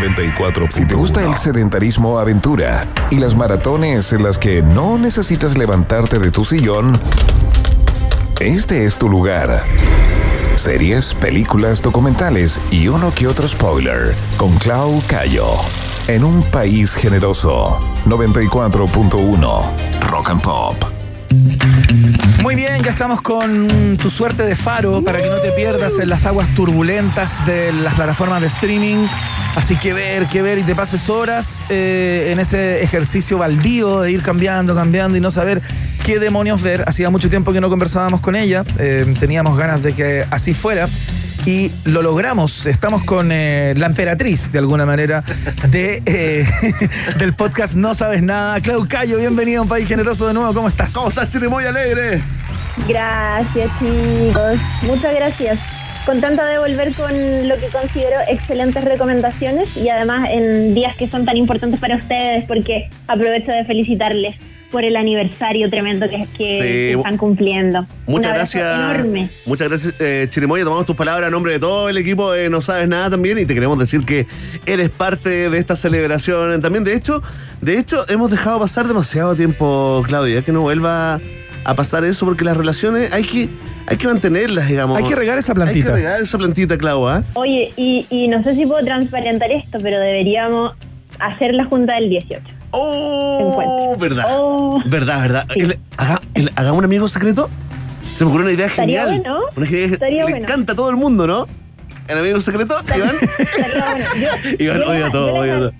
[SPEAKER 1] 94. Si te gusta el sedentarismo aventura y las maratones en las que no necesitas levantarte de tu sillón, este es tu lugar. Series, películas, documentales y uno que otro spoiler con Clau Cayo. En un país generoso. 94.1 Rock and Pop.
[SPEAKER 2] Muy bien, ya estamos con tu suerte de faro para que no te pierdas en las aguas turbulentas de las plataformas de streaming. Así que ver, que ver y te pases horas eh, en ese ejercicio baldío de ir cambiando, cambiando y no saber qué demonios ver. Hacía mucho tiempo que no conversábamos con ella, eh, teníamos ganas de que así fuera. Y lo logramos, estamos con eh, la emperatriz, de alguna manera, de, eh, del podcast No Sabes Nada. Clau Cayo, bienvenido a Un País Generoso de nuevo, ¿cómo estás?
[SPEAKER 3] ¿Cómo estás, Chile? Muy alegre.
[SPEAKER 8] Gracias, chicos. Muchas gracias. Contenta de volver con lo que considero excelentes recomendaciones y además en días que son tan importantes para ustedes, porque aprovecho de felicitarles por el aniversario tremendo que, que- que
[SPEAKER 3] Sí.
[SPEAKER 8] están cumpliendo. Un
[SPEAKER 3] Muchas
[SPEAKER 8] abrazo
[SPEAKER 3] gracias.
[SPEAKER 8] Enorme.
[SPEAKER 3] Muchas gracias, eh, Chirimoya. Tomamos tus palabras a nombre de todo el equipo de No Sabes Nada también y te queremos decir que eres parte de esta celebración también. De hecho, de hecho hemos dejado pasar demasiado tiempo, Claudia, que no vuelva a pasar eso porque las relaciones hay que, hay que mantenerlas, digamos.
[SPEAKER 2] Hay que regar esa
[SPEAKER 3] Hay que
[SPEAKER 2] plantita.
[SPEAKER 3] regar esa plantita, Clau, ¿ah?
[SPEAKER 8] Oye, y, y no sé si puedo transparentar esto, pero deberíamos hacer la junta del 18.
[SPEAKER 3] ¡Oh!
[SPEAKER 8] Encuentro.
[SPEAKER 3] ¿Verdad?
[SPEAKER 8] Oh.
[SPEAKER 3] ¿Verdad, verdad?
[SPEAKER 8] Sí.
[SPEAKER 3] El- haga- el- ¿Hagamos un amigo secreto? Se me ocurrió una idea
[SPEAKER 8] Estaría
[SPEAKER 3] genial.
[SPEAKER 8] bueno.
[SPEAKER 3] Una idea que
[SPEAKER 8] Estaría
[SPEAKER 3] le
[SPEAKER 8] bueno.
[SPEAKER 3] encanta a todo el mundo, ¿no? ¿El amigo secreto, Iván?
[SPEAKER 8] Estaría bueno. Yo-
[SPEAKER 3] Iván
[SPEAKER 8] yo
[SPEAKER 3] odia
[SPEAKER 8] la-
[SPEAKER 3] todo,
[SPEAKER 8] yo la-
[SPEAKER 3] odia todo.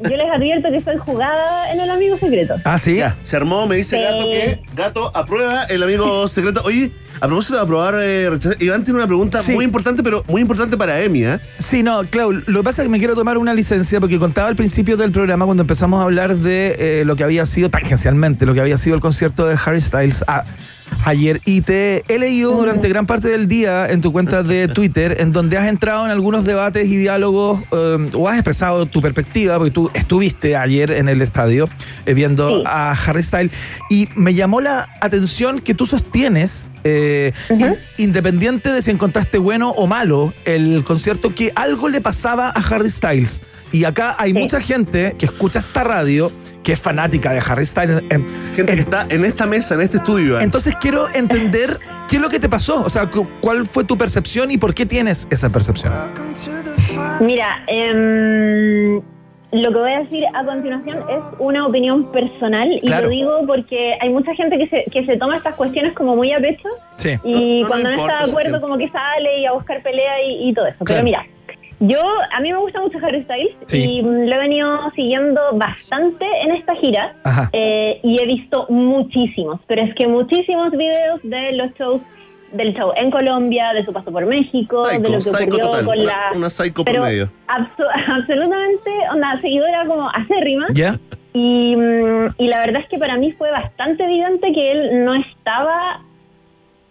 [SPEAKER 6] Yo les advierto que soy jugada en el amigo secreto.
[SPEAKER 2] Ah, sí.
[SPEAKER 3] Ya, se armó, me dice
[SPEAKER 6] Sí.
[SPEAKER 3] Gato que Gato aprueba el amigo secreto. Oye, a propósito de aprobar, eh, rechazar, Iván tiene una pregunta
[SPEAKER 2] Sí.
[SPEAKER 3] muy importante, pero muy importante para Emi, ¿eh?
[SPEAKER 2] Sí, no, Clau, lo que pasa es que me quiero tomar una licencia porque contaba al principio del programa cuando empezamos a hablar de eh, lo que había sido, tangencialmente, lo que había sido el concierto de Harry Styles Ah, a- ayer y te he leído durante gran parte del día en tu cuenta de Twitter en donde has entrado en algunos debates y diálogos eh, o has expresado tu perspectiva porque tú estuviste ayer en el estadio eh, viendo
[SPEAKER 6] Sí.
[SPEAKER 2] a Harry Styles y me llamó la atención que tú sostienes eh, independiente de si encontraste bueno o malo el concierto, que algo le pasaba a Harry Styles. Y acá hay
[SPEAKER 6] Sí.
[SPEAKER 2] mucha gente que escucha esta radio, que es fanática de Harry Styles. En-
[SPEAKER 3] Gente que
[SPEAKER 2] en-
[SPEAKER 3] está en esta mesa, en este estudio, Iván.
[SPEAKER 2] Entonces quiero entender qué es lo que te pasó, o sea, cu- cuál fue tu percepción y por qué tienes esa percepción.
[SPEAKER 6] Mira, em, lo que voy a decir a continuación es una opinión personal y
[SPEAKER 2] Claro.
[SPEAKER 6] lo digo porque hay mucha gente que se, que se toma estas cuestiones como muy a pecho
[SPEAKER 2] Sí.
[SPEAKER 6] y
[SPEAKER 3] No, no, no
[SPEAKER 6] cuando no,
[SPEAKER 3] importa
[SPEAKER 6] está de
[SPEAKER 3] ese
[SPEAKER 6] acuerdo
[SPEAKER 3] tema.
[SPEAKER 6] como que sale y a buscar pelea y, y todo eso.
[SPEAKER 2] Claro.
[SPEAKER 6] Pero mira, yo a mí me gusta mucho Harry Styles
[SPEAKER 2] Sí.
[SPEAKER 6] y mm, lo he venido siguiendo bastante en esta gira.
[SPEAKER 2] Ajá.
[SPEAKER 6] Eh, y he visto muchísimos, pero es que muchísimos videos de los shows del show en Colombia, de su paso por México, de lo
[SPEAKER 3] Psycho,
[SPEAKER 6] que
[SPEAKER 3] psycho
[SPEAKER 6] ocurrió
[SPEAKER 3] total.
[SPEAKER 6] con
[SPEAKER 3] Una,
[SPEAKER 6] la
[SPEAKER 3] una psycho por
[SPEAKER 6] pero
[SPEAKER 3] medio.
[SPEAKER 6] abso- absolutamente, onda, seguidora como acérrima.
[SPEAKER 2] ¿Ya?
[SPEAKER 6] Y, mm, y la verdad es que para mí fue bastante evidente que él no estaba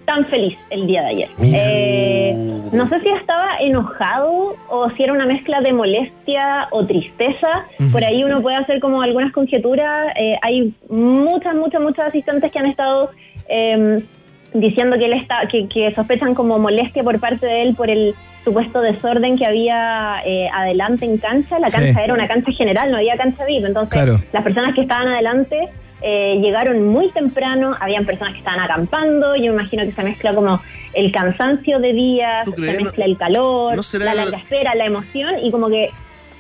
[SPEAKER 6] tan feliz el día de ayer. Eh, no sé si estaba enojado o si era una mezcla de molestia o tristeza. Por ahí uno puede hacer como algunas conjeturas. Eh, hay muchas, muchas, muchas asistentes que han estado eh, diciendo que él está, que, que sospechan como molestia por parte de él por el supuesto desorden que había eh, adelante en cancha. La
[SPEAKER 2] Sí.
[SPEAKER 6] cancha era una cancha general, no había cancha VIP. Entonces
[SPEAKER 2] Claro.
[SPEAKER 6] las personas que estaban adelante eh, llegaron muy temprano, habían personas que estaban acampando, yo me imagino que se mezcla como el cansancio de días,
[SPEAKER 3] ¿Tú
[SPEAKER 6] se
[SPEAKER 3] crees?
[SPEAKER 6] mezcla el calor,
[SPEAKER 3] ¿No será
[SPEAKER 6] la
[SPEAKER 3] el-
[SPEAKER 6] larga espera, la emoción y como que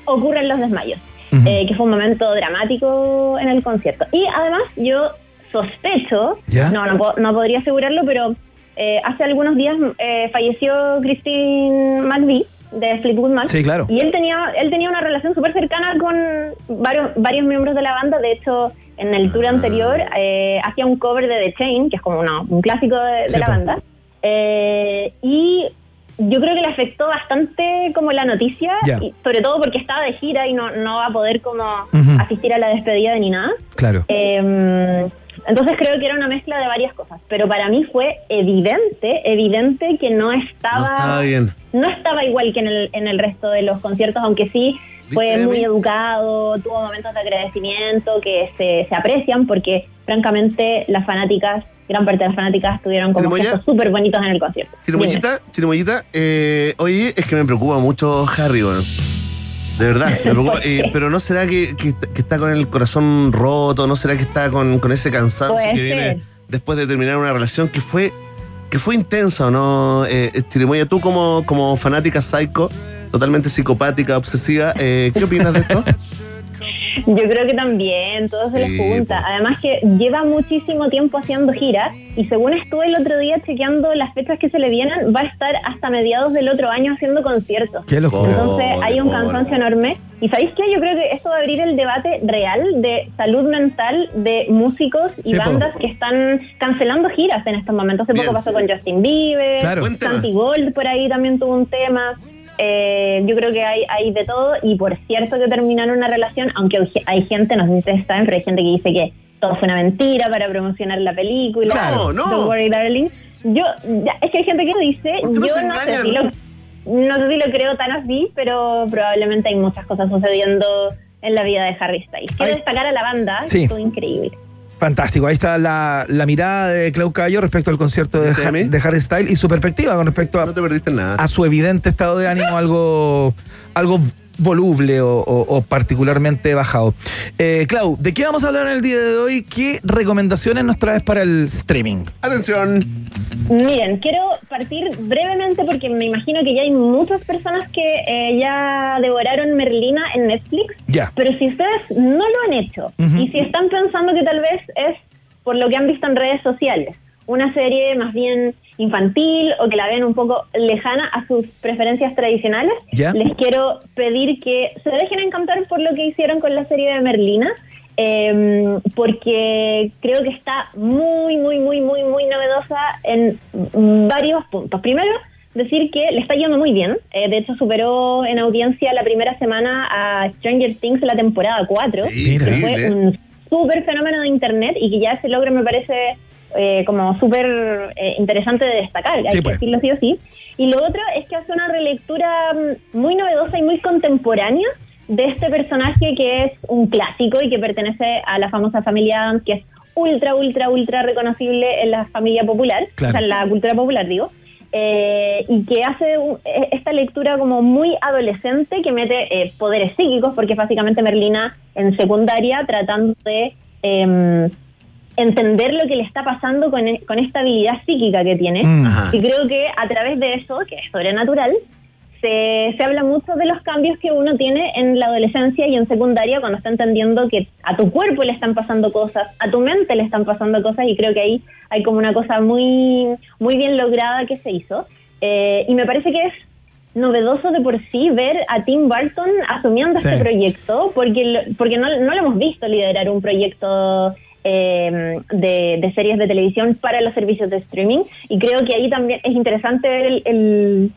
[SPEAKER 6] ocurren los desmayos, eh, que fue un momento dramático en el concierto. Y además yo sospecho,
[SPEAKER 2] ¿Ya?
[SPEAKER 6] no, no, po- no podría asegurarlo, pero eh, hace algunos días eh, falleció Christine McVie de Fleetwood Mac.
[SPEAKER 2] Sí, claro.
[SPEAKER 6] Y él tenía, él tenía una relación súper cercana con varios, varios miembros de la banda. De hecho, en el
[SPEAKER 2] Ah.
[SPEAKER 6] tour anterior eh, hacía un cover de The Chain, que es como una- un clásico de, de
[SPEAKER 2] Sí,
[SPEAKER 6] la
[SPEAKER 2] po.
[SPEAKER 6] banda. Eh, y yo creo que le afectó bastante como la noticia,
[SPEAKER 2] Ya.
[SPEAKER 6] y sobre todo porque estaba de gira y no, no va a poder como
[SPEAKER 2] Ujú.
[SPEAKER 6] asistir a la despedida ni nada.
[SPEAKER 2] Claro.
[SPEAKER 6] Eh, entonces creo que era una mezcla de varias cosas, pero para mí fue evidente, evidente que
[SPEAKER 3] No
[SPEAKER 6] no estaba,
[SPEAKER 3] estaba bien.
[SPEAKER 6] no estaba igual que en el, en el resto de los conciertos, aunque sí fue
[SPEAKER 3] ¿Viste,
[SPEAKER 6] muy
[SPEAKER 3] Emi?
[SPEAKER 6] educado, tuvo momentos de agradecimiento que se, se aprecian porque francamente las fanáticas, gran parte de las fanáticas tuvieron como
[SPEAKER 3] ¿Limoya?
[SPEAKER 6] gestos súper bonitos en el concierto.
[SPEAKER 3] Chirimoyita, Chirimoyita, eh, oye, es que me preocupa mucho Harry, bueno. De verdad, me preocupa.
[SPEAKER 6] ¿Por qué?
[SPEAKER 3] Eh, pero ¿no será que, que- que está con el corazón roto? ¿No será que está con, con ese cansancio
[SPEAKER 6] Puede
[SPEAKER 3] que
[SPEAKER 6] ser.
[SPEAKER 3] viene después de terminar una relación que fue que fue intensa o no? Eh, Chirimoya, tú como, como fanática psycho, totalmente psicopática, obsesiva, eh, ¿qué opinas de esto?
[SPEAKER 6] Yo creo que también, todo se
[SPEAKER 3] Sí,
[SPEAKER 6] les junta.
[SPEAKER 3] po.
[SPEAKER 6] Además que lleva muchísimo tiempo haciendo giras y según estuve el otro día chequeando las fechas que se le vienen, va a estar hasta mediados del otro año haciendo conciertos.
[SPEAKER 2] Qué locura.
[SPEAKER 6] Entonces
[SPEAKER 3] Pobre,
[SPEAKER 6] hay un
[SPEAKER 3] pobre.
[SPEAKER 6] cansancio enorme. ¿Y sabéis qué? Yo creo que esto va a abrir el debate real de salud mental de músicos y
[SPEAKER 2] Sí, po.
[SPEAKER 6] bandas que están cancelando giras en estos momentos. Hace
[SPEAKER 3] Bien.
[SPEAKER 6] poco pasó con Justin Bieber,
[SPEAKER 2] Claro.
[SPEAKER 3] Buen tema.
[SPEAKER 6] Santi Gold por ahí también tuvo un tema. Eh, yo creo que hay, hay de todo y por cierto que terminaron una relación, aunque hay gente, no sé si ustedes saben, pero hay gente que dice que todo fue una mentira para promocionar la película.
[SPEAKER 3] Claro, no.
[SPEAKER 6] Don't worry, darling. Yo, ya, es que hay gente que lo dice,
[SPEAKER 3] ¿Por qué
[SPEAKER 6] yo
[SPEAKER 3] no
[SPEAKER 6] no
[SPEAKER 3] se
[SPEAKER 6] sé,
[SPEAKER 3] engañan?
[SPEAKER 6] si lo, no sé si lo creo tan así, pero probablemente hay muchas cosas sucediendo en la vida de Harry Styles. Quiero
[SPEAKER 2] Ay.
[SPEAKER 6] destacar a la banda,
[SPEAKER 2] Sí.
[SPEAKER 6] que estuvo increíble.
[SPEAKER 2] Fantástico, ahí está la, la mirada de Clau Cayo respecto al concierto de,
[SPEAKER 3] ¿Viste,
[SPEAKER 2] Ha-
[SPEAKER 3] Emi?
[SPEAKER 2] de Harry Styles y su perspectiva con respecto a,
[SPEAKER 3] No te perdiste nada.
[SPEAKER 2] a su evidente estado de ánimo algo, algo voluble o, o- o particularmente bajado. Eh, Clau, ¿de qué vamos a hablar en el día de hoy? ¿Qué recomendaciones nos traes para el streaming?
[SPEAKER 3] Atención.
[SPEAKER 6] Miren, quiero partir brevemente porque me imagino que ya hay muchas personas que eh, ya devoraron Merlina en Netflix,
[SPEAKER 2] Ya.
[SPEAKER 6] pero si ustedes no lo han hecho
[SPEAKER 2] Ujú.
[SPEAKER 6] y si están pensando que tal vez es por lo que han visto en redes sociales una serie más bien infantil o que la vean un poco lejana a sus preferencias tradicionales,
[SPEAKER 2] Ya.
[SPEAKER 6] les quiero pedir que se dejen encantar por lo que hicieron con la serie de Merlina, eh, porque creo que está muy, muy, muy, muy, muy novedosa en varios puntos. Primero, decir que le está yendo muy bien. Eh, de hecho, superó en audiencia la primera semana a Stranger Things la temporada 4 que fue
[SPEAKER 3] Increíble.
[SPEAKER 6] un súper fenómeno de internet y que ya ese logro me parece eh, como súper eh, interesante de destacar, hay
[SPEAKER 2] Sí,
[SPEAKER 6] que
[SPEAKER 2] pues.
[SPEAKER 6] decirlo sí o sí. Y lo otro es que hace una relectura mm, muy novedosa y muy contemporánea de este personaje que es un clásico y que pertenece a la famosa familia Adams, que es ultra, ultra, ultra reconocible en la familia popular,
[SPEAKER 2] Claro.
[SPEAKER 6] o sea, en la cultura popular, digo. Eh, y que hace un- e- esta lectura como muy adolescente que mete eh, poderes psíquicos porque es básicamente Merlina en secundaria tratando de em, entender lo que le está pasando con, e- con esta habilidad psíquica que tiene
[SPEAKER 3] Ajá.
[SPEAKER 6] y creo que a través de eso que es sobrenatural se, se habla mucho de los cambios que uno tiene en la adolescencia y en secundaria cuando está entendiendo que a tu cuerpo le están pasando cosas, a tu mente le están pasando cosas y creo que ahí hay como una cosa muy, muy bien lograda que se hizo. Eh, y me parece que es novedoso de por sí ver a Tim Burton asumiendo
[SPEAKER 2] Sí.
[SPEAKER 6] este proyecto porque, lo- porque no, no lo hemos visto liderar un proyecto eh, de, de series de televisión para los servicios de streaming y creo que ahí también es interesante ver el- el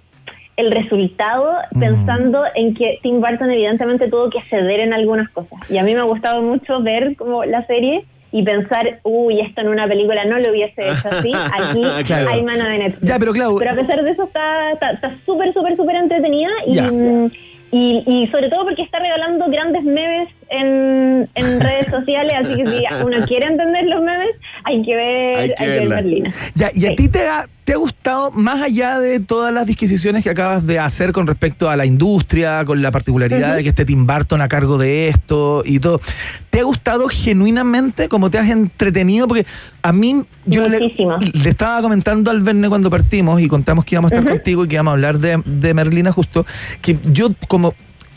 [SPEAKER 6] el resultado pensando en que Tim Burton evidentemente tuvo que ceder en algunas cosas. Y a mí me ha gustado mucho ver como la serie y pensar, uy, esto en una película no lo hubiese hecho así, aquí
[SPEAKER 3] Claro.
[SPEAKER 6] hay mano de Netflix.
[SPEAKER 2] Ya, pero Clau-
[SPEAKER 6] a pesar de eso está está- está súper, súper, súper entretenida y, mm,
[SPEAKER 2] Ya.
[SPEAKER 6] y, y sobre todo porque está regalando grandes memes en, en redes sociales, así que si uno quiere entender los memes, hay que ver,
[SPEAKER 3] Hay que
[SPEAKER 6] hay que ver
[SPEAKER 3] verla.
[SPEAKER 6] Merlina.
[SPEAKER 2] Ya, ¿Y a
[SPEAKER 6] Sí.
[SPEAKER 2] ti te ha, te ha gustado, más allá de todas las disquisiciones que acabas de hacer con respecto a la industria, con la particularidad de que esté Tim Burton a cargo de esto y todo, ¿te ha gustado genuinamente como te has entretenido? Porque a mí, yo le,
[SPEAKER 6] Muchísimo.
[SPEAKER 2] le estaba comentando al Verne cuando partimos y contamos que íbamos a estar contigo y que íbamos a hablar de, de Merlina justo, que yo como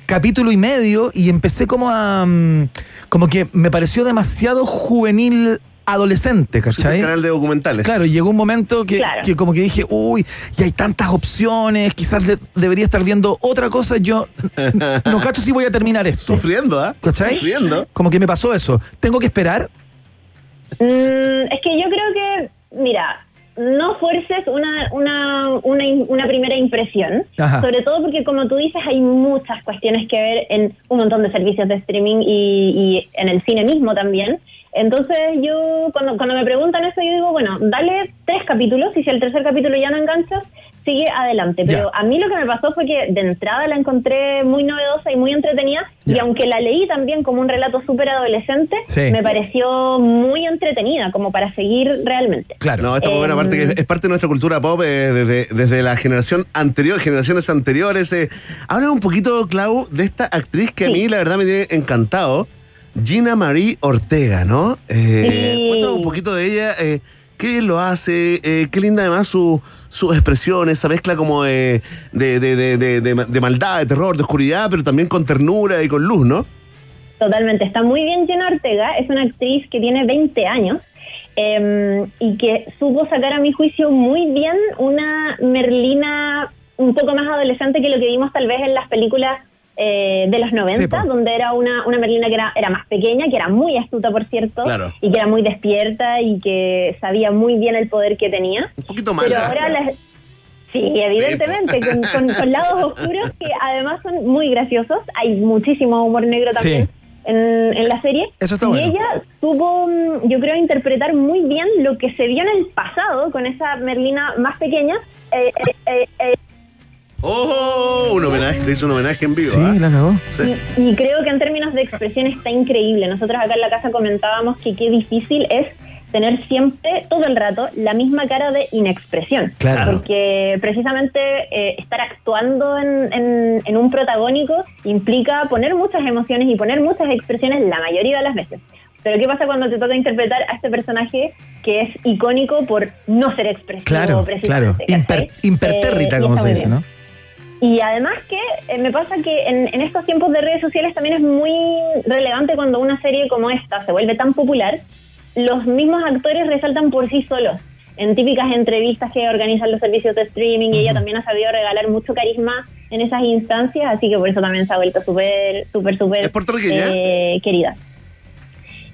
[SPEAKER 2] capítulo y medio y empecé como a... mm, como que me pareció demasiado juvenil adolescente,
[SPEAKER 3] Sí,
[SPEAKER 2] ¿cachai?
[SPEAKER 3] un canal de documentales.
[SPEAKER 2] Claro, y llegó un momento que,
[SPEAKER 6] Claro.
[SPEAKER 2] que como que dije, uy, y hay tantas opciones, quizás de- debería estar viendo otra cosa, yo no cacho si voy a terminar esto.
[SPEAKER 3] Sufriendo, ¿ah?
[SPEAKER 2] ¿Cachai?
[SPEAKER 3] Sufriendo.
[SPEAKER 2] Como que me pasó eso. Tengo que esperar.
[SPEAKER 6] Mm, es que yo creo que, mira, no fuerces una, una, una, in- una primera impresión,
[SPEAKER 2] Ajá.
[SPEAKER 6] sobre todo porque como tú dices hay muchas cuestiones que ver en un montón de servicios de streaming y, y en el cine mismo también. Entonces yo cuando, cuando me preguntan eso yo digo, bueno, dale tres capítulos y si el tercer capítulo ya no enganchas, sigue adelante. Pero
[SPEAKER 2] Ya.
[SPEAKER 6] a mí lo que me pasó fue que de entrada la encontré muy novedosa y muy entretenida y
[SPEAKER 2] Ya.
[SPEAKER 6] aunque la leí también como un relato súper adolescente,
[SPEAKER 2] Sí.
[SPEAKER 6] me pareció muy entretenida como para seguir realmente.
[SPEAKER 2] Claro.
[SPEAKER 3] No, esta muy buena
[SPEAKER 6] Em.
[SPEAKER 3] parte que es- es parte de nuestra cultura pop eh, desde, desde la generación anterior, generaciones anteriores. eh. Habla un poquito, Clau, de esta actriz que a
[SPEAKER 6] Sí.
[SPEAKER 3] mí la verdad me tiene encantado, Gina Marie Ortega, ¿no? Eh,
[SPEAKER 6] Sí.
[SPEAKER 3] Cuéntanos un poquito de ella, eh, qué bien lo hace, eh, qué linda además su, sus expresiones, esa mezcla como eh, de, de- de- de- de ma- de maldad, de terror, de oscuridad, pero también con ternura y con luz, ¿no?
[SPEAKER 6] Totalmente, está muy bien Gina Ortega, es una actriz que tiene 20 años eh, y que supo sacar a mi juicio muy bien una Merlina un poco más adolescente que lo que vimos tal vez en las películas eh, de los 90,
[SPEAKER 2] po.
[SPEAKER 6] donde era una, una Merlina que era, era más pequeña, que era muy astuta por cierto,
[SPEAKER 3] Claro.
[SPEAKER 6] y que era muy despierta y que sabía muy bien el poder que tenía.
[SPEAKER 3] Un poquito más.
[SPEAKER 6] Pero ahora las- Sí, evidentemente, con,
[SPEAKER 2] pues.
[SPEAKER 6] con- con lados oscuros que además son muy graciosos. Hay muchísimo humor negro también
[SPEAKER 2] Sí.
[SPEAKER 6] en, en la serie.
[SPEAKER 2] Eso está
[SPEAKER 6] y
[SPEAKER 2] bueno.
[SPEAKER 6] ella supo, mm, yo creo, interpretar muy bien lo que se vio en el pasado con esa Merlina más pequeña. Eh, eh, eh, eh,
[SPEAKER 3] ¡Oh! Un homenaje, te hizo un homenaje en vivo.
[SPEAKER 2] Sí,
[SPEAKER 3] ¿ah?
[SPEAKER 2] la cagó.
[SPEAKER 3] Sí.
[SPEAKER 6] y, y creo que en términos de expresión está increíble. Nosotros acá en la casa comentábamos que qué difícil es tener siempre, todo el rato, la misma cara de inexpresión.
[SPEAKER 2] Claro.
[SPEAKER 6] Porque precisamente eh, estar actuando en, en- en un protagónico implica poner muchas emociones y poner muchas expresiones la mayoría de las veces. Pero ¿qué pasa cuando te toca interpretar a este personaje que es icónico por no ser expresivo?
[SPEAKER 2] Claro, claro.
[SPEAKER 6] precisamente,
[SPEAKER 2] Imper-
[SPEAKER 6] ¿cachai?
[SPEAKER 2] impertérrita,
[SPEAKER 6] Eh, y
[SPEAKER 2] como
[SPEAKER 6] está
[SPEAKER 2] se
[SPEAKER 6] muy
[SPEAKER 2] dice,
[SPEAKER 6] bien.
[SPEAKER 2] ¿no?
[SPEAKER 6] Y además que eh, me pasa que en, en estos tiempos de redes sociales también es muy relevante cuando una serie como esta se vuelve tan popular, los mismos actores resaltan por sí solos. en típicas entrevistas que organizan los servicios de streaming y ella también ha sabido regalar mucho carisma en esas instancias, así que por eso también se ha vuelto súper, súper, súper
[SPEAKER 3] ¿Es puertorriqueña?
[SPEAKER 6] eh, querida.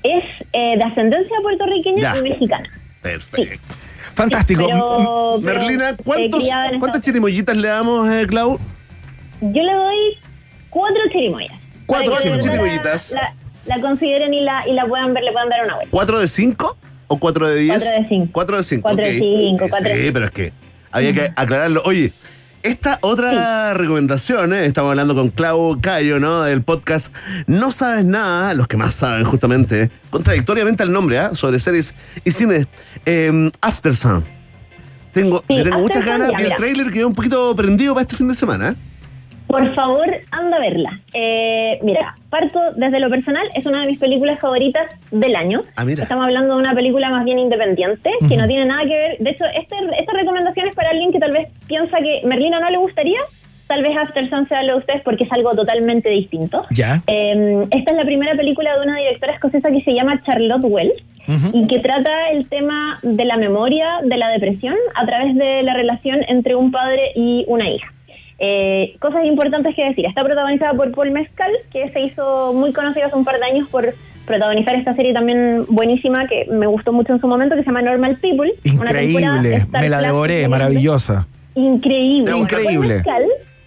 [SPEAKER 6] Es eh, de ascendencia puertorriqueña
[SPEAKER 3] Ya.
[SPEAKER 6] y mexicana.
[SPEAKER 3] Perfecto.
[SPEAKER 2] Fantástico. Mm,
[SPEAKER 6] Pero- pero,
[SPEAKER 3] Merlina,
[SPEAKER 6] eh,
[SPEAKER 3] ¿cuántos,
[SPEAKER 6] criada en
[SPEAKER 3] ¿cuántas
[SPEAKER 6] Estados-
[SPEAKER 3] chirimoyitas le damos, eh, Clau?
[SPEAKER 6] Yo le doy cuatro chirimoyas.
[SPEAKER 3] Cuatro
[SPEAKER 6] Para que de verdad
[SPEAKER 3] chirimoyitas.
[SPEAKER 6] La, la consideren y la, y la puedan ver, le puedan dar una vuelta.
[SPEAKER 3] ¿Cuatro de cinco o cuatro de diez?
[SPEAKER 6] Cuatro de cinco.
[SPEAKER 3] Cuatro de cinco.
[SPEAKER 6] Cuatro de
[SPEAKER 3] ok.
[SPEAKER 6] cinco,
[SPEAKER 3] Eh,
[SPEAKER 6] cuatro de
[SPEAKER 3] Sí,
[SPEAKER 6] cinco.
[SPEAKER 3] pero es que había que aclararlo. Oye, esta otra recomendación, eh, estamos hablando con Clau Cayo, ¿no? Del podcast No Sabes Nada, los que más saben justamente, eh, contradictoriamente al nombre, ¿ah? Sobre series y cine. Eh, After Sun. Tengo,
[SPEAKER 6] Sí,
[SPEAKER 3] le tengo
[SPEAKER 6] After
[SPEAKER 3] muchas
[SPEAKER 6] Sun,
[SPEAKER 3] ganas.
[SPEAKER 6] ya,
[SPEAKER 3] Vi el
[SPEAKER 6] mira.
[SPEAKER 3] trailer quedó un poquito prendido para este fin de semana. ¿eh?
[SPEAKER 6] Por favor, anda a verla. Eh, mira, parto desde lo personal, es una de mis películas favoritas del año.
[SPEAKER 3] Ah, mira.
[SPEAKER 6] Estamos hablando de una película más bien independiente, que no tiene nada que ver. De hecho, este, esta recomendación es para alguien que tal vez piensa que Merlina no le gustaría. Tal vez After Sun sea lo de ustedes porque es algo totalmente distinto.
[SPEAKER 2] Ya.
[SPEAKER 6] Eh, esta es la primera película de una directora escocesa que se llama Charlotte Wells
[SPEAKER 2] Ujú.
[SPEAKER 6] y que trata el tema de la memoria, de la depresión, a través de la relación entre un padre y una hija. Eh, cosas importantes que decir. Está protagonizada por Paul Mescal, que se hizo muy conocido hace un par de años por protagonizar esta serie también buenísima que me gustó mucho en su momento, que se llama Normal People. Una película de
[SPEAKER 2] Increíble.
[SPEAKER 6] Star
[SPEAKER 2] Me la
[SPEAKER 6] Plus
[SPEAKER 2] devoré.
[SPEAKER 6] que-
[SPEAKER 2] Maravillosa.
[SPEAKER 6] Increíble.
[SPEAKER 2] Increíble.
[SPEAKER 6] Paul Mescal,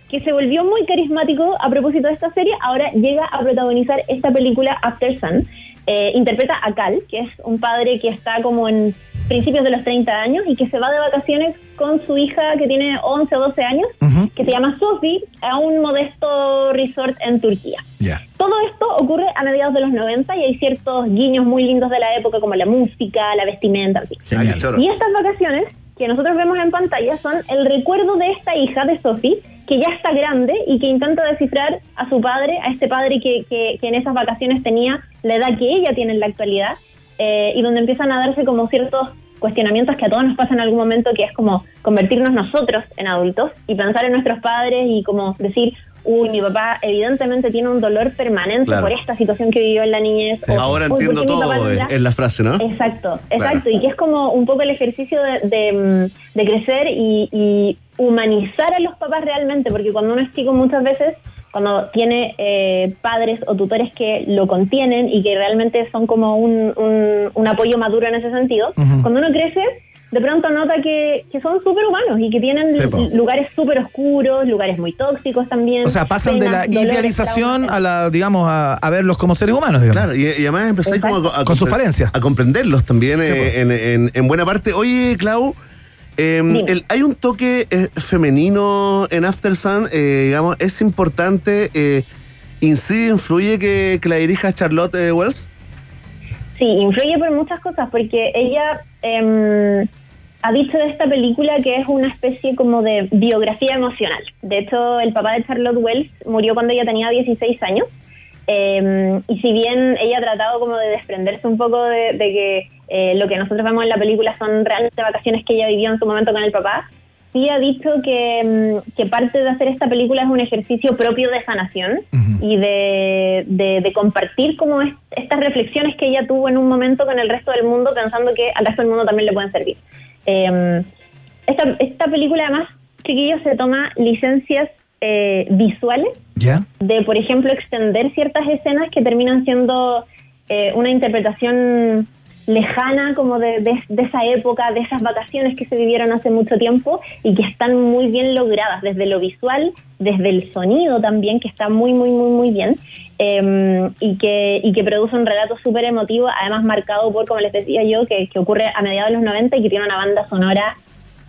[SPEAKER 6] que se volvió muy carismático a propósito de esta serie, ahora llega a protagonizar esta película After Sun. Eh, interpreta a Cal, que es un padre que está como en principios de los 30 años y que se va de vacaciones con su hija que tiene 11 o 12 años,
[SPEAKER 2] Ujú.
[SPEAKER 6] que se llama Sophie, a un modesto resort en Turquía.
[SPEAKER 2] Ya.
[SPEAKER 6] Todo esto ocurre a mediados de los 90 y hay ciertos guiños muy lindos de la época como la música, la vestimenta, en fin.
[SPEAKER 2] Genial.
[SPEAKER 3] Ah, qué choro.
[SPEAKER 6] Y estas vacaciones que nosotros vemos en pantalla son el recuerdo de esta hija de Sophie, que ya está grande y que intenta descifrar a su padre, a este padre que, que- que en esas vacaciones tenía la edad que ella tiene en la actualidad, eh, y donde empiezan a darse como ciertos cuestionamientos que a todos nos pasa en algún momento, que es como convertirnos nosotros en adultos y pensar en nuestros padres y como decir, uy, mi papá evidentemente tiene un dolor permanente
[SPEAKER 3] Claro.
[SPEAKER 6] por esta situación que vivió en la niñez. o,
[SPEAKER 3] Ahora
[SPEAKER 6] "Uy, ¿por
[SPEAKER 3] entiendo
[SPEAKER 6] qué mi papá no
[SPEAKER 3] todo, eh,
[SPEAKER 6] está?".
[SPEAKER 3] es la frase, ¿no?
[SPEAKER 6] Exacto, exacto.
[SPEAKER 3] Claro.
[SPEAKER 6] Y que es como un poco el ejercicio de, de, mm, de crecer y, y humanizar a los papás realmente, porque cuando uno es chico muchas veces, cuando tiene eh, padres o tutores que lo contienen y que realmente son como un, un- un apoyo maduro en ese sentido, cuando uno crece, de pronto nota que, que son súper humanos y que tienen
[SPEAKER 2] Sí, po.
[SPEAKER 6] lugares súper oscuros, lugares muy tóxicos también.
[SPEAKER 2] O sea, pasan de la
[SPEAKER 6] penas, dolores,
[SPEAKER 2] idealización
[SPEAKER 6] traumas,
[SPEAKER 2] a la, digamos, a, a verlos como seres humanos, digamos.
[SPEAKER 3] Claro, y, y además empezáis como a,
[SPEAKER 2] Con sus
[SPEAKER 3] compre-
[SPEAKER 2] falencias.
[SPEAKER 3] A comprenderlos también eh,
[SPEAKER 2] Sí, pues.
[SPEAKER 3] en, en- en buena parte. Oye, Clau, eh,
[SPEAKER 6] Dime.
[SPEAKER 3] el- hay un toque eh, femenino en After Sun, eh, digamos, es importante, eh, incide, influye que, que la dirija Charlotte eh, Wells.
[SPEAKER 6] Sí, influye por muchas cosas, porque ella em, ha dicho de esta película que es una especie como de biografía emocional. De hecho, el papá de Charlotte Wells murió cuando ella tenía 16 años. em, y si bien ella ha tratado como de desprenderse un poco de, de que eh, lo que nosotros vemos en la película son realmente vacaciones que ella vivió en su momento con el papá, sí ha dicho que, mm, que parte de hacer esta película es un ejercicio propio de sanación y de, de- de compartir como es- estas reflexiones que ella tuvo en un momento con el resto del mundo, pensando que al resto del mundo también le pueden servir. Eh, esta, esta película además, chiquillos, se toma licencias eh, visuales
[SPEAKER 2] ¿Ya?
[SPEAKER 6] de, por ejemplo, extender ciertas escenas que terminan siendo eh, una interpretación lejana como de, de- de esa época, de esas vacaciones que se vivieron hace mucho tiempo y que están muy bien logradas desde lo visual, desde el sonido también, que está muy, muy, muy, muy bien eh, y, que, y que produce un relato súper emotivo, además marcado por, como les decía yo, que, que ocurre a mediados de los 90 y que tiene una banda sonora,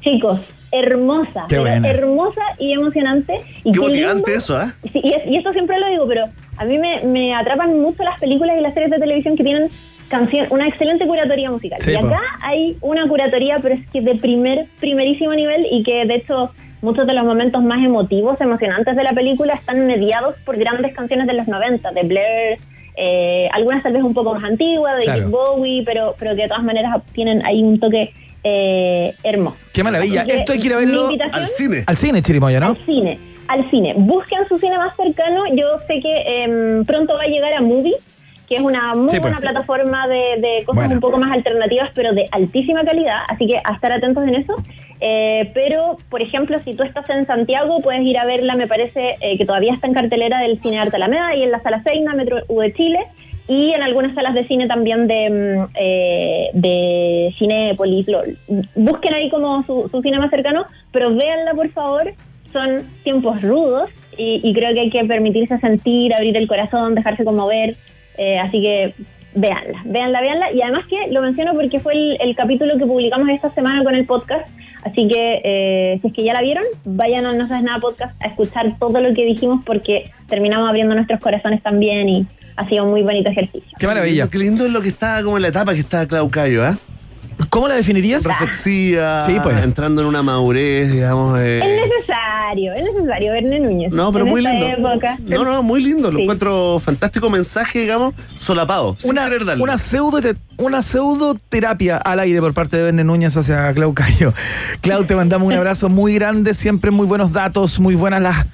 [SPEAKER 6] chicos, hermosa,
[SPEAKER 2] Qué
[SPEAKER 6] pero
[SPEAKER 2] buena.
[SPEAKER 6] hermosa y emocionante.
[SPEAKER 3] Qué
[SPEAKER 6] Y qué
[SPEAKER 3] motivante
[SPEAKER 6] lindo
[SPEAKER 3] eso, ¿eh?
[SPEAKER 6] Sí, y, es- y esto siempre lo digo, pero a mí me, me atrapan mucho las películas y las series de televisión que tienen canción, una excelente curatoría musical.
[SPEAKER 2] Sí,
[SPEAKER 6] y
[SPEAKER 2] po.
[SPEAKER 6] acá hay una curatoría, pero es que de primer, primerísimo nivel y que de hecho muchos de los momentos más emotivos, emocionantes de la película están mediados por grandes canciones de los 90, de Blair, eh, algunas tal vez un poco más antiguas, de
[SPEAKER 2] Claro.
[SPEAKER 6] David Bowie, pero, pero que de todas maneras tienen ahí un toque eh, hermoso.
[SPEAKER 2] Qué maravilla.
[SPEAKER 6] Así que
[SPEAKER 2] Esto hay que ir a
[SPEAKER 6] mi
[SPEAKER 2] verlo
[SPEAKER 6] invitación-
[SPEAKER 3] Al cine.
[SPEAKER 2] al cine, Chirimoya, ¿no?
[SPEAKER 6] al cine, al cine. Busquen su cine más cercano. Yo sé que em, pronto va a llegar a Movie. que es una muy
[SPEAKER 2] Sí, pues.
[SPEAKER 6] buena plataforma de, de cosas
[SPEAKER 2] Buena.
[SPEAKER 6] un poco más alternativas, pero de altísima calidad, así que a estar atentos en eso. Eh, pero, por ejemplo, si tú estás en Santiago, puedes ir a verla, me parece eh, que todavía está en cartelera del Cine Arte Alameda y en la Sala Seina, Metro U de Chile, y en algunas salas de cine también de, mm, eh, de Cinépolis. Lo- Busquen ahí como su, su cine más cercano, pero véanla, por favor. Son tiempos rudos y, y creo que hay que permitirse sentir, abrir el corazón, dejarse conmover. Eh, así que véanla, véanla, véanla. Y además que lo menciono porque fue el, el capítulo que publicamos esta semana con el podcast. Así que eh, si es que ya la vieron, vayan a No Sabes Nada Podcast a escuchar todo lo que dijimos porque terminamos abriendo nuestros corazones también y ha sido un muy bonito ejercicio.
[SPEAKER 2] Qué maravilla.
[SPEAKER 3] Qué lindo es lo que está como en la etapa que está Clau Cayo, ¿ah?
[SPEAKER 2] ¿Cómo la definirías?
[SPEAKER 3] Reflexiva,
[SPEAKER 2] Sí, pues.
[SPEAKER 3] entrando en una madurez, digamos. eh,
[SPEAKER 6] Es necesario, es necesario, Verne Núñez.
[SPEAKER 3] No, pero
[SPEAKER 6] en
[SPEAKER 3] muy
[SPEAKER 6] esta
[SPEAKER 3] lindo.
[SPEAKER 6] época.
[SPEAKER 3] No, no, muy lindo. Lo
[SPEAKER 6] Sí.
[SPEAKER 3] encuentro fantástico mensaje, digamos, solapado. sin
[SPEAKER 2] Una,
[SPEAKER 3] querer darle.
[SPEAKER 2] una, pseudo, una pseudoterapia al aire por parte de Verne Núñez hacia Clau Cayo. Clau, te mandamos un abrazo muy grande, siempre muy buenos datos, muy buenas las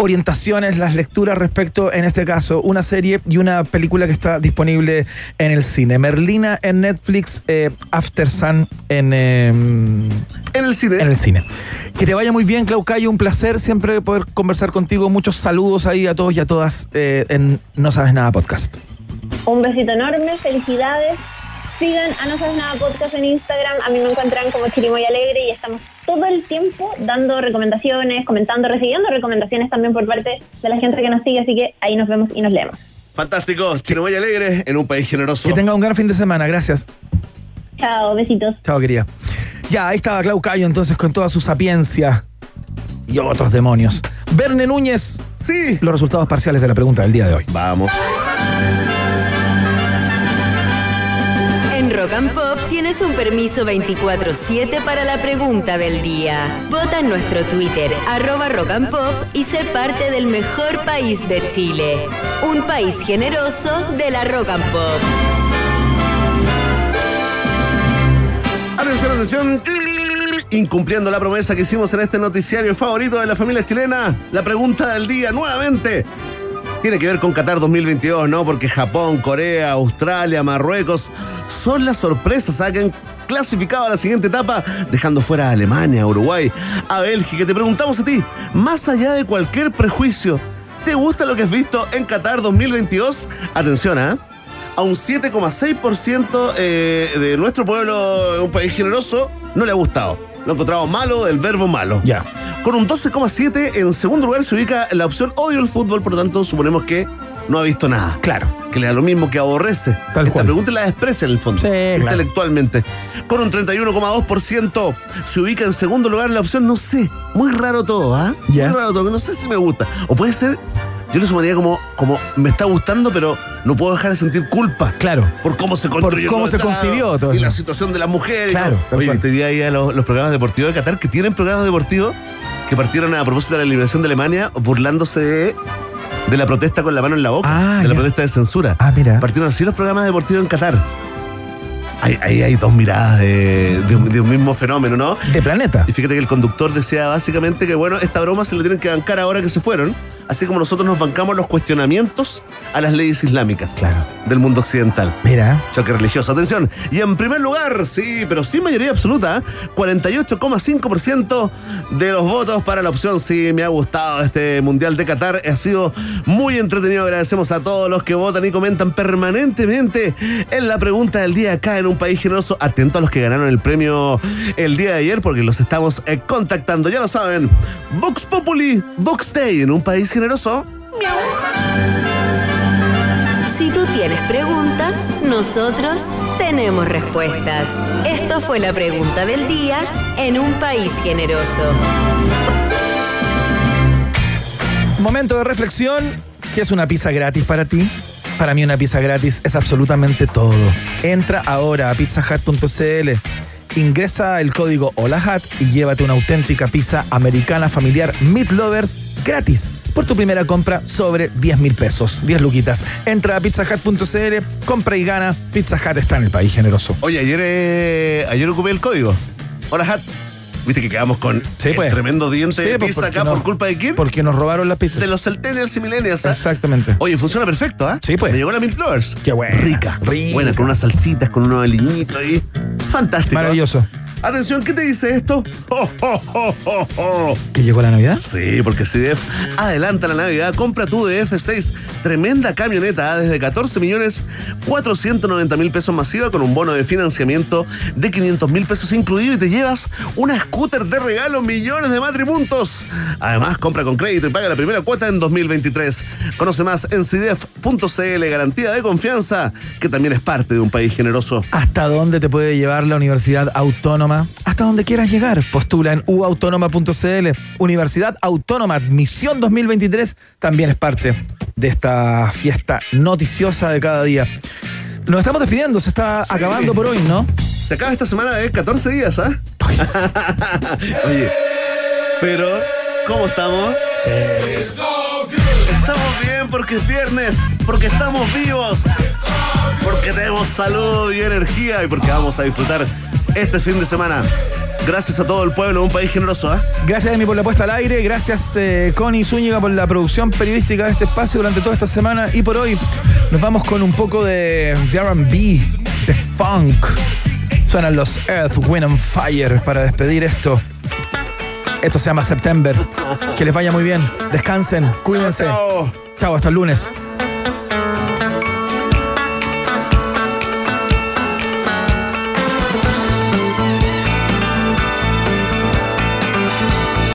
[SPEAKER 2] orientaciones, las lecturas respecto, en este caso, una serie y una película que está disponible en el cine. Merlina en Netflix, eh, After Sun en... em,
[SPEAKER 3] En el cine.
[SPEAKER 2] en el cine. Que te vaya muy bien, Clau Cayo. Un placer siempre poder conversar contigo. Muchos saludos ahí a todos y a todas eh, en No Sabes Nada Podcast.
[SPEAKER 6] Un besito enorme, felicidades. Sigan a No Sabes Nada Podcast en Instagram. A mí me encuentran como Chirimoy Alegre y estamos todo el tiempo dando recomendaciones, comentando, recibiendo recomendaciones también por parte de la gente que nos sigue. Así que ahí nos vemos y nos leemos.
[SPEAKER 3] Fantástico. Chino muy alegre en un país generoso.
[SPEAKER 2] Que tenga un gran fin de semana. Gracias.
[SPEAKER 6] Chao, besitos.
[SPEAKER 2] Chao, querida. Ya, ahí estaba Clau Cayo entonces con toda su sapiencia y otros demonios. Verne Núñez,
[SPEAKER 3] Sí.
[SPEAKER 2] los resultados parciales de la pregunta del día de hoy.
[SPEAKER 3] Vamos.
[SPEAKER 4] En Rock and Pop tienes un permiso 24-7 para la pregunta del día. Vota en nuestro Twitter, arroba Rock and Pop, y sé parte del mejor país de Chile. Un país generoso de la Rock and Pop.
[SPEAKER 3] Atención, atención. Incumpliendo la promesa que hicimos en este noticiario favorito de la familia chilena, la pregunta del día nuevamente tiene que ver con Qatar 2022, ¿no? Porque Japón, Corea, Australia, Marruecos son las sorpresas ¿ah? que han clasificado a la siguiente etapa, dejando fuera a Alemania, a Uruguay, a Bélgica. Te preguntamos a ti, más allá de cualquier prejuicio, ¿te gusta lo que has visto en Qatar 2022? Atención, ¿ah? A un 7,6% eh, de nuestro pueblo, un país generoso, no le ha gustado. Lo ha encontrado malo, del verbo malo.
[SPEAKER 2] Ya.
[SPEAKER 3] Con un 12,7 en segundo lugar se ubica la opción odio el fútbol, por lo tanto suponemos que no ha visto nada.
[SPEAKER 2] Claro.
[SPEAKER 3] Que le da lo mismo que aborrece.
[SPEAKER 2] Tal
[SPEAKER 3] Esta
[SPEAKER 2] cual.
[SPEAKER 3] pregunta la expresa en el fondo,
[SPEAKER 2] Sí, claro.
[SPEAKER 3] intelectualmente. Con un 31,2% se ubica en segundo lugar la opción no sé. Muy raro todo, ¿ah?
[SPEAKER 2] Ya.
[SPEAKER 3] Muy raro todo, que no sé si me gusta. O puede ser, yo lo sumaría como, como me está gustando, pero no puedo dejar de sentir culpa.
[SPEAKER 2] Claro.
[SPEAKER 3] Por cómo se construyó.
[SPEAKER 2] cómo se concibió todo
[SPEAKER 3] Y
[SPEAKER 2] eso.
[SPEAKER 3] la situación de las mujeres.
[SPEAKER 2] Claro,
[SPEAKER 3] ¿no?
[SPEAKER 2] tal
[SPEAKER 3] Oye,
[SPEAKER 2] cual.
[SPEAKER 3] te vi ahí a los, los programas deportivos de Qatar, que tienen programas deportivos que partieron a propósito de la liberación de Alemania, burlándose de, de la protesta con la mano en la boca,
[SPEAKER 2] Ah,
[SPEAKER 3] de la
[SPEAKER 2] ya.
[SPEAKER 3] protesta de censura.
[SPEAKER 2] Ah, mira.
[SPEAKER 3] Partieron así los programas deportivos en Qatar. Ahí ahí hay, dos miradas de, de un- de un mismo fenómeno, ¿no?
[SPEAKER 2] De planeta.
[SPEAKER 3] Y fíjate que el conductor decía básicamente que, bueno, esta broma se la tienen que bancar ahora que se fueron, así como nosotros nos bancamos los cuestionamientos a las leyes islámicas
[SPEAKER 2] Claro.
[SPEAKER 3] del mundo occidental.
[SPEAKER 2] Mira.
[SPEAKER 3] Choque religioso, atención. Y en primer lugar, sí, pero sin mayoría absoluta, ¿eh? 48,5% de los votos para la opción. Sí, me ha gustado este Mundial de Qatar. Ha sido muy entretenido. Agradecemos a todos los que votan y comentan permanentemente en la pregunta del día acá en un país generoso. Atento a los que ganaron el premio el día de ayer porque los estamos eh, contactando. Ya lo saben, Vox Populi, Vox Day en un país generoso.
[SPEAKER 4] Si tú tienes preguntas, nosotros tenemos respuestas. Esto fue la pregunta del día en un país generoso.
[SPEAKER 2] Momento de reflexión. ¿Qué es una pizza gratis para ti? Para mí una pizza gratis es absolutamente todo. Entra ahora a pizzahut.cl, ingresa el código HOLAHAT y llévate una auténtica pizza americana familiar Meat Lovers gratis por tu primera compra sobre 10 mil pesos, 10 luquitas. Entra a pizzahut.cl, compra y gana. Pizza Hut está en el país generoso.
[SPEAKER 3] Oye, ayer, eh, ayer ocupé el código. Hola, Hat. Viste que quedamos con
[SPEAKER 2] Sí,
[SPEAKER 3] el
[SPEAKER 2] pues.
[SPEAKER 3] tremendo diente
[SPEAKER 2] Sí,
[SPEAKER 3] de
[SPEAKER 2] pues,
[SPEAKER 3] pizza
[SPEAKER 2] porque
[SPEAKER 3] acá
[SPEAKER 2] no-
[SPEAKER 3] por culpa de quién?
[SPEAKER 2] Porque nos robaron las pizzas.
[SPEAKER 3] de los centennials y millennials. ¿ah?
[SPEAKER 2] Exactamente.
[SPEAKER 3] Oye, funciona perfecto, ¿ah?
[SPEAKER 2] Sí, pues.
[SPEAKER 3] Me llegó la Mint Lovers.
[SPEAKER 2] Qué buena.
[SPEAKER 3] Rica.
[SPEAKER 2] Rica.
[SPEAKER 3] Buena, con unas salsitas, con unos aliñitos ahí. Fantástico. ¿ah?
[SPEAKER 2] Maravilloso.
[SPEAKER 3] Atención, ¿qué te dice esto? ¡Oh, oh, oh, oh, oh!
[SPEAKER 2] ¿Que llegó la Navidad?
[SPEAKER 3] Sí, porque CDF adelanta la Navidad. Compra tu DF6, tremenda camioneta ¿ah? desde 14 millones 490 mil pesos masiva con un bono de financiamiento de 500 mil pesos incluido y te llevas una scooter de regalo, millones de matripuntos. Además, compra con crédito y paga la primera cuota en 2023. Conoce más en CDF.cl, garantía de confianza, que también es parte de un país generoso.
[SPEAKER 2] ¿Hasta dónde te puede llevar la Universidad Autónoma? Hasta donde quieras llegar. Postula en uautónoma.cl. Universidad Autónoma Admisión 2023 también es parte de esta fiesta noticiosa de cada día. Nos estamos despidiendo, se está acabando por hoy, ¿no?
[SPEAKER 3] Se acaba esta semana de 14 días, ¿ah? Oye, pero ¿cómo estamos? Estamos bien porque es viernes, porque estamos vivos, porque tenemos salud y energía y porque vamos a disfrutar este fin de semana. Gracias a todo el pueblo, un país generoso, ¿ah?
[SPEAKER 2] Gracias, Emi, por la puesta al aire. Gracias, eh, Connie Zúñiga, por la producción periodística de este espacio durante toda esta semana. Y por hoy nos vamos con un poco de, de RB, de funk. Suenan los Earth, Wind and Fire para despedir esto. Esto se llama September. Que les vaya muy bien. Descansen, cuídense.
[SPEAKER 3] Chao.
[SPEAKER 2] Chao, hasta el lunes.